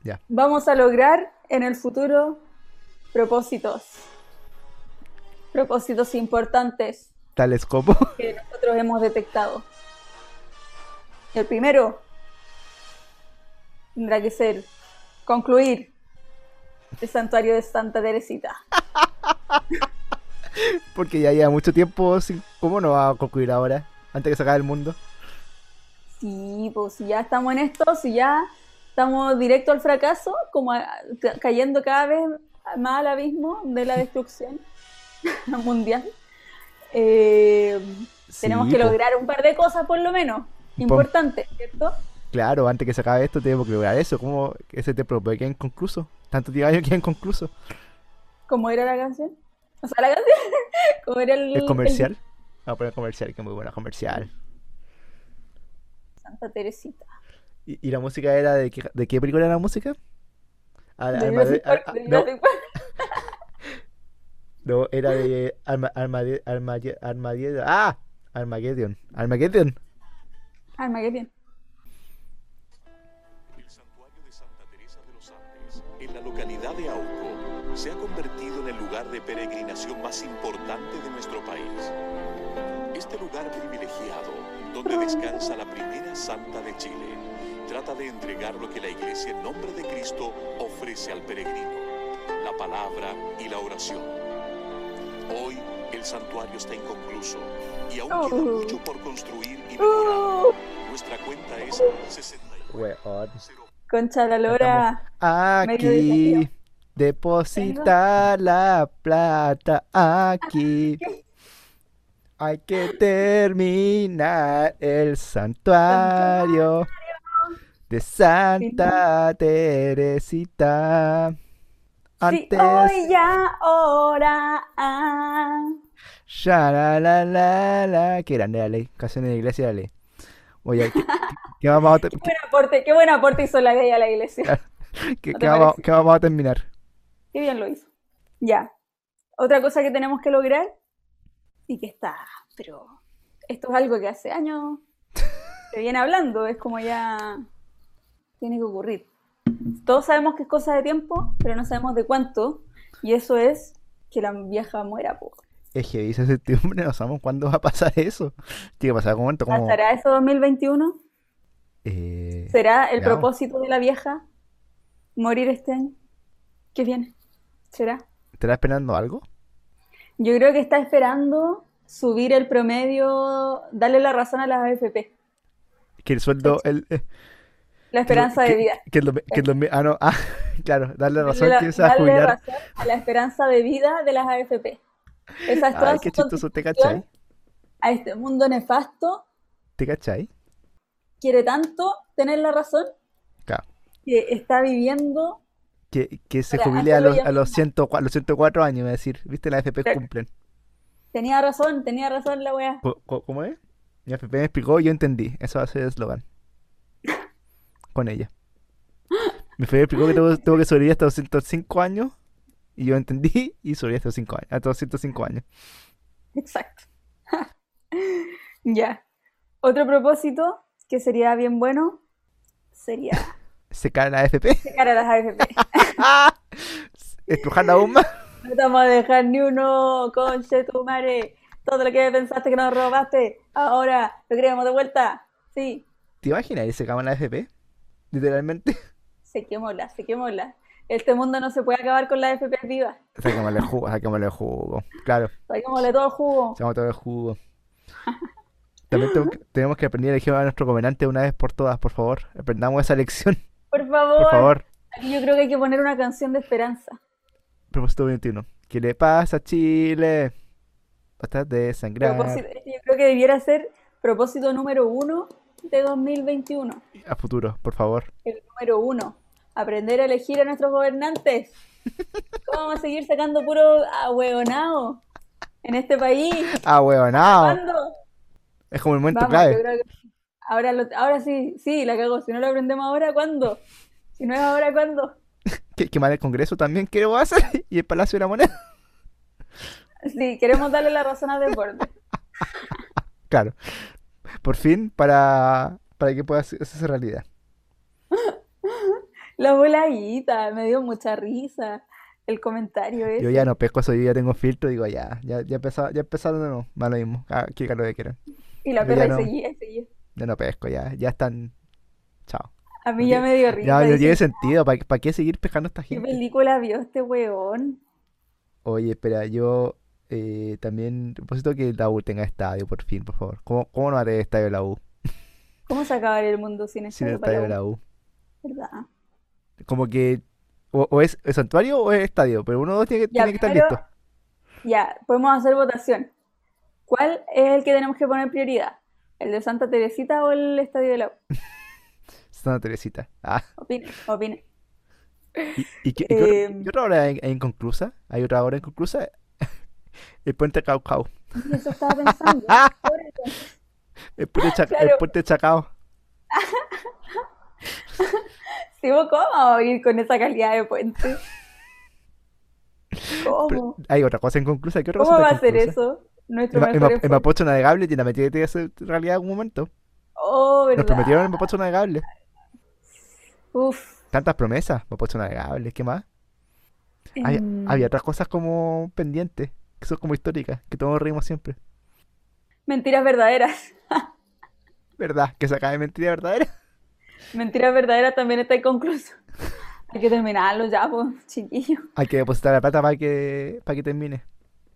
Speaker 1: Ya.
Speaker 2: Vamos a lograr en el futuro propósitos. Propósitos importantes
Speaker 1: Tales como.
Speaker 2: que nosotros hemos detectado. El primero tendrá que ser concluir el santuario de Santa Teresita.
Speaker 1: Porque ya lleva mucho tiempo. Sin... ¿Cómo no va a concluir ahora? Antes que se acabe el mundo.
Speaker 2: Sí, pues si ya estamos en esto, si ya estamos directo al fracaso, como a- ca- cayendo cada vez más al abismo de la destrucción mundial, eh, tenemos
Speaker 1: Sí, pues.
Speaker 2: que
Speaker 1: po.
Speaker 2: lograr un par de cosas por lo menos, importantes, ¿cierto?
Speaker 1: Claro, antes que se acabe esto, tenemos que lograr eso. ¿Cómo ese templo puede quedar inconcluso? Tanto tiempo que queda inconcluso.
Speaker 2: Como era la canción. O sea, la canción, como era el,
Speaker 1: El comercial. Vamos a poner comercial, que es muy buena comercial.
Speaker 2: el- Santa Teresita.
Speaker 1: ¿Y, y la música era de qué, de qué película era la música? Ah,
Speaker 2: De
Speaker 1: Armade-
Speaker 2: Jurassic Park,
Speaker 1: ah, ah,
Speaker 2: de
Speaker 1: no,
Speaker 2: Jurassic Park.
Speaker 1: no, era de Arma- Armade- Armage- Armageddon. ¡Ah! Armageddon. Armageddon.
Speaker 2: Armageddon.
Speaker 3: El santuario de Santa Teresa de los Andes, en la localidad de Auco, se ha convertido en el lugar de peregrinación más importante de nuestro país. Este lugar privilegiado, donde descansa la primera santa de Chile, trata de entregar lo que la iglesia en nombre de Cristo ofrece al peregrino, la palabra y la oración. Hoy el santuario está inconcluso y aún queda
Speaker 2: Oh.
Speaker 3: mucho por construir y mejorar.
Speaker 2: Uh,
Speaker 3: Nuestra cuenta es 69.
Speaker 1: Weón.
Speaker 2: concha la lora. Medio
Speaker 1: Aquí.
Speaker 2: desafío.
Speaker 1: Deposita la plata aquí.
Speaker 2: Ah,
Speaker 1: Hay que terminar el santuario de Santa Teresita.
Speaker 2: Sí,
Speaker 1: Antes.
Speaker 2: hoy ya, ahora. ah.
Speaker 1: Ya, la, la, la, la. Qué grande la ley. Canciones de iglesia de la ley. Oye, ¿qué, qué- qué vamos, a te-
Speaker 2: Qué buen aporte, qué buen aporte hizo la gay a la iglesia.
Speaker 1: qué-
Speaker 2: ¿No te
Speaker 1: qué vamos-
Speaker 2: parece?
Speaker 1: qué vamos a terminar?
Speaker 2: Qué bien lo hizo. Ya. Otra cosa que tenemos que lograr y que está, pero esto es algo que hace años se viene hablando, es como ya tiene que ocurrir. Todos sabemos que es cosa de tiempo, pero no sabemos de cuánto, y eso es que la vieja muera. po.
Speaker 1: Es que dice septiembre, no sabemos cuándo va a pasar eso. Tiene que pasar algún momento como.
Speaker 2: ¿Pasará eso 2021?
Speaker 1: eh,
Speaker 2: ¿Será el
Speaker 1: Veamos.
Speaker 2: propósito de la vieja morir este año? ¿Qué viene? ¿Será?
Speaker 1: ¿Estará esperando algo?
Speaker 2: Yo creo que está esperando subir el promedio, darle la razón a las AFP,
Speaker 1: Que el sueldo. El, eh,
Speaker 2: la
Speaker 1: que lo-
Speaker 2: esperanza
Speaker 1: que-
Speaker 2: de vida.
Speaker 1: Que el, domi- que el domi- ah, no. Ah, claro, darle
Speaker 2: Darle
Speaker 1: razón
Speaker 2: la-
Speaker 1: que empieza a
Speaker 2: darle
Speaker 1: jubilar.
Speaker 2: razón a la esperanza de vida de las AFP. Esa es toda
Speaker 1: Ay,
Speaker 2: su
Speaker 1: qué chistoso, ¿te
Speaker 2: contribución
Speaker 1: cachai?
Speaker 2: a este mundo nefasto.
Speaker 1: ¿Te cachai?
Speaker 2: Quiere tanto tener la razón
Speaker 1: Claro.
Speaker 2: que está viviendo
Speaker 1: Que, que se
Speaker 2: Ahora,
Speaker 1: jubile a
Speaker 2: hacerlo
Speaker 1: los,
Speaker 2: ya
Speaker 1: a los, 104, a los 104 años, es decir, ¿viste? La FP
Speaker 2: Claro.
Speaker 1: cumplen.
Speaker 2: Tenía razón, tenía razón la wea.
Speaker 1: Co- co- ¿Cómo es? Mi FP me explicó, yo entendí. Eso va a ser el eslogan. Con ella. Mi FP me explicó que tengo, tengo que sobrevivir hasta los 105 años Y yo entendí y subí hasta los 5 años, hasta los 105 años.
Speaker 2: Exacto. ya. Otro propósito que sería bien bueno sería
Speaker 1: Se cae la AFP.
Speaker 2: sacar a las AFP.
Speaker 1: Estrujarla ¡Ah! aún más.
Speaker 2: No te vamos a dejar ni uno, conche tu madre. Todo lo que pensaste que nos robaste, ahora lo queremos de vuelta. Sí,
Speaker 1: ¿Te imaginas que se acaba la AFP? Literalmente.
Speaker 2: se quemóla, se quemóla. Este mundo no se puede acabar con las FP vivas.
Speaker 1: Saquémosle el jugo, saquémosle el jugo. Claro,
Speaker 2: Saquémosle todo el jugo.
Speaker 1: sacamos todo el jugo. También tengo que- tenemos que aprender a elegir a nuestro gobernante una vez por todas, por favor. Aprendamos esa lección,
Speaker 2: Por favor.
Speaker 1: por favor.
Speaker 2: Aquí yo creo que hay que poner una canción de esperanza.
Speaker 1: Propósito 21. ¿Qué le pasa a Chile? Hasta de sangrar.
Speaker 2: Propósito- este yo creo que debiera ser propósito número uno de 2021.
Speaker 1: A futuro, por favor.
Speaker 2: El número uno. Aprender a elegir a nuestros gobernantes. ¿Cómo vamos a seguir sacando puro ahueonao en este país?
Speaker 1: Ah, huevonao.
Speaker 2: ¿Cuándo?
Speaker 1: Es como el momento
Speaker 2: Vamos, yo
Speaker 1: clave.
Speaker 2: creo que ahora, lo- ahora sí, sí, la cago. Si no lo aprendemos ahora, ¿cuándo? Si no es ahora, ¿cuándo?
Speaker 1: Que- Quemar el Congreso también, ¿qué lo hacer? Y el Palacio de la Moneda.
Speaker 2: Sí, queremos darle la razón al deporte.
Speaker 1: Claro. Por fin, para, para que pueda hacer- hacerse realidad.
Speaker 2: La voladita, me dio mucha risa el comentario ese.
Speaker 1: Yo ya no pesco eso, yo ya tengo filtro, digo, ya, ya, ya empezaba- ya empezaron de nuevo, más lo mismo, ah, que hagan lo que quieran.
Speaker 2: Y la
Speaker 1: yo
Speaker 2: perra
Speaker 1: ya no.
Speaker 2: seguía, seguía.
Speaker 1: Ya no pesco, ya, ya están. Chao.
Speaker 2: A mí ya me dio risa.
Speaker 1: Ya no
Speaker 2: dice,
Speaker 1: tiene sentido, ¿para qué seguir pescando a esta
Speaker 2: ¿Qué
Speaker 1: gente?
Speaker 2: película vio este weón?
Speaker 1: Oye, espera, yo eh, también propósito que la U tenga estadio, por fin, por favor. ¿Cómo, cómo no haré estadio la U?
Speaker 2: ¿Cómo se acabaría el mundo sin
Speaker 1: Sin el estadio
Speaker 2: estadio para
Speaker 1: de la U.
Speaker 2: la U? ¿Verdad?
Speaker 1: Como que. O, o es, es santuario o es estadio, pero uno de los dos tiene que,
Speaker 2: Ya,
Speaker 1: tiene que estar
Speaker 2: primero-
Speaker 1: listo.
Speaker 2: Ya, podemos hacer votación. ¿Cuál es el que tenemos que poner prioridad? ¿El de Santa Teresita o el estadio de la U?
Speaker 1: Santa Teresita. Ah,
Speaker 2: Opinen, opinen.
Speaker 1: ¿y, y qué, y qué otra-
Speaker 2: Em.
Speaker 1: qué otra hora hay, hay inconclusa? ¿Hay otra hora inconclusa? El puente Caucao.
Speaker 2: Y Eso estaba pensando. Ahora,
Speaker 1: El puente, Chaca- el
Speaker 2: Claro.
Speaker 1: puente Chacao.
Speaker 2: Si vos, ¿cómo va a abrir con esa calidad de puente?
Speaker 1: Pero
Speaker 2: ¿Cómo?
Speaker 1: hay otra cosa inconclusa. ¿Qué otra
Speaker 2: ¿Cómo
Speaker 1: cosa
Speaker 2: va
Speaker 1: está
Speaker 2: a ser
Speaker 1: inconclusa?
Speaker 2: eso? Nuestro
Speaker 1: El, ma- el
Speaker 2: mejor
Speaker 1: ma- el
Speaker 2: esfuerzo.
Speaker 1: Mapocho navegable tiene la metida que tiene que ser realidad en algún momento.
Speaker 2: Oh,
Speaker 1: Nos
Speaker 2: ¿verdad?
Speaker 1: prometieron el Mapocho navegable.
Speaker 2: Uf.
Speaker 1: Tantas promesas. Mapocho navegable. ¿Qué más? Había,
Speaker 2: em,
Speaker 1: había otras cosas como pendientes, que son como históricas, que todos reímos siempre.
Speaker 2: Mentiras verdaderas.
Speaker 1: ¿Verdad? Que se acaba de mentira verdadera.
Speaker 2: Mentiras verdaderas también está inconcluso. Hay que terminarlo ya, pues, chiquillo.
Speaker 1: Hay que depositar la plata para que, para que termine.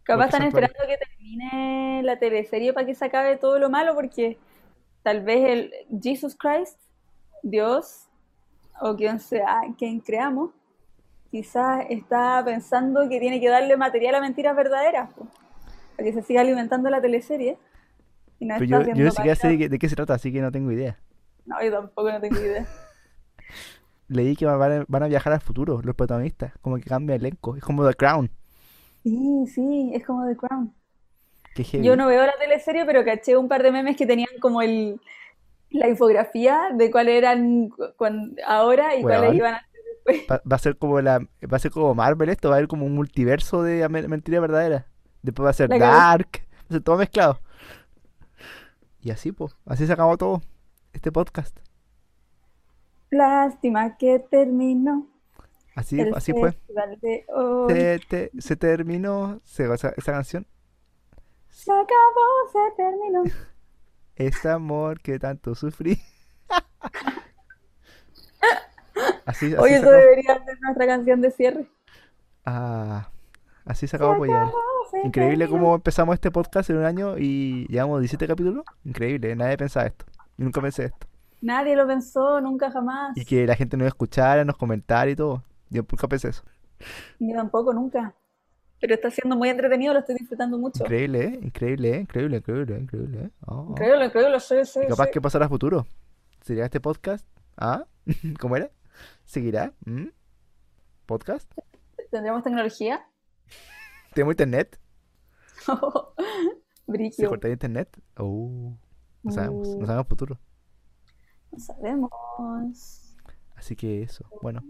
Speaker 2: Capaz
Speaker 1: Porque
Speaker 2: están
Speaker 1: santuario.
Speaker 2: esperando que termine la teleserie para que se acabe todo lo malo, porque tal vez el Jesus Christ, Dios, o quien sea, quien creamos, quizás está pensando que tiene que darle material a mentiras verdaderas, po, para que se siga alimentando la teleserie. Y no
Speaker 1: Pero
Speaker 2: está
Speaker 1: yo, yo
Speaker 2: haciendo
Speaker 1: ni siquiera sé
Speaker 2: para
Speaker 1: de qué, de qué se trata, así que no tengo idea.
Speaker 2: No, yo tampoco no tengo idea.
Speaker 1: Leí que van a, van a viajar al futuro los protagonistas, como que cambia elenco. Es como The Crown.
Speaker 2: Sí, sí, es como The Crown.
Speaker 1: Que
Speaker 2: Yo no veo la teleserie, pero caché un par de memes que tenían como el, la infografía de cuáles eran cu- cuan- ahora y cuáles
Speaker 1: Weón.
Speaker 2: iban a
Speaker 1: va, va a ser como la, va a ser como Marvel esto, va a haber como un multiverso de men- mentira verdadera. Después va a ser
Speaker 2: La cagó.
Speaker 1: Dark, va a ser todo mezclado. Y así, pues, así se acabó todo este podcast.
Speaker 2: Lástima que terminó
Speaker 1: Así,
Speaker 2: el
Speaker 1: así fue.
Speaker 2: festival de hoy.
Speaker 1: Se, te- se terminó se, o sea, esa canción.
Speaker 2: Se acabó, se terminó.
Speaker 1: Ese este amor que tanto sufrí. Así, así
Speaker 2: Oye,
Speaker 1: se
Speaker 2: eso
Speaker 1: acabó.
Speaker 2: debería ser nuestra canción de cierre.
Speaker 1: Ah, así se
Speaker 2: Se
Speaker 1: acabó, pues, ya.
Speaker 2: acabó, se
Speaker 1: Increíble
Speaker 2: terminó.
Speaker 1: cómo empezamos este podcast en un año y llevamos 17 capítulos. Increíble, nadie pensaba esto. Yo nunca pensé esto.
Speaker 2: Nadie lo pensó, nunca jamás.
Speaker 1: Y que la gente nos escuchara, nos comentara y todo. Yo nunca pensé eso.
Speaker 2: Ni tampoco, nunca. Pero está siendo muy entretenido, lo estoy disfrutando mucho.
Speaker 1: Increíble, ¿eh? Increíble, ¿eh? Increíble, increíble, increíble. ¿eh? Oh, oh.
Speaker 2: Increíble, increíble, sí, sí,
Speaker 1: Y capaz
Speaker 2: sí.
Speaker 1: que pasará a futuro. ¿Sería este podcast? ¿Ah? ¿Cómo era? ¿Seguirá? ¿Mm? ¿Podcast?
Speaker 2: ¿Tendremos tecnología?
Speaker 1: ¿Tengo internet? ¿Se
Speaker 2: Brígido.
Speaker 1: corta el internet? Oh, no sabemos,
Speaker 2: Uh.
Speaker 1: no sabemos futuro.
Speaker 2: No sabemos.
Speaker 1: Así que eso. Bueno,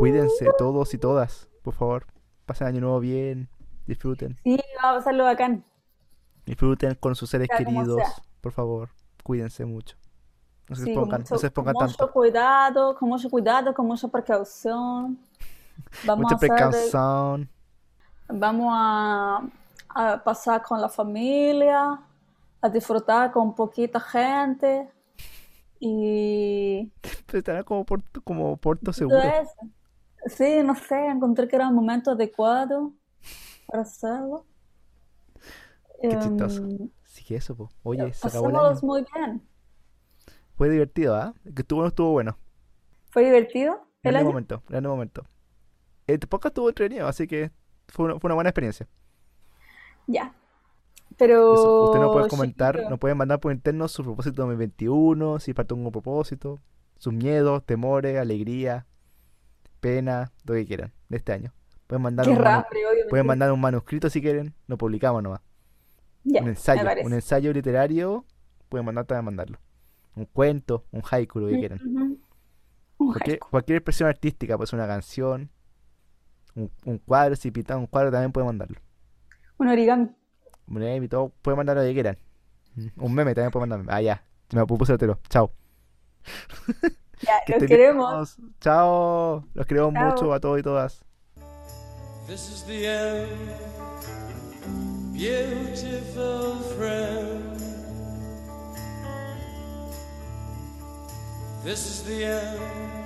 Speaker 1: cuídense todos y todas, por favor. pasen año nuevo bien, disfruten,
Speaker 2: Sí, va a pasarlo bacán.
Speaker 1: disfruten con sus seres
Speaker 2: Sea como
Speaker 1: queridos,
Speaker 2: sea.
Speaker 1: por favor, cuídense mucho. No se
Speaker 2: Sí, con
Speaker 1: expongan,
Speaker 2: mucho,
Speaker 1: no se expongan
Speaker 2: con mucho
Speaker 1: tanto.
Speaker 2: cuidado, con mucho cuidado, con mucha precaución. Vamos
Speaker 1: Mucha
Speaker 2: a hacer de-
Speaker 1: precaución.
Speaker 2: vamos a, a pasar con la familia, a disfrutar con poquita gente y
Speaker 1: Pues Estará como puerto, como puerto
Speaker 2: todo
Speaker 1: seguro.
Speaker 2: eso. Sí, no sé, encontré que era un momento adecuado para hacerlo.
Speaker 1: Qué chistoso.
Speaker 2: Em,
Speaker 1: Sí que eso, po. Oye, se acabó el año.
Speaker 2: pasamos muy bien.
Speaker 1: Fue divertido, ¿ah? Que estuvo, estuvo bueno.
Speaker 2: ¿Fue divertido el
Speaker 1: Grande
Speaker 2: año?
Speaker 1: momento, grande momento. El podcast estuvo entretenido, así que fue una, fue una buena experiencia.
Speaker 2: Ya. Pero,
Speaker 1: Eso, Usted no
Speaker 2: Oh,
Speaker 1: puede comentar,
Speaker 2: chiquillo,
Speaker 1: no puede mandar por interno su propósito 2021, si faltó un propósito, sus miedos, temores, alegría, pena, lo que quieran de este año. Pueden mandar,
Speaker 2: qué
Speaker 1: un, manu-
Speaker 2: raro, obviamente.
Speaker 1: pueden mandar un manuscrito si quieren, lo publicamos nomás.
Speaker 2: Ya,
Speaker 1: un
Speaker 2: me
Speaker 1: ensayo,
Speaker 2: parece.
Speaker 1: un ensayo literario, pueden mandar también mandarlo. Un cuento, un haiku, lo que quieran.
Speaker 2: Ujú. Un
Speaker 1: Cualquier,
Speaker 2: haiku.
Speaker 1: cualquier expresión artística, pues una canción, un, un cuadro, si pintan un cuadro también pueden mandarlo.
Speaker 2: Un origami.
Speaker 1: Un meme y todo, pueden mandar lo que quieran. Un meme también pueden mandar. Ah, ya. Me puse hetero. Chao.
Speaker 2: Ya,
Speaker 1: Que estén
Speaker 2: los
Speaker 1: bien
Speaker 2: queremos.
Speaker 1: todos. Chao. Los queremos
Speaker 2: Chao.
Speaker 1: mucho a todos y todas.
Speaker 4: This is the end, beautiful friend. This is the end.